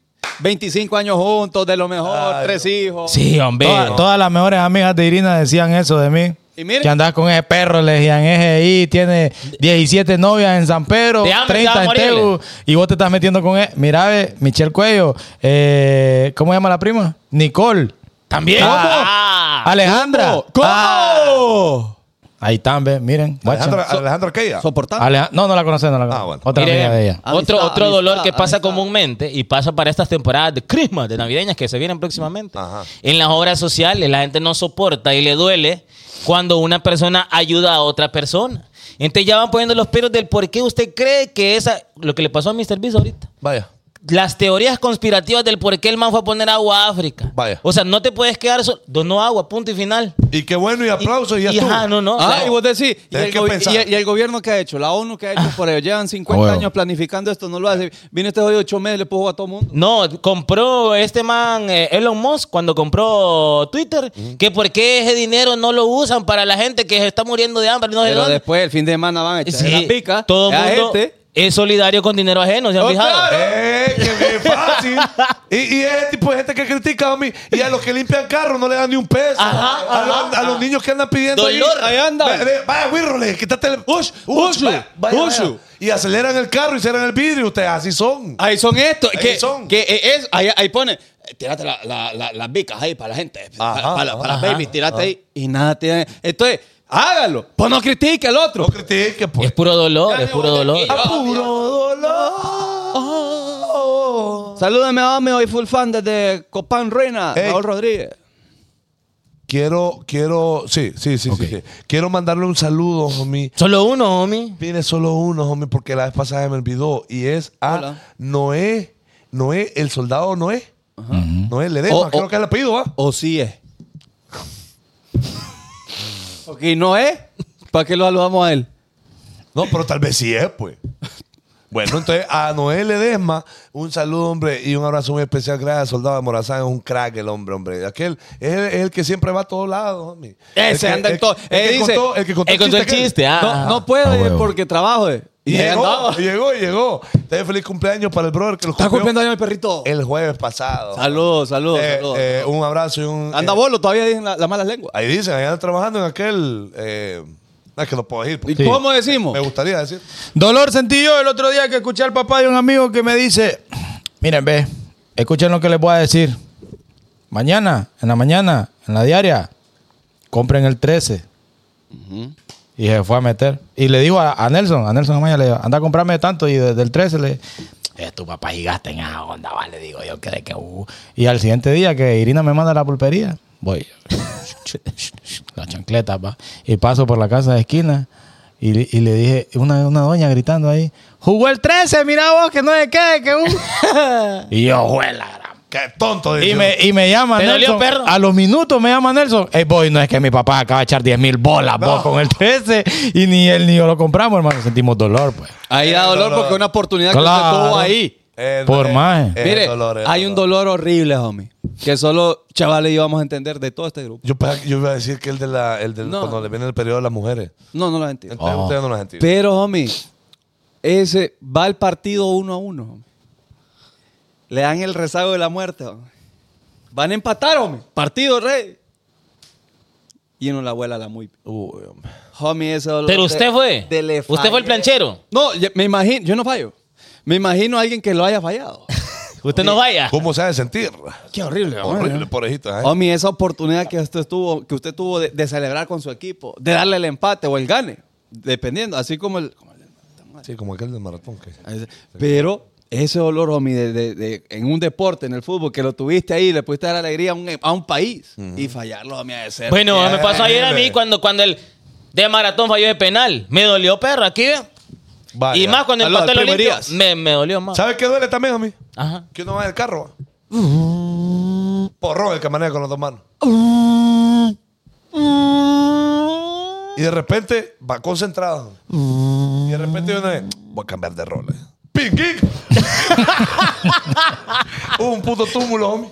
S5: 25 años juntos, de lo mejor, tres hijos.
S2: Sí, hombre.
S4: Toda- todas las mejores amigas de Irina decían eso de mí.
S5: Y mire.
S4: que andás con ese perro, le decían, ese ahí tiene 17 novias en San Pedro,
S2: Te amo y te
S4: 30
S2: vas a
S4: en
S2: morirle.
S4: Tegu, y vos te estás metiendo con él. Mira, ve, Michelle Cuello, eh, ¿cómo se llama la prima? Nicole.
S2: También.
S4: Ah,
S2: Ah,
S4: Alejandra.
S5: ¿Cómo?
S4: Ah, ahí están, ve, miren. guacha.
S3: Alejandra, Alejandra aquella.
S2: Ah,
S10: Soportable.
S4: Alej- no, no la conocen, no la conocen.
S3: Ah, bueno.
S4: Otra
S2: Mire,
S4: amiga de ella.
S2: Otro,
S10: Amistad,
S2: otro dolor
S10: amistad,
S2: que pasa
S10: amistad.
S2: comúnmente y pasa para estas temporadas de Christmas, de navideñas que se vienen próximamente.
S3: Ajá.
S2: En las obras sociales la gente no soporta y le duele cuando una persona ayuda a otra persona. Entonces ya van poniendo los peros del por qué usted cree que esa, lo que le pasó a Mr. Beast ahorita.
S3: Vaya.
S2: Las teorías conspirativas del por qué el man fue a poner agua a África.
S3: Vaya.
S2: O sea, no te puedes quedar solo. Donó agua, punto y final.
S3: Y qué bueno, y aplausos, y, ya
S2: y
S3: estuvo.
S2: ajá, no, no.
S10: Ah,
S2: O sea,
S10: y vos decís, y
S3: Tenés
S10: el,
S3: que
S10: gobi-
S3: pensar.
S10: y- y el gobierno que ha hecho, la ONU que ha hecho por ellos, llevan 50
S4: Huevo.
S10: años planificando esto, no lo hace. Vino este jodido ocho meses, le puso a todo mundo.
S2: No, compró este man eh, Elon Musk cuando compró Twitter, que por qué ese dinero no lo usan para la gente que se está muriendo de hambre, no sé
S10: Pero
S2: dónde.
S10: después, el fin de semana van a echar
S2: Sí,
S10: la pica.
S2: todo
S10: la
S2: mundo
S10: gente.
S2: es solidario con dinero ajeno, ¿se han
S10: Oh,
S2: fijado?
S10: claro.
S3: ¡Eh! ¡Qué bien fácil! y, y es el tipo de gente que critica a mí. Y a los que limpian carros no le dan ni un peso.
S2: Ajá,
S3: a, los,
S2: ajá.
S3: a los niños que andan pidiendo.
S2: Dolor,
S3: ahí,
S2: ahí
S3: anda.
S2: anda.
S3: Vaya, guirrole, quítate el. ¡Ush!
S5: ush,
S3: vaya, vaya,
S5: ush.
S3: vaya. Y aceleran el carro y cierran el vidrio. Ustedes así son.
S5: Ahí son estos.
S3: Ahí
S5: que,
S3: son.
S5: que
S10: eh,
S5: es, ahí, ahí pone, tírate la- la- la- las vicas ahí para la gente.
S3: Ajá,
S5: para para, para las
S2: ajá,
S5: babies, tírate ahí. Y nada, tiene. Entonces, hágalo. Pues no critique al otro.
S3: No critiquen, pues.
S2: Es puro dolor, es puro dolor.
S3: A puro dolor.
S10: Salúdame a Ame, hoy full fan desde Copán Reina,
S3: Ey.
S10: Raúl Rodríguez.
S3: Quiero, quiero, sí, sí, sí, sí, sí. Quiero mandarle un saludo, homie.
S2: Solo uno, homie.
S3: Tiene solo uno, homie, porque la vez pasada me olvidó. Y es a Noé, Noé, el soldado Noé. Noé Ledesma,
S2: Oh,
S10: O- o-
S3: creo que le apellido, ¿va?
S10: O sí es. ok, no es. ¿Para qué lo saludamos a él?
S3: No, pero tal vez sí es, pues. Bueno, entonces a Noé Ledesma, un saludo, hombre, y un abrazo muy especial. Gracias, soldado de Morazán, es un crack el hombre, hombre. Aquel es el, es el que siempre va a todos lados, homie. El
S10: Ese
S3: que-
S10: anda en
S3: el-
S10: todo.
S3: El,
S10: Eh,
S3: que
S10: dice-
S3: contó, el que contó
S2: Él contó el
S3: aquel.
S2: chiste, ah.
S10: No, no puedo
S4: Ah,
S10: ir
S4: huevo.
S10: porque trabajo. eh.
S3: Y
S10: Y ahí
S3: llegó,
S10: andaba.
S3: llegó, llegó. Entonces, feliz cumpleaños para el brother que lo
S10: Está
S3: cumplió
S10: cumpliendo años el perrito.
S3: el jueves pasado.
S10: Saludos, saludos,
S3: Eh,
S10: saludos.
S3: eh, un abrazo y un.
S10: Anda
S3: eh,
S10: bolo, todavía dicen la- las malas lenguas.
S3: Ahí dicen, ahí andan trabajando en aquel. Eh, no, es que no puedo decir.
S10: ¿Y
S3: porque
S10: cómo decimos?
S3: Me gustaría decir.
S4: Dolor sentí yo el otro día que escuché al papá de un amigo que me dice, miren, ve, escuchen lo que les voy a decir. Mañana, en la mañana, en la diaria, compren el 13. Y se fue a meter. Y le dijo a, a Nelson, a Nelson Amaya, le dijo, anda a comprarme tanto. Y desde el 13 le "Eh, tu papá gigaste en esa onda, vale, digo yo, que de que uh". Y al siguiente día que Irina me manda a la pulpería, voy, la chancleta, pa, y paso por la casa de esquina y, le- y le dije, una, una doña gritando ahí, jugó el 13, mira vos, que no se quede, que uh". y yo, juela, gran
S3: Qué tonto,
S4: y
S3: dice
S4: me, y me llama
S2: ¿Te dolió,
S4: Nelson.
S2: perro?
S4: A los minutos me llama Nelson. Ey, boy, no es que mi papá acaba de echar 10 mil bolas vos, con el 13 y ni él ni yo lo compramos, hermano. Sentimos dolor, pues.
S5: Ahí da dolor
S3: dolor.
S5: porque una oportunidad que
S4: Claro.
S5: usted tuvo ahí.
S3: El-
S4: Por
S3: el-
S4: más.
S3: el
S5: Mire,
S3: dolor, el
S5: hay un dolor horrible, homie. Que solo chavales íbamos a entender de todo este grupo.
S3: Yo, pensaba que- yo iba a decir que el de la, el del,
S5: No. Ah.
S3: cuando le viene el periodo a las mujeres.
S5: No, no lo entiendo.
S3: Entonces
S4: Oh.
S3: ustedes no las entienden.
S5: Pero, homie, ese va el partido uno a uno. homie. Le dan el rezago de la muerte. homie. Van a empatar, homie. Partido rey. Y uno la abuela la muy.
S3: Uy, hombre.
S5: Homie, ese dolor.
S2: Pero
S5: de-
S2: usted fue.
S5: de le
S2: Usted fue el
S5: fallé.
S2: planchero.
S5: No, ya- me imagino, yo no fallo. Me imagino a alguien que lo haya fallado.
S2: Usted no vaya.
S3: ¿Cómo se ha de sentir?
S5: Qué horrible, homie.
S3: Horrible, pobrecita. ¿eh?
S5: Homie, esa oportunidad que usted tuvo, que usted tuvo de, de celebrar con su equipo, de darle el empate o el gane, dependiendo, así como el... como el-
S3: Sí, como aquel del maratón. que-
S5: Pero ese olor, homie, de, de- de- en un deporte, en el fútbol, que lo tuviste ahí, le pudiste dar alegría a un, a un país y fallarlo, homie, a ser.
S2: Bueno, me pasó ayer a mí
S3: Entiende.
S2: cuando, cuando el de maratón falló de penal. Me dolió, perro, aquí ve.
S10: Ah,
S3: Vaya.
S2: Y más cuando
S5: A lo
S2: empaté el
S5: del
S2: Olimpio.
S5: Primerías.
S2: Me, me dolió más.
S3: ¿Sabes qué duele también a mí?
S2: Ah. Ajá.
S3: Que uno va en el carro. va. Porrón el que maneja con las dos manos. Y de repente va concentrado. Y de repente uno dice, voy a cambiar de roles. ¡Ping, kick! Hubo un puto túmulo, homie.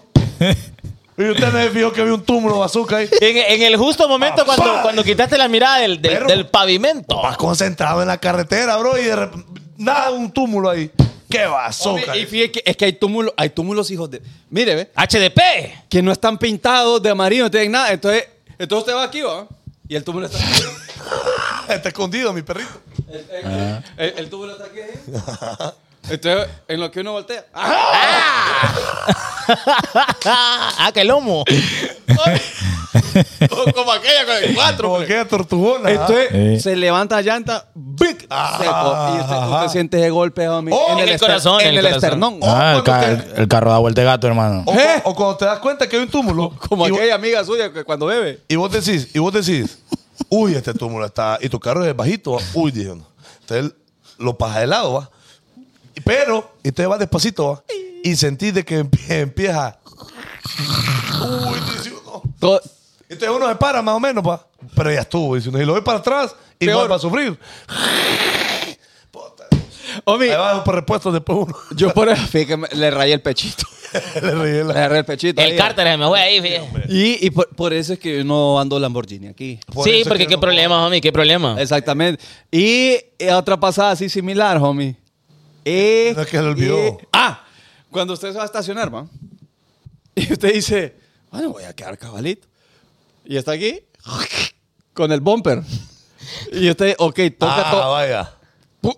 S3: Y usted no se fijó que había un túmulo bazooka ahí.
S2: En, en el justo momento
S3: Papá.
S2: cuando, cuando quitaste la mirada del, del,
S3: Perro.
S2: del pavimento.
S3: Vas concentrado en la carretera, bro. Y de repente, nada, un túmulo ahí. ¡Qué bazooka!
S5: Y fíjate que, es que hay túmulos, hay túmulos hijos de... Mire, ve,
S2: HDP.
S5: que no están pintados de amarillo, no tienen nada, entonces, entonces usted va aquí, va, y el túmulo está...
S3: Está escondido, mi perrito.
S5: El, el tubo lo está aquí. ¿eh? Entonces, en lo que uno voltea. ¡ah!
S2: ah, que lomo.
S5: Como aquella con el cuatro. pues.
S3: Como aquella tortugona.
S5: Entonces,
S4: Eh.
S5: se levanta la llanta. ¡bic!
S3: Ah,
S5: seco, y usted,
S3: ajá.
S5: usted siente ese golpe, homie.
S3: Oh, en
S2: el
S5: ester-
S2: corazón, en
S5: En,
S2: el
S5: el,
S2: corazón.
S5: esternón.
S4: Ah, el, ca-
S3: cuando Oh,
S4: el carro da vuelta de gato, hermano.
S3: O, cu- o cuando te das cuenta que hay un túmulo.
S5: ¿Eh? Como
S3: y, vo-
S5: aquella amiga suya que cuando bebe.
S3: y vos decís, y vos decís, uy, este túmulo está. Y tu carro es bajito. va. Uy, dije uno. Entonces lo pasa de lado, va. Y- Pero, y te vas despacito, va. Y sentís de que empie- empieza. Uy, dice uno.
S5: To-
S3: Entonces uno se para más o menos, va. Pero ya estuvo, dice uno. Y lo ve para atrás y
S5: Peor.
S3: vuelve a sufrir. Puta.
S5: Homie,
S3: Ahí va por repuestos después uno.
S5: yo por eso fui que me- le rayé el pechito.
S3: Le reí
S5: Le
S3: la-
S5: rayé el pechito.
S2: El
S5: ahí.
S2: cárter se me fue ahí, fíjate.
S5: Y, y por, por eso es que yo no ando Lamborghini aquí.
S3: Por eso
S2: Sí,
S3: es
S2: porque
S3: que
S2: qué
S3: no-
S2: problema, homie, qué problema.
S5: Ah. Eh, Exactamente. Y eh, otra pasada así similar, homie. Eh,
S3: No es que se le olvidó.
S5: eh, ah, cuando usted se va a estacionar, man. Y usted dice, bueno, voy a quedar cabalito. Y está aquí con el bumper. Y usted, ok, toca
S3: Ah,
S5: todo.
S3: vaya.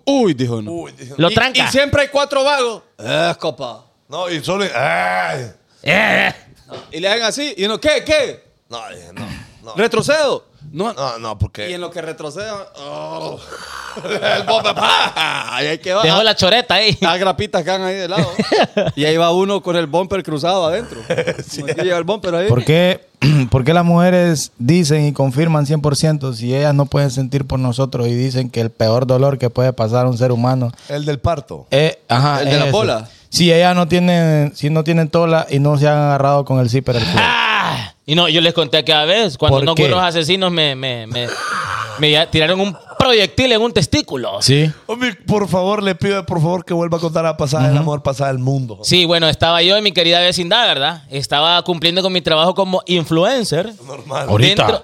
S5: Uy, dijo no.
S3: Uy, dice uno.
S2: Lo
S5: Y-
S2: tranca.
S5: Y siempre hay cuatro vagos. Eh, copa.
S3: No, y solo. ¡Ay!
S2: Eh,
S5: Y le hacen así. Y uno, ¿qué? ¿Qué?
S3: No, dije, no, no.
S5: ¿Retrocedo? No.
S3: No, no,
S5: Y en
S3: porque.
S5: lo que retroceda, oh, el bumper, pa. Y ahí que va.
S2: dejó la choreta ahí.
S5: Las grapitas que han ahí de lado. y ahí va uno con el bumper cruzado adentro. Como aquí lleva el bumper ahí.
S4: ¿Por qué, por qué las mujeres dicen y confirman 100% si ellas no pueden sentir por nosotros y dicen que el peor dolor que puede pasar a un ser humano
S3: El del parto.
S4: Eh, ajá,
S5: El
S4: es
S5: de la
S4: ese.
S5: bola.
S4: Si ellas no tienen, si no tienen tola y no se han agarrado con el zipper el culo.
S2: Ah, Y no, yo les conté cada vez, cuando
S4: ¿Por
S2: no
S4: qué?
S2: ocurren los asesinos me, me, me, me ya- tiraron un proyectil en un testículo.
S4: Sí.
S3: Hombre, por favor, le pido por favor que vuelva a contar la pasada del amor, pasada del mundo.
S2: Sí, bueno, estaba yo en mi querida vecindad, ¿verdad? Estaba cumpliendo con mi trabajo como influencer.
S3: Normal.
S4: Ahorita.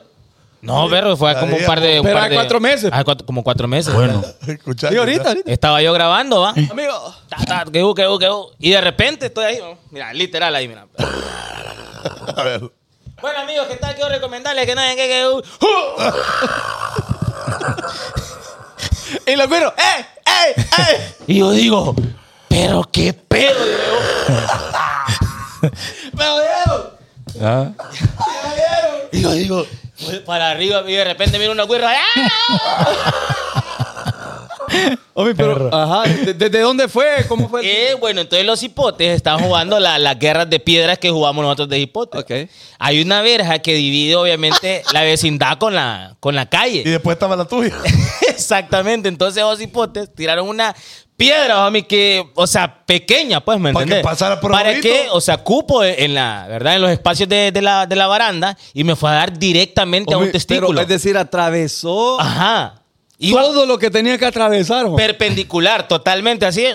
S2: No, perro, fue como un par de... un
S5: Pero
S2: par
S5: a
S2: de-
S5: cuatro meses.
S2: Ah, cuatro- como cuatro meses.
S4: Bueno.
S3: Escuchá,
S5: Y ahorita,
S3: ya.
S5: ahorita.
S2: Estaba yo grabando, ¿va?
S5: Amigo.
S2: Ta, ta, que bu, que bu, que bu. Y de repente estoy ahí, ¿no? mira, literal ahí, mira.
S3: A ver.
S2: Bueno, amigos, ¿qué tal? Quiero recomendarles que no que, que uh, bu.
S5: Y lo cuero. ¡Eh! ¡Eh! ¡Eh!
S2: Y yo digo, pero qué pedo, digo yo.
S5: ¡Me jodieron!
S4: Ah.
S2: Y yo Pues, digo, voy para arriba y de repente mira una guirra. ¡ah!
S5: Homie, pero,
S4: Perro.
S5: ajá, ¿de- ¿desde dónde fue? ¿Cómo fue? el-
S2: Eh, bueno, entonces los hipotes están jugando la- las guerras de piedras que jugamos nosotros de hipotes.
S10: Ok.
S2: Hay una verja que divide, obviamente, la vecindad con la, con la calle.
S3: Y después estaba la tuya.
S2: Exactamente. Entonces, los hipotes tiraron una piedra, homie, que, o sea, pequeña, pues, ¿me
S3: Para que
S2: entendés?
S3: pasara por
S2: Para
S3: abajito.
S2: que, o sea, cupo e, en la, ¿verdad? En los espacios de, de la, de la baranda y me fue a dar directamente a
S10: Homie,
S2: un testículo. Ah,
S10: pero, es decir, atravesó.
S2: Ajá. Iba
S5: Todo lo que tenía que atravesar, homie.
S2: perpendicular, totalmente así.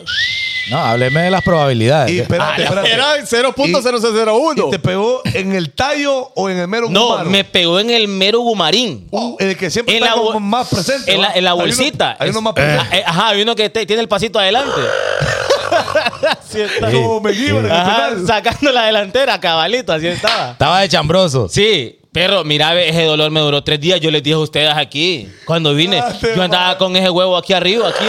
S4: No, hábleme de las probabilidades.
S3: Y espérate, espérate.
S5: Era
S3: ¿Y te
S5: 0.0001.
S3: pegó en el tallo o en el mero
S2: No,
S3: gumaro?
S2: me pegó en el mero gumarín.
S3: Uh, el que siempre
S2: En
S3: está
S2: la
S3: como
S2: bol-
S3: más presente.
S2: En la,
S3: ¿va?
S2: en la
S3: Hay uno-
S2: bolsita.
S3: Hay uno,
S2: Es-
S3: más presente.
S2: Ah, eh, Ajá, hay uno que te- tiene el pasito adelante. Así está.
S4: Sí.
S3: Como Mengíbar en el
S2: Ajá,
S3: final.
S2: sacando la delantera, cabalito, así estaba.
S4: Estaba de chambroso.
S2: Sí, pero mira, ve, ese dolor me duró tres días. Yo les dije a ustedes aquí, cuando vine,
S3: Ah, te
S2: yo andaba con ese huevo aquí arriba, aquí.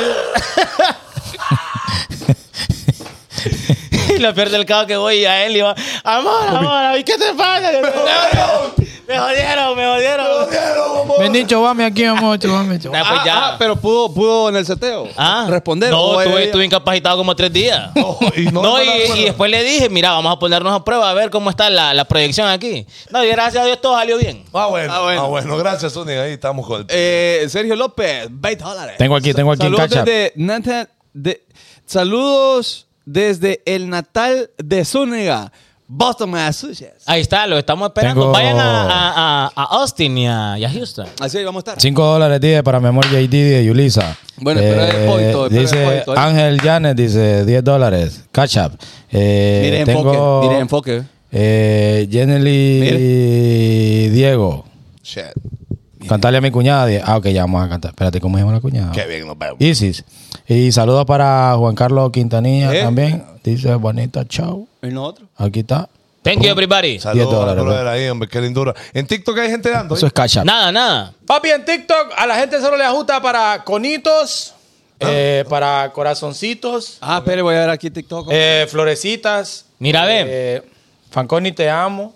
S2: y lo peor del caso que voy y a él y va, amor, amor, ¿y qué te pasa? Que te- Me jodieron, me jodieron.
S4: Bendito chobame aquí, amor, chobame,
S2: Nah, pues ya.
S5: Ah, pero pudo, pudo en el seteo.
S2: Ah,
S5: Responder.
S2: No,
S5: o
S2: estuve,
S5: ella-
S2: estuve incapacitado como tres días. No,
S3: y no me
S2: y,
S3: la acuerdo.
S2: y después le dije, mira, vamos a ponernos a prueba a ver cómo está la, la proyección aquí. No, y gracias a Dios todo salió bien.
S3: Ah, bueno.
S5: Ah,
S3: Ah,
S5: bueno.
S3: bueno. Gracias, Zúñiga. Ahí estamos con el...
S5: Eh, Sergio López, 20 dólares.
S4: Tengo aquí, tengo aquí en
S10: Saludos
S4: cacha.
S10: desde, Nata- de- saludos desde el natal de Zúñiga, Boston, Massachusetts.
S2: Ahí está, lo estamos esperando.
S4: Tengo-
S2: Vayan a, a- a- a Austin y a, y a Houston.
S10: Así ahí vamos a estar.
S4: 5 dólares dice para mi amor JD de Yulisa. Eh,
S10: Bueno, pero es poquito, pero es
S4: Dice
S10: poquito.
S4: Ángel Llanes, dice 10 dólares. Catch up. Eh,
S10: Mire
S4: tengo,
S10: enfoque, mire enfoque.
S4: Eh, Jenely Diego.
S3: Shit.
S4: Cantarle a mi cuñada. dice- Ah, ok, ya vamos a cantar. Espérate, ¿cómo se llama la
S2: Ah.
S4: cuñada?
S3: Qué bien nos vemos.
S4: Isis. Y saludos para Juan Carlos Quintanilla
S10: ¿Eh?
S4: también. Dice Juanita, chao.
S10: El nosotros.
S4: Aquí está.
S2: Thank you, everybody.
S3: Saludos a la
S4: dólares,
S3: brother ahí, hombre. Qué lindura. En TikTok hay gente dando.
S4: Eso es Catch up.
S2: Nada, nada.
S9: Papi, en TikTok a la gente solo le ajusta para conitos,
S3: Ah.
S9: eh, para corazoncitos,
S10: Ah, espere, voy a ver aquí TikTok.
S9: eh, florecitas.
S2: Mira, ve.
S9: eh, Fanconi, te amo.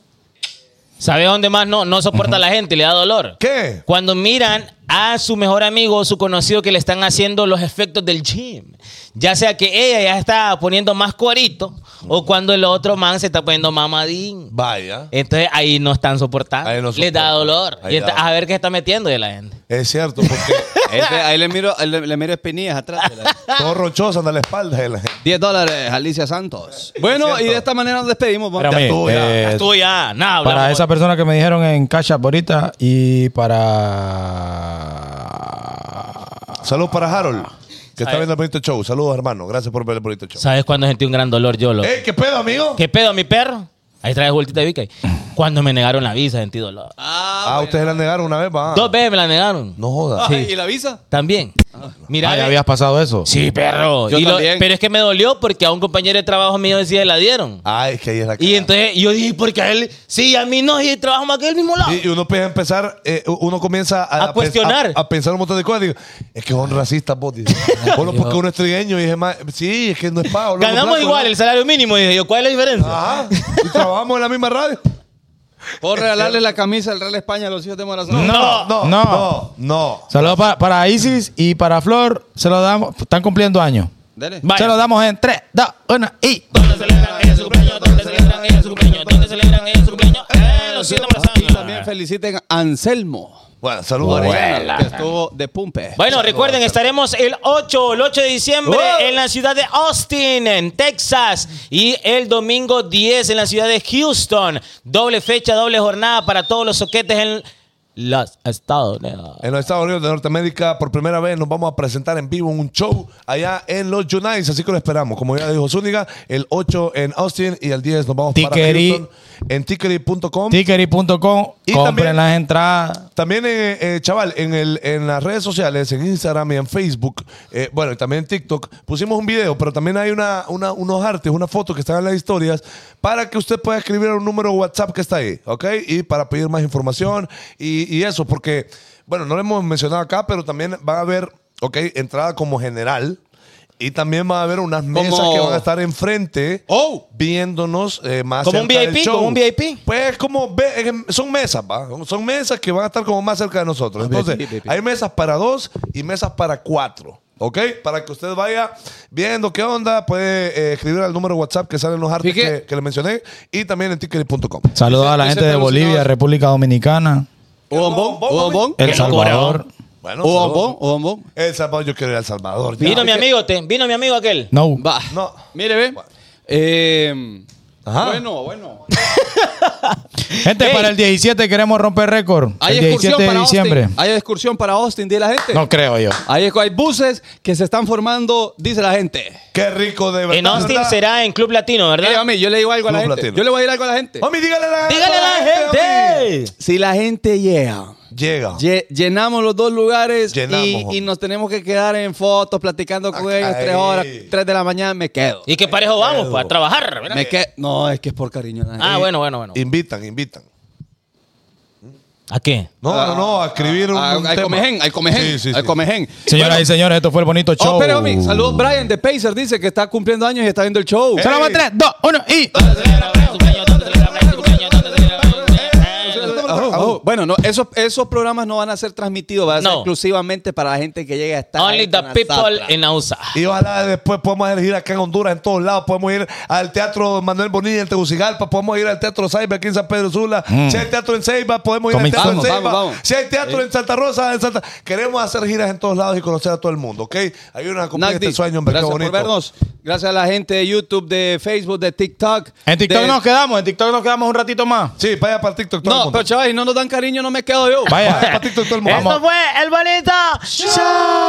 S2: ¿Sabes dónde más no, no soporta la gente? Le da dolor.
S3: ¿Qué?
S2: Cuando miran a su mejor amigo o su conocido que le están haciendo los efectos del gym. Ya sea que ella ya está poniendo más cuarito o cuando el otro man se está poniendo mamadín.
S3: Vaya.
S2: Entonces ahí no están soportando.
S3: Ahí no
S2: Les da
S3: soportan.
S2: dolor.
S3: Ahí
S2: Y
S3: da
S2: está-
S3: dolor.
S2: a ver qué está metiendo de la gente.
S3: Es cierto, porque
S10: Este, ahí le miro, ahí le, le miro espinillas atrás. de la-
S3: todo rochoso anda a la espalda de la gente.
S10: 10 dólares, Alicia Santos. Bueno, y de esta manera nos despedimos. vamos.
S4: Espérame,
S3: estuvo, pues. ya.
S4: eh,
S2: Tú ya, nada,
S4: Para
S2: hablamos.
S4: esa persona que me dijeron en Cash App ahorita y para.
S3: Saludos para Harold, que está viendo el bonito show. Saludos, hermano. Gracias por ver el bonito show.
S2: ¿Sabes cuándo sentí un gran dolor yo? loco?
S3: ¡Ey, qué pedo, amigo!
S2: ¿Qué pedo, mi perro? Ahí traes vueltita de Vicky. Cuando me negaron la visa, sentí dolor.
S3: Ah, ustedes la negaron una vez, va.
S2: Dos veces me la negaron.
S3: No jodas.
S2: Sí.
S10: ¿Y la visa?
S2: También. Mira,
S4: Ah,
S2: ve-
S4: ¿ya habías pasado eso?
S2: Sí, perro.
S10: Yo
S2: Y lo-
S10: también.
S2: pero es que me dolió porque a un compañero de trabajo mío decía la dieron.
S3: Ay, es que ahí es la
S2: Y
S3: cara.
S2: entonces yo dije, porque a él, sí, a mí no, y trabajamos aquí del mismo lado.
S3: Y y uno empieza a empezar, eh, uno comienza a,
S2: A
S3: pens-
S2: cuestionar.
S3: A, a pensar un montón de cosas. Digo, es que son racistas vos. dice. Solo porque uno es trigueño y es más. Sí, es que no es pago. loco,
S2: Ganamos
S3: blanco,
S2: igual
S3: ¿no? Ah.
S2: el salario mínimo, dije yo, ¿cuál es la diferencia?
S3: Ajá. Y trabajamos en la misma radio.
S10: ¿Puedo regalarle la camisa del Real España a los hijos de Morazón?
S2: No.
S3: No,
S4: No.
S3: no, no.
S4: Saludos pa- para Isis y para Flor. Se lo damos. Están cumpliendo años.
S10: Dele.
S2: Vaya.
S4: Se lo damos en 3, 2, 1 y.
S2: ¿Dónde celebran ellos su cumpleaños? ¿Dónde celebran ellos su cumpleaños? ¿Dónde celebran ellos su cumpleaños? Eh, lo siento,
S10: Y
S2: Marzano.
S10: también feliciten a Anselmo.
S3: Bueno, saludos.
S10: Orellana, que estuvo de Pumpe.
S2: Bueno, recuerden, estaremos el 8, el 8 de diciembre
S10: ¡Oh!
S2: en la ciudad de Austin, en Texas, y el domingo 10 en la ciudad de Houston. Doble fecha, doble jornada para todos los soquetes en los Estados Unidos.
S3: En los Estados Unidos de Norteamérica, por primera vez nos vamos a presentar en vivo en un show allá en los Unites, así que lo esperamos. Como ya dijo Zúñiga, el 8 en Austin y el 10 nos vamos para
S4: Ticketee.
S3: Houston en tickery.com.
S4: Tickery.com.
S3: Y
S4: Compren
S3: también-
S4: las entradas.
S3: También, eh, eh, chaval, en, el, en las redes sociales, en Instagram y en Facebook, eh, bueno, y también en TikTok, pusimos un video, pero también hay una, una- unos artes, una foto que están en las historias, para que usted pueda escribir a un número de WhatsApp que está ahí, ¿ok? Y para pedir más información y, y eso, porque, bueno, no lo hemos mencionado acá, pero también van a haber, ¿ok? Entrada como general. Y también va a haber unas mesas
S10: Como-
S3: que van a estar enfrente
S10: ¡Oh!
S3: viéndonos eh, más
S2: Como un
S3: cerca del
S2: VIP,
S3: show.
S2: como un VIP.
S3: Pues como ve- eh, son mesas, ¿va? Son mesas que van a estar como más cerca de nosotros. Entonces, hay mesas para dos y mesas para cuatro. ¿Ok? Para que usted vaya viendo qué onda, puede eh, escribir al número WhatsApp que salen los artes
S5: Fíjate.
S3: que, que le mencioné y también en ticket.com.
S4: Saludos a la
S5: ese
S4: gente de
S5: patrocinador-
S4: Bolivia, República Dominicana,
S5: ¿Hubo bombón? ¿Hubo bombón?
S4: El
S2: Qué
S4: Salvador.
S3: Bueno,
S5: ¿Hubo
S3: saludos.
S5: bombón? ¿Hubo bombón?
S3: El Salvador, yo quiero ir al Salvador. ya.
S2: Vino mi amigo, te, vino mi amigo aquel.
S4: No.
S5: Va.
S3: No.
S5: Mire, ve. Eh, Bueno, bueno.
S4: Gente,
S2: Ey.
S4: para el 17 queremos romper récord.
S5: Hay
S4: el
S5: excursión
S4: 17 de
S5: para
S4: diciembre.
S5: Austin. Hay excursión para Austin, dice la gente.
S4: No creo yo.
S5: Hay, hay buses que se están formando, dice la gente.
S3: Qué rico de verdad.
S2: En Austin
S3: ¿verdad?
S2: será en Club Latino,
S5: Mire,
S2: ¿verdad?
S5: homie, yo le digo algo a la
S3: Club
S5: gente.
S3: Latino.
S5: Yo le voy a decir algo a la gente.
S3: Mami, dígale a la
S2: Dígale a la
S3: homie.
S2: gente.
S5: Si la gente llega,
S3: Llega.
S5: lle- llenamos los dos lugares y-
S3: Llenamos,
S5: y,
S3: homie.
S5: nos tenemos que quedar en fotos, platicando con
S3: Ay.
S5: ellos tres horas, tres de la mañana, me quedo.
S2: Y que parejo vamos para trabajar. ¿verdad?
S5: Me que- No, es que es por cariño. a la gente.
S2: Ah, bueno, bueno, bueno.
S3: Invitan, invitan.
S2: ¿A qué?
S3: No, no, no, a escribir un,
S5: Ah,
S3: un
S5: al
S3: tema.
S5: comején, al
S3: Sí,
S5: comején,
S3: sí,
S5: al
S3: sí.
S5: comején.
S4: Señoras y señores, esto fue el bonito show.
S5: Oh, pero homie, saludos Brian de Pacer, dice que está cumpliendo años y está viendo el show. Eh,
S3: Eh.
S4: Saludamos en 3, 2, 1 y.
S5: Oh, oh. Bueno, no, esos, esos programas no van a ser transmitidos, van a ser
S2: No.
S5: exclusivamente para la gente que llega a estar.
S2: Only the people in USA.
S3: Y ojalá después podamos elegir acá en Honduras, en todos lados. Podemos ir al Teatro Manuel Bonilla en Tegucigalpa, podemos ir al Teatro Saiba aquí en San Pedro Sula. Si hay teatro en Ceiba, podemos ir al
S5: Mm. Comenzamos.
S3: Teatro en Ceiba.
S5: Vamos, vamos.
S3: Si hay teatro en Santa Rosa, en Santa... Queremos hacer giras en todos lados y conocer a todo el mundo, ¿ok? Ayúdenos a cumplir
S5: Nagdi,
S3: este sueño, hombre, qué
S5: gracias
S3: bonito.
S5: por vernos. Gracias a la gente de YouTube, de Facebook, de TikTok.
S4: En TikTok
S5: de-
S4: nos quedamos, en TikTok nos quedamos un ratito más.
S3: Sí, vaya para TikTok todo el
S5: No,
S3: mundo.
S5: pero chaval, si no nos dan cariño, no me quedo yo.
S4: Vaya.
S3: Vaya para TikTok todo el mundo.
S2: Esto fue el bonito.